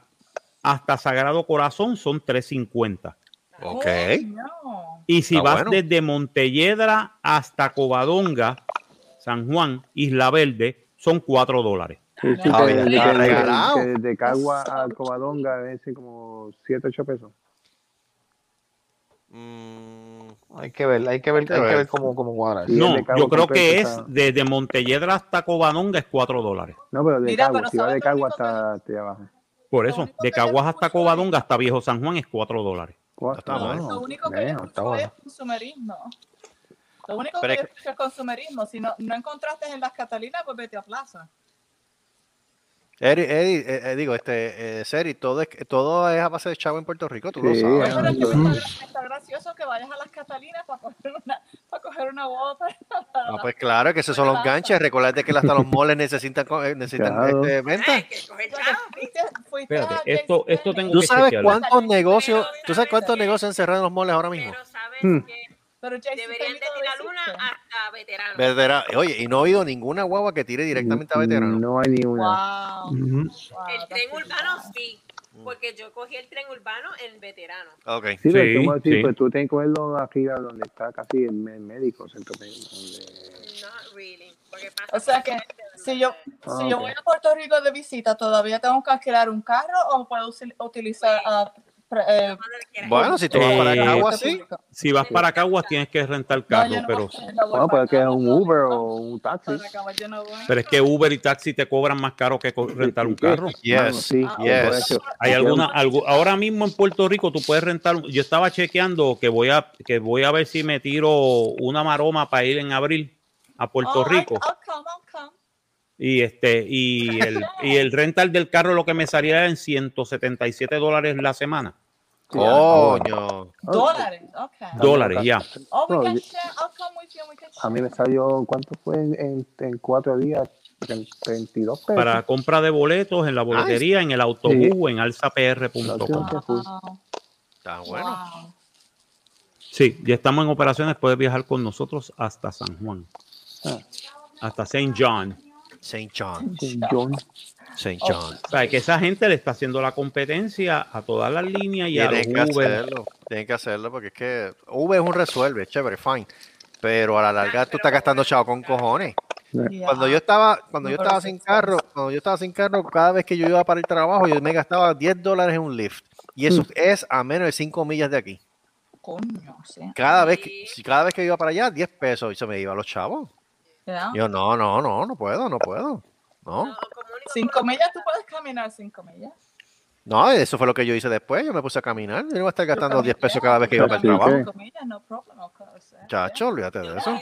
B: hasta Sagrado Corazón son 350.
C: Ok.
H: No.
B: Y si
C: Está
B: vas
C: bueno.
B: desde Montelledra hasta Covadonga, San Juan, Isla Verde, son 4 dólares.
J: Sí, sí,
I: Ah,
J: que-
I: ya,
J: que-
I: ya,
J: que-
C: regalado.
J: que desde Cagua a Covadonga debe ser como 7, 8 pesos.
C: Mm,
I: Hay que ver, hay que ver, hay que ver cómo, cómo cuadra eso.
J: Sí, el
B: No,
J: de Cabo
B: yo creo que
J: completo
B: es
J: está-
B: desde Montelledra hasta Covadonga es 4 dólares.
J: No, pero de
H: Mira,
J: Cagua,
H: pero
J: si va
H: ¿sabes
J: de
H: lo único
J: Cagua
H: que-
J: hasta, hasta abajo.
B: Por
H: Lo
B: eso,
H: único
B: de
H: que yo
B: Caguas
H: escucho
B: hasta
H: es-
B: Covadonga, hasta Viejo San Juan es 4 dólares.
J: Cuatro,
C: está mal.
H: Lo
J: wow,
H: único que yo
J: damn.
I: está
H: escucho es
I: bueno.
H: consumerismo. Lo único
C: Pero
H: que
C: es
H: yo
C: que-
H: escucho es consumerismo. Si no, no encontraste en las Catalinas, pues vete a plaza.
C: Eddie, Eddie, eh, eh, digo, este, eh, Seri, todo es, todo es a base de chavo en Puerto Rico, tú lo
J: Sí,
C: sabes.
H: Oye, pero es que me
J: Mm.
H: está, me está gracioso que vayas a las Catalinas para coger una, para coger una bota.
C: Ah, pues claro, que esos son los ganches. Recuerda que hasta los moles necesitan, co- eh, necesitan
J: Claro.
C: este,
F: Ay,
C: venta.
F: que coge
H: O sea, que
F: chavo.
H: fuiste, fuiste
B: Espérate,
H: a
B: esto-
H: James
B: esto tengo
H: Bennett,
C: ¿Tú
B: que
C: sabes
B: chequearlo.
C: cuántos negocios,
F: Pero,
C: tú sabes cuántos
F: ¿sabes?
C: negocios encerraron los moles ahora mismo?
F: Pero sabes
J: Hmm.
F: que
H: Pero James
F: deberían de
H: Bennett todavía
F: tirar una
H: existe.
F: hasta veteranos.
C: Verdadera- Oye, y no ha habido ninguna guagua que tire directamente a veterano.
J: No hay ni una.
H: Wow.
E: Ujú.
H: wow,
F: El tren
H: that's
F: urbano
H: really
F: sí, porque yo cogí el tren urbano en veterano.
C: Ok.
J: Sí, pero
B: Sí,
J: tú, vas- sí,
B: sí.
J: pues tú tienes que cogerlo arriba donde está casi el, me- médico, centro médico. donde-
F: Not really. Porque pasa
H: O sea que
F: por-
H: si yo,
J: Ah,
H: si yo
J: ok.
H: voy a Puerto Rico de visita, ¿todavía tengo que alquilar un carro o puedo usil- utilizar ah, pre- eh,
C: Bueno, si tú vas
B: Eh,
C: para Cagua,
H: transporte
C: sí.
H: público?
B: Si vas para Caguas tienes que rentar
H: No,
B: carro,
H: yo no
B: pero,
H: voy- no voy para
J: Bueno, pues que es
H: acá,
J: un
H: no,
J: Uber
H: no,
J: o un taxi.
H: para acá, Pues yo no voy.
B: pero es que Uber y taxi te cobran más caro que co- rentar un carro.
J: Mano,
C: Yes,
J: sí,
H: Ah,
J: por
C: yes.
J: eso.
B: Hay
J: Yo-
B: alguna, algo, ahora mismo en Puerto Rico tú puedes rentar. un- Yo estaba chequeando que voy a, que voy a ver si me tiro una maroma para ir en abril a Puerto
H: Oh, I-
B: Rico.
H: I'll come, I'll come.
B: Y este, y el, y el rental del carro lo que me salía en 177 dólares la semana.
C: Coño.
H: Dólares, okay.
B: Dólares, ya.
H: Oh, we
J: No,
H: can
J: yo-
H: share. I'll come with you. We can
J: A
H: share.
J: mí me salió, ¿cuánto fue en, en, en cuatro días? Tre- 32 pesos.
B: Para compra de boletos en la boletería, en el autobús
J: Sí.
B: o en alzapr.com.
J: que fui.
H: Wow,
C: Está Ah, bueno.
H: wow.
B: Sí, ya estamos en operaciones. Puedes viajar con nosotros hasta San Juan,
J: Ah,
B: hasta St. John. Oh,
C: St. John,
J: John.
C: St. John.
B: O sea, que esa gente le está haciendo la competencia a todas las líneas y a los
C: Tienen que
B: Uber.
C: hacerlo. Tienen que hacerlo porque es que Uber es un resuelve, chévere, fine. Pero a la larga tú estás gastando chavo con cojones. Cuando yo estaba, cuando yo
J: Pero
C: estaba
J: sí,
C: sin carro, cuando yo estaba sin carro, cada vez que yo iba para el trabajo, yo me gastaba 10 dólares en un lift. Y
J: Mm.
C: eso es a menos de 5 millas de aquí.
H: Coño, o sea.
C: Cada vez que, si cada vez que iba para allá, 10 pesos y se me iba los chavos.
H: ¿verdad?
C: Yo no, no, no, no puedo, no puedo. No.
H: Cinco millas, tú puedes caminar cinco millas.
C: No, eso fue lo que yo hice después. Yo me puse a caminar. Yo no iba a estar gastando
H: caminé,
C: 10 pesos cada vez que iba para el trabajo.
H: Cinco millas, no problem, of course, eh.
C: Chacho, olvídate de eso.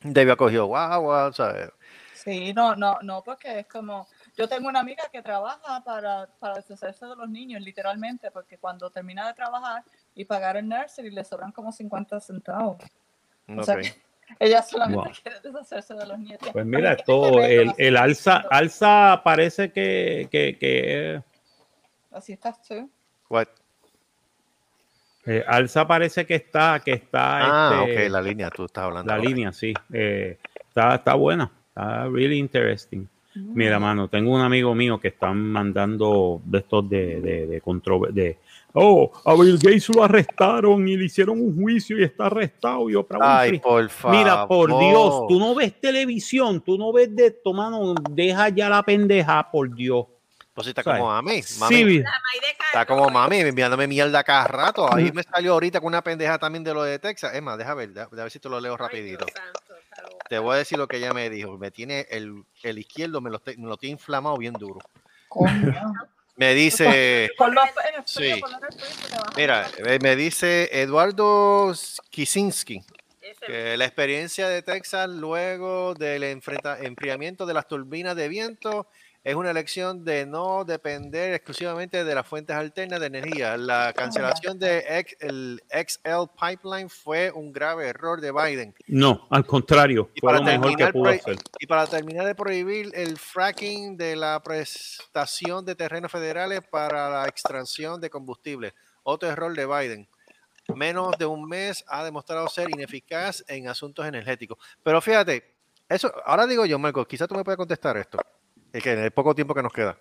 C: Debía cogido guagua, ¿sabes?
H: Sí, no, no, no, porque es como, yo tengo una amiga que trabaja para, para deshacerse de los niños, literalmente, porque cuando termina de trabajar y pagar el nursery le sobran como 50 centavos. O sea,
B: Ok.
H: ella solamente
B: Wow.
H: quiere deshacerse de los nietos.
B: Pues mira, esto, el, el alza, alza parece que, que, que eh,
H: Así estás tú.
B: eh, alza parece que está, que está. este,
C: Ah, ok, la línea, tú estás hablando.
B: La línea, sí. Eh, está, está buena, está really interesting. Mira, mano, tengo un amigo mío que están mandando de estos de, de, de contro- de oh, a Bill Gates lo arrestaron y le hicieron un juicio y está arrestado. Y Oprah
C: Ay,
B: Winfrey.
C: por
B: Mira, por
C: favor.
B: Dios, tú no ves televisión, tú no ves de esto, mano, deja ya la pendeja, por Dios.
C: Pues si está
B: ¿Sabes?
C: como mami,
B: Sí,
C: mami.
B: vi-
C: está como mami, enviándome mierda cada rato. Ahí me salió ahorita con una pendeja también de lo de Texas. Es más, deja ver, deja- a ver si te lo leo rapidito. Te voy a decir lo que ella me dijo. Me tiene el, el izquierdo, me lo, te- me lo tiene inflamado bien duro. Me dice.
H: Ponlo en el frío,
C: Sí.
H: ponlo en el frío, porque va-
C: Mira, eh, me dice Eduardo Kisinski que la experiencia de Texas luego del enfrenta- enfriamiento de las turbinas de viento es una elección de no depender exclusivamente de las fuentes alternas de energía. La cancelación de ex- el XL Pipeline fue un grave error de Biden.
B: No, al contrario, fue
C: para
B: lo mejor que
C: terminar, pues,
B: pudo
C: prohi-
B: hacer.
C: Y para terminar de prohibir el fracking de la prestación de terrenos federales para la extracción de combustible. Otro error de Biden. Menos de un mes ha demostrado ser ineficaz en asuntos energéticos. Pero fíjate, eso, ahora digo yo, Marco, quizás tú me puedas contestar esto. Es que en el poco tiempo que nos queda.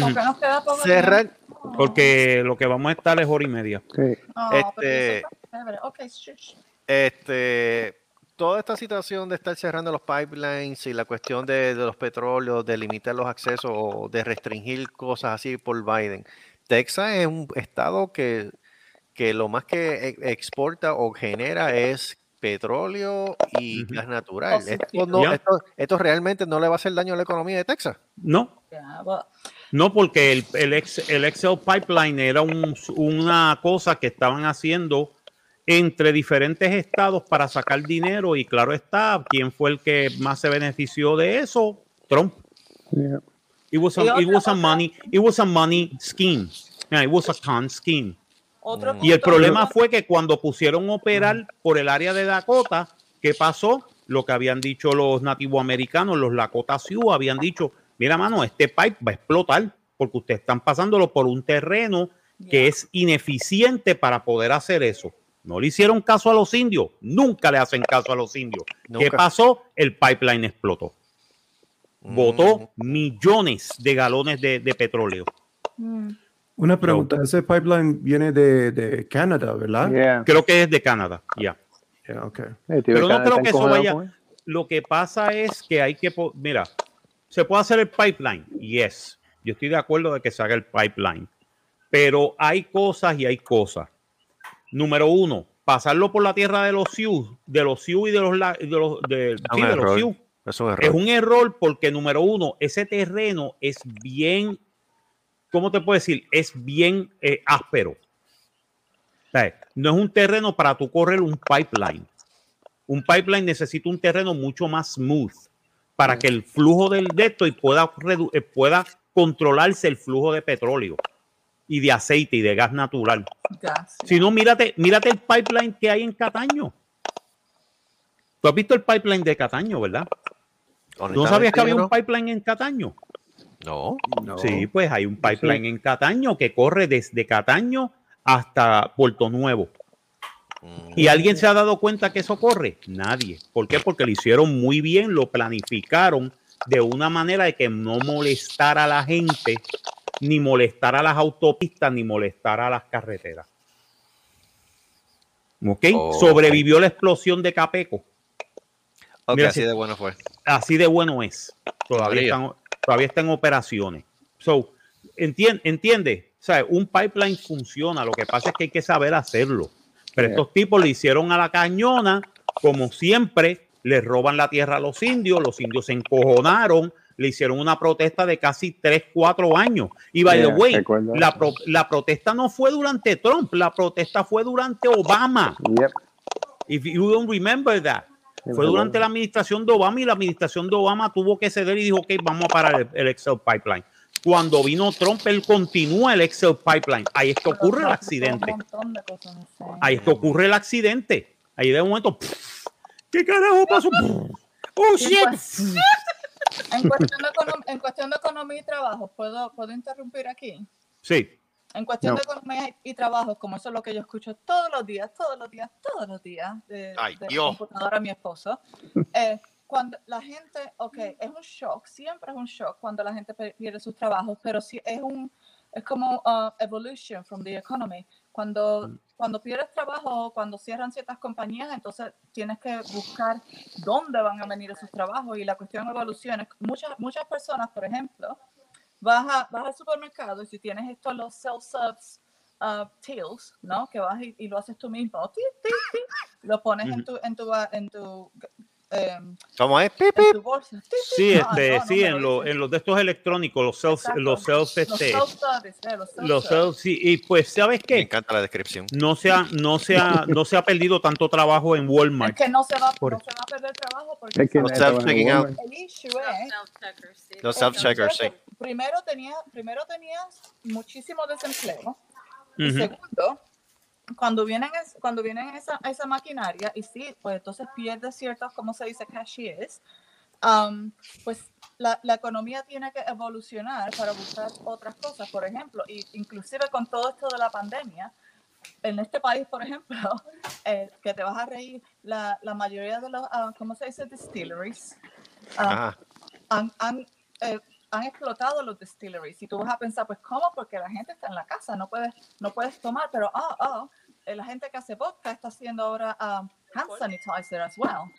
H: porque nos queda poco tiempo.
C: Cerrar.
B: Porque lo que vamos a estar es hora y media.
C: Eh,
H: No, pero
C: Este-
H: eso está chévere. Ok, shush.
C: Este, toda esta situación de estar cerrando los pipelines y la cuestión de, de los petróleos, de limitar los accesos o de restringir cosas así por Biden. Texas es un estado que, que lo más que e- exporta o genera es petróleo y gas natural.
H: Fósil
C: Esto,
H: fuel.
C: no-
B: Ya.
C: esto- esto realmente no le va a hacer daño a la economía de Texas.
B: No,
H: Ya, va.
B: No, porque el, el, ex- el Excel Pipeline era un- una cosa que estaban haciendo entre diferentes estados para sacar dinero y claro está, ¿quién fue el que más se benefició de eso? Trump. It was a,
H: Y otra-
B: it was a money, it was a money scheme. Yeah, it was a con scheme.
H: Otro
B: Y el
H: punto,
B: problema
H: ¿no?
B: fue que cuando pusieron a operar por el área de Dakota, ¿qué pasó? Lo que habían dicho los nativos americanos, los Lakota Sioux, habían dicho, mira mano, este pipe va a explotar porque ustedes están pasándolo por un terreno que es ineficiente para poder hacer eso. No le hicieron caso a los indios, nunca le hacen caso a los indios. ¿Qué
C: Nunca.
B: pasó? El pipeline explotó. Botó millones de galones de, de petróleo.
H: Mm.
E: Una pregunta, ese pipeline viene de, de Canadá, ¿verdad?
B: Creo que es de Canadá, ya.
E: Yeah, okay.
B: Pero no creo que eso vaya. Lo que pasa es que hay que. po- Mira, ¿se puede hacer el pipeline? Yes. Yo estoy de acuerdo de que se haga el pipeline. Pero hay cosas y hay cosas. Número uno, pasarlo por la tierra de los Sioux, de los Sioux y de los. la- De los de- sí, de los Sioux.
C: Es un error.
B: Es un error porque, número uno, ese terreno es bien, ¿cómo te puedo decir? Es bien eh, áspero. O sea, No es un terreno para tú correr un pipeline. Un pipeline necesita un terreno mucho más smooth para que el flujo del de esto y pueda, redu- eh, pueda controlarse el flujo de petróleo y de aceite y de gas natural.
H: Gas.
B: Si no, mírate, mírate el pipeline que hay en Cataño. Tú has visto el pipeline de Cataño, ¿verdad? ¿No sabías que había un pipeline en Cataño?
C: No.
B: Sí, pues hay un pipeline en Cataño que corre desde Cataño hasta Puerto Nuevo. ¿Y alguien se ha dado cuenta que eso corre? Nadie. ¿Por qué? Porque lo hicieron muy bien, lo planificaron de una manera de que no molestara a la gente, ni molestara a las autopistas, ni molestara a las carreteras. ¿ok?
C: Oh.
B: Sobrevivió la explosión de Capeco.
C: Ok,
B: Mira,
C: así
B: si-
C: de bueno fue.
B: así de bueno es. Todavía
C: María.
B: están, todavía está en operaciones. So, entien- entiende, o sea, un pipeline funciona, lo que pasa es que hay que saber hacerlo. Pero
J: Yeah.
B: estos tipos le hicieron a la cañona, como siempre, le roban la tierra a los indios, los indios se encojonaron, le hicieron una protesta de casi 3, 4 años. Y by
J: Yeah,
B: the way,
J: recuerdo
B: la,
J: eso.
B: pro- la protesta no fue durante Trump, la protesta fue durante Obama.
J: Yep.
B: If you don't remember that. Fue
J: me
B: durante
J: acuerdo.
B: la administración de Obama y la administración de Obama tuvo que ceder y dijo, ok, vamos a parar el, el Excel Pipeline. Cuando vino Trump, él continúa el Excel Pipeline. Ahí es que ocurre el accidente.
H: Un montón de cosas. sí.
B: Ahí es que ocurre el accidente. Ahí de momento, pff, ¿qué carajo pasó? Pff, Oh,
H: Sí,
B: shit.
H: pues. En cuestión, de econom- en cuestión de economía y trabajo, ¿puedo, ¿puedo interrumpir aquí?
B: Sí,
H: En cuestión
J: No.
H: de economía y trabajo, como eso es lo que yo escucho todos los días, todos los días, todos los días de,
C: Ay,
H: de la
C: Dios.
H: computadora a mi esposo, eh, cuando la gente, ok, es un shock, siempre es un shock cuando la gente pe- pierde sus trabajos, pero sí es un, es como ah, evolution from the economy. Cuando, cuando pierdes trabajo, cuando cierran ciertas compañías, entonces tienes que buscar dónde van a venir esos trabajos y la cuestión de evolución es, muchas, muchas personas, por ejemplo, vas, a- vas al supermercado y si tienes estos los self-serves uh, tills, ¿no? Que vas y, y lo haces tú mismo, ti, ti, ti, lo pones en tu, en tu, ba- en tu, em,
C: ¿Cómo es? Pip,
H: en
C: pip.
H: tu bolsa. Ti, ti.
B: sí,
H: Ah,
B: este,
H: no, no
B: sí,
H: me
B: en,
H: lo
B: lo-
H: dicen.
B: en los de estos electrónicos, los self,
H: Exacto.
B: los self,
H: Los
B: este,
H: self-service, eh, los
B: los
H: self-service.
B: self, sí, y pues, ¿sabes
C: Me
B: qué?
C: encanta la descripción.
B: No se ha, no se ha- no se ha perdido tanto trabajo en Walmart.
H: Es que no se, va,
B: Por-
H: no se va a perder trabajo porque
J: Es que
H: ¿sabes?
C: Los self-checking out.
H: el issue es
C: Los
H: El
C: self-checkers,
H: primero
C: sí.
H: que- Primero tenías primero tenías muchísimo desempleo. Y
B: Ujú.
H: segundo, cuando vienen, es- cuando vienen esa, esa maquinaria, y sí, pues entonces pierdes ciertos, como se dice, cashiers, um, pues la, la economía tiene que evolucionar para buscar otras cosas, por ejemplo, y inclusive con todo esto de la pandemia, en este país, por ejemplo, eh, que te vas a reír, la, la mayoría de los, ah, ¿cómo se dice? Distilleries. ah,
C: Ajá.
H: han, han, eh, han explotado los distilleries. Y tú vas a pensar, pues, ¿cómo? Porque la gente está en la casa, no puedes, no puedes tomar, pero ah, ah, eh, la gente que hace vodka está haciendo ahora um, hand sanitizer as well.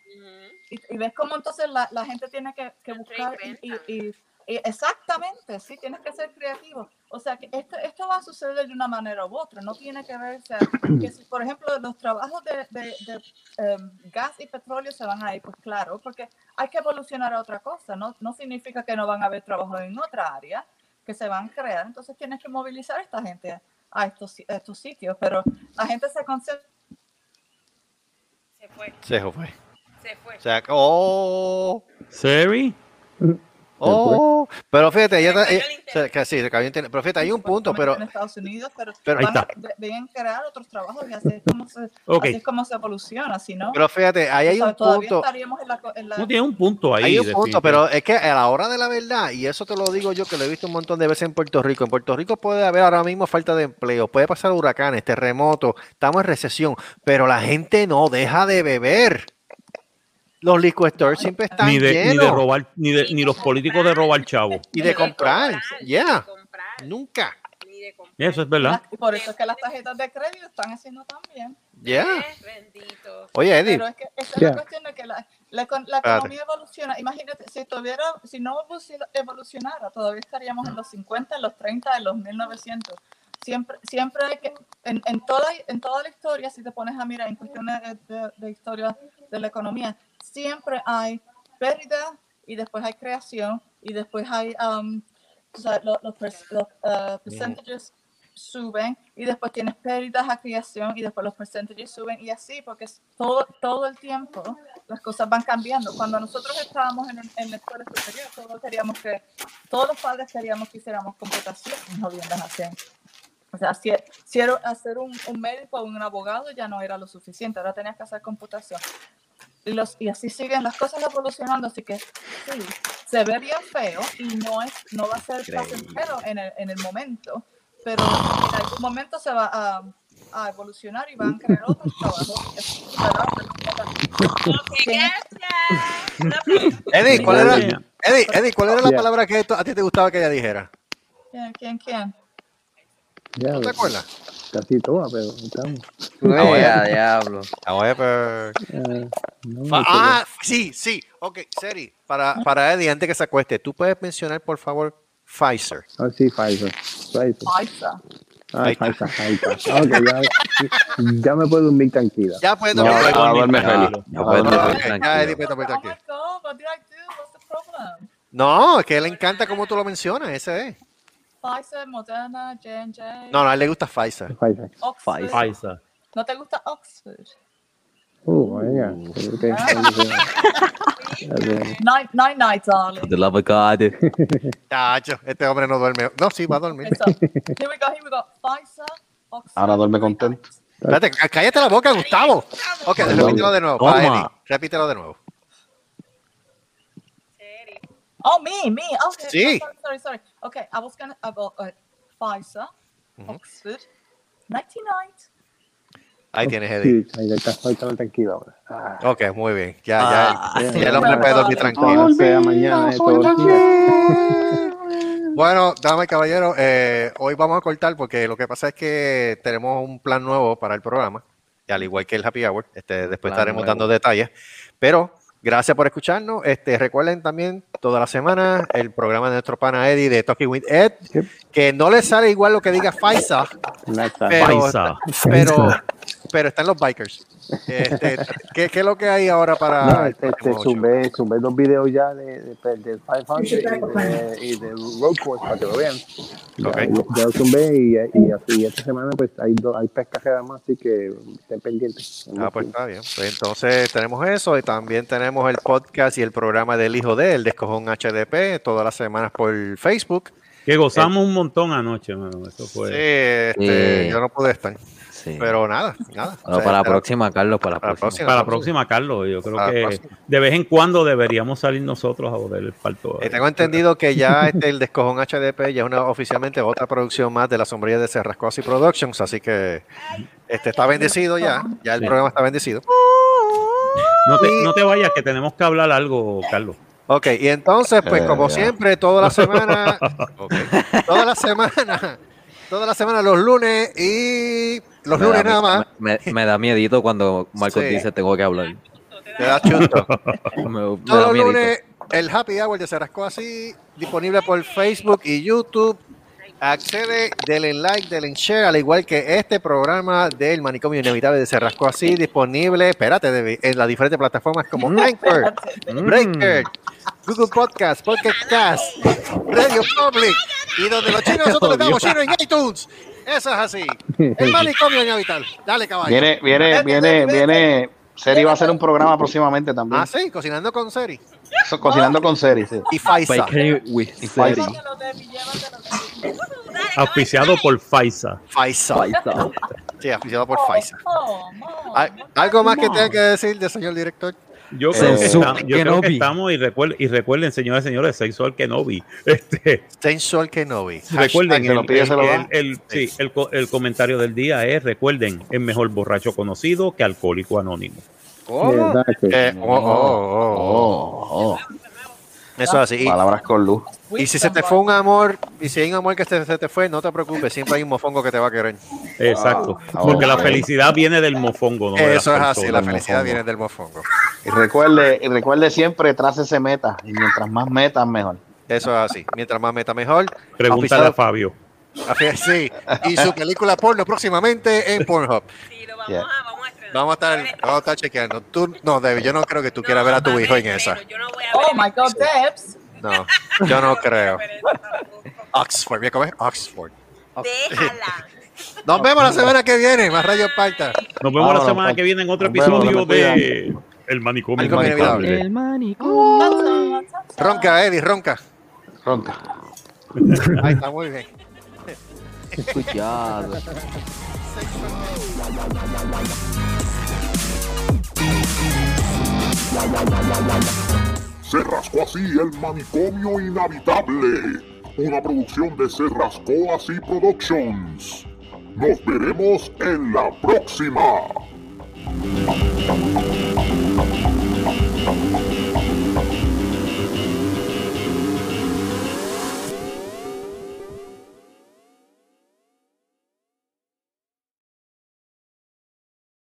H: Y, y ves cómo entonces la, la gente tiene que, que buscar y, y- y- exactamente, sí, tienes que ser creativo. O sea, que esto, esto va a suceder de una manera u otra, no tiene que ver, o sea, que si, por ejemplo, los trabajos de, de- de, em, gas y petróleo se van a ir, pues claro, porque hay que evolucionar a otra cosa, no, no significa que no van a haber trabajos en otra área que se van a crear, entonces tienes que movilizar a esta gente a estos, si- a estos sitios, pero la gente se concentra
F: Se fue,
C: Se fue.
F: se fue.
C: Se ac- Oh.
B: Siri.
C: Oh. Pero fíjate, ya está.
F: cayó
C: eh,
F: el internet.
C: se- que sí, se cayó el internet. Pero fíjate, hay un punto, pero.
H: en Estados Unidos, pero,
C: pero-
H: van a, de- deben crear otros trabajos y así es como se,
B: Ok.
H: así es como se evoluciona, si no,
C: Pero fíjate, ahí hay
H: o sea,
C: un
H: todavía
C: punto.
H: estaríamos en la... co- en la-
B: No tiene un punto ahí.
C: Hay un punto,
B: definitivamente.
C: pero es que a la hora de la verdad, y eso te lo digo yo que lo he visto un montón de veces en Puerto Rico, en Puerto Rico puede haber ahora mismo falta de empleo, puede pasar huracanes, terremotos, estamos en recesión, pero la gente no deja de beber. Los liquor stores siempre están
B: ni de, ni de
C: llenos.
B: robar, ni, de, ni los políticos de robar chavo.
C: y de comprar.
F: ya
C: Yeah. Nunca.
F: Ni de comprar.
B: Eso es verdad.
H: y por eso es que las tarjetas de crédito están haciendo tan bien.
C: Yeah.
F: Eh, Bendito.
C: Oye, Eddie,
H: Pero es que esa es
J: Yeah.
H: la cuestión de que la, la, econ- la
C: Espérate.
H: economía evoluciona. Imagínate, si tuviera, si no evoluci- evolucionara, todavía estaríamos en los 50, en los 30, en los 1900. Siempre, siempre hay que, en, en, toda, en toda la historia, si te pones a mirar en cuestiones de, de- de historia de la economía, siempre hay pérdida y después hay creación y después hay, um, o sea, lo- los, per- los, uh, percentages suben y después tienes pérdidas a creación y después los percentages suben y así, porque es todo, todo el tiempo las cosas van cambiando. Cuando nosotros estábamos en, en la escuela superior, todos queríamos que, todos los padres queríamos que hiciéramos computaciones, no bien las hacían. O sea, si, si era hacer un, un médico o un abogado ya no era lo suficiente, ahora tenías que hacer computación. Y, los, y así siguen las cosas evolucionando, así que sí, se ve bien feo y no, es, no va a ser placentero en el, en el momento, pero en algún momento se va a, a evolucionar y van a crear otros trabajos. y así, ¿verdad?
F: Ok,
H: Tienes-
F: gracias. Un aplauso.
C: Eddie, ¿cuál era,
B: Yeah.
C: Eddie, Eddie, ¿cuál era la
J: Yeah.
C: palabra que esto- a ti te gustaba que ella dijera?
H: ¿Quién, quién, quién?
J: Ya,
C: ¿No te acuerdas? Ah,
J: Casi toda, pero estamos.
B: Oh,
G: Vea, diablo.
C: However. Fa- pues. ah, sí, sí. Ok, Seri, para, para Eddie, antes que se acueste, ¿tú puedes mencionar, por favor, Pfizer?
J: Ah, sí, Pfizer. Pfizer.
H: Paisa.
J: Ah, Pfizer, Pfizer. Ah, ok, ya, ya me puedo dormir tranquila.
C: Ya puedes
I: No,
C: dormir.
I: ahora
C: tranquilo.
I: duerme feliz.
G: No
I: Ahora
G: puedo
I: duerme
C: Ah,
G: dormir
C: ok, ya, Eddie,
G: tranquilo.
C: puedes dormir
H: Oh my
C: tranquilo.
H: god, what did I do? What's the problem?
C: No, es que le encanta cómo tú lo mencionas, ese es.
H: Pfizer, Moderna, J&J,
C: No, no, a él le gusta Pfizer.
J: Pfizer.
H: Oxford.
B: Paisa.
H: ¿No te gusta Oxford?
J: Uh, venga.
H: Ah.
J: Ok, ok.
H: Night, night, night, darling.
G: For the love of God.
C: Tacho, este hombre no duerme. No, sí, va a dormir.
H: It's up. Here we go, here we go. Pfizer, Oxford.
I: Ahora duerme
H: night,
I: contento.
H: night.
C: Espérate, cá- cállate la boca, Gustavo. Ok,
J: Perdón.
C: repítelo de nuevo. Para
G: Toma.
C: Eddie, repítelo de nuevo.
F: Seri.
H: Oh, me, me. Okay.
C: Sí.
H: Oh, sorry, sorry, sorry. Okay, I was going to about uh, Pfizer, Oxford, nighty night.
C: Ahí tienes, Eddie.
J: Sí, ahí está, ahí está tranquilo ahora. Ah,
C: Ok, muy bien. Ya, ya. ya el hombre puede dormir tranquilo.
J: ahora sea mañana, eh, todos los días.
C: Bueno, damas y caballeros, eh, hoy vamos a cortar porque lo que pasa es que tenemos un plan nuevo para el programa, y al igual que el Happy Hour, este, después
G: plan
C: estaremos
G: nuevo.
C: dando detalles, pero gracias por escucharnos, este, recuerden también toda la semana el programa de nuestro pana Eddie de Talking with Ed,
J: Yep.
C: que no le sale igual lo que diga Faisa,
J: Nada.
C: pero,
B: Faisa.
C: pero, pero están los bikers. Este, ¿qué, qué es lo que hay ahora para
J: No,
C: el
J: este, este,
C: próximo show?
J: sube, sube dos videos ya de, de, de, del 500
I: eh,
J: y de, y de Road Course
I: ah,
J: para que lo vean. Ya,
C: Ok.
J: ya- ya lo sube y, y, así, y esta semana pues hay, dos hay pescajeras más, así que estén pendientes.
C: Ah, pues está bien. Pues entonces tenemos eso y también tenemos el podcast y el programa del hijo de, el Descojón HDP, todas las semanas por Facebook. Eh,
B: Que gozamos un montón anoche, mano. Eso
C: Sí,
B: fue.
C: este,
G: Sí.
C: yo no pude estar,
G: Sí. Pero,
C: pero nada, nada. O sea,
G: para la
C: pero-
G: próxima, Carlos, para la
C: para la
G: próxima.
C: próxima.
B: Para la próxima, Carlos, yo creo
C: Para la
B: que
C: próxima.
B: de vez en cuando deberíamos salir nosotros a joder el palto.
C: Eh, tengo entendido que ya este, el Descojón HDP ya es una, oficialmente otra producción más de la sombrilla de Cerrascosi Productions, así que este está bendecido ya, ya el
B: Sí.
C: programa está bendecido.
B: No te,
C: Y-
B: no te vayas, que tenemos que hablar algo, Carlos.
C: Ok, y entonces, pues
I: Eh,
C: como
I: ya.
C: siempre, toda la semana,
B: Ah.
C: ok, toda la semana, toda la semana, los lunes y los
G: Me da
C: lunes nada
G: mi-
C: más,
G: Me, me- me da miedito cuando Marcos
C: Sí.
G: dice tengo que hablar.
C: te da chusto.
G: Me, me
C: Todos
G: da
C: los
G: miedito.
C: lunes, eh, el Happy Hour de Cerrasco así, disponible por Facebook y YouTube. Accede, denle like, denle share, al igual que este programa del manicomio inevitable de Cerrasco así, disponible, espérate, Debbie, en las diferentes plataformas como Anchor, Mm. Breaker, Google Podcast, Pocket Cast, Radio Public y donde los chinos nosotros le damos chino en iTunes. Eso es así. El manicomio inevitable. Dale, caballo.
I: Viene, viene, viene, viene. Seri va a hacer un programa próximamente también.
C: Ah, sí, cocinando con Seri.
I: So- cocinando con Seri, sí.
C: Y Faisa.
G: Bakery with
I: Y
G: Seri.
I: Pfizer.
H: Llévatelo, Debbie, llévatelo, Debbie.
B: Auspiciado por Faisa.
C: Faisa.
G: Paisa.
C: Sí, aficionado por
H: Oh,
C: Faisa.
H: oh, mom,
C: Al-
H: what did I
C: ¿Algo más que tenga que decir de señor director?
B: Yo
I: Eh,
B: creo que,
I: Sensual
B: estamos, yo creo que
G: Kenobi.
B: estamos y, recuerden, y recuerden, señoras y señores, sexual Kenobi. Este,
C: Sensual Kenobi.
B: recuerden,
I: se
B: el,
I: lo
B: el,
I: pide, se lo da.
B: el- el- sí, el co- el comentario del día es, recuerden, es mejor borracho conocido que alcohólico anónimo.
C: ¿Cómo?
J: Exacto.
C: Eh, oh, oh, oh, oh.
I: Oh, oh.
C: Eso es así. Y-
I: Palabras con luz.
C: Y, si se
H: Wisdom,
C: te fue un amor, y si hay un amor que se, se te fue, no te preocupes, siempre hay un mofongo que te va a querer.
B: Exacto.
I: Ah,
B: Porque la
I: ok.
B: felicidad viene del mofongo, no de las
C: Eso es así, la
B: personas.
C: felicidad
I: mofongo.
C: viene del mofongo.
I: Y recuerde, y recuerde siempre, trácese metas. Y mientras más metas, mejor.
C: Eso es así. Mientras más meta, mejor.
B: Pregúntale a
C: Auspiciado-
B: Fabio.
C: Así es, sí. Y su película porno próximamente en Pornhub.
F: Sí, lo vamos
I: Yeah.
F: a, vamos a estrenar.
C: Vamos a estar, vamos a estar chequeando. Tú, no, Debbie, yo no creo que tú quieras ver a tu
F: para
C: hijo
F: ver
C: en esa.
F: estreno, Yo no voy a
H: darling. Oh
F: ver
H: my god, Debs.
C: No, yo no creo.
F: ver eso tampoco.
C: Oxford, voy a comer Oxford.
F: Déjala.
C: Nos vemos la semana que viene. Más rayos parta.
B: Nos vemos
I: Vámonos,
B: la semana
I: Paco.
B: que viene en otro
I: Nos vemos,
B: episodio
I: nos vemos,
B: de El Manicomio
C: Manicomio
B: Inevitable.
C: Inevitable.
H: Ta-ta, ta-ta.
C: Ronca, Eddie, ronca.
I: Ronca.
C: Ahí está, muy bien.
G: Escuchado.
A: Se rascó así el manicomio inhabitable. Una producción de Se rascó así Productions. Nos veremos en la próxima.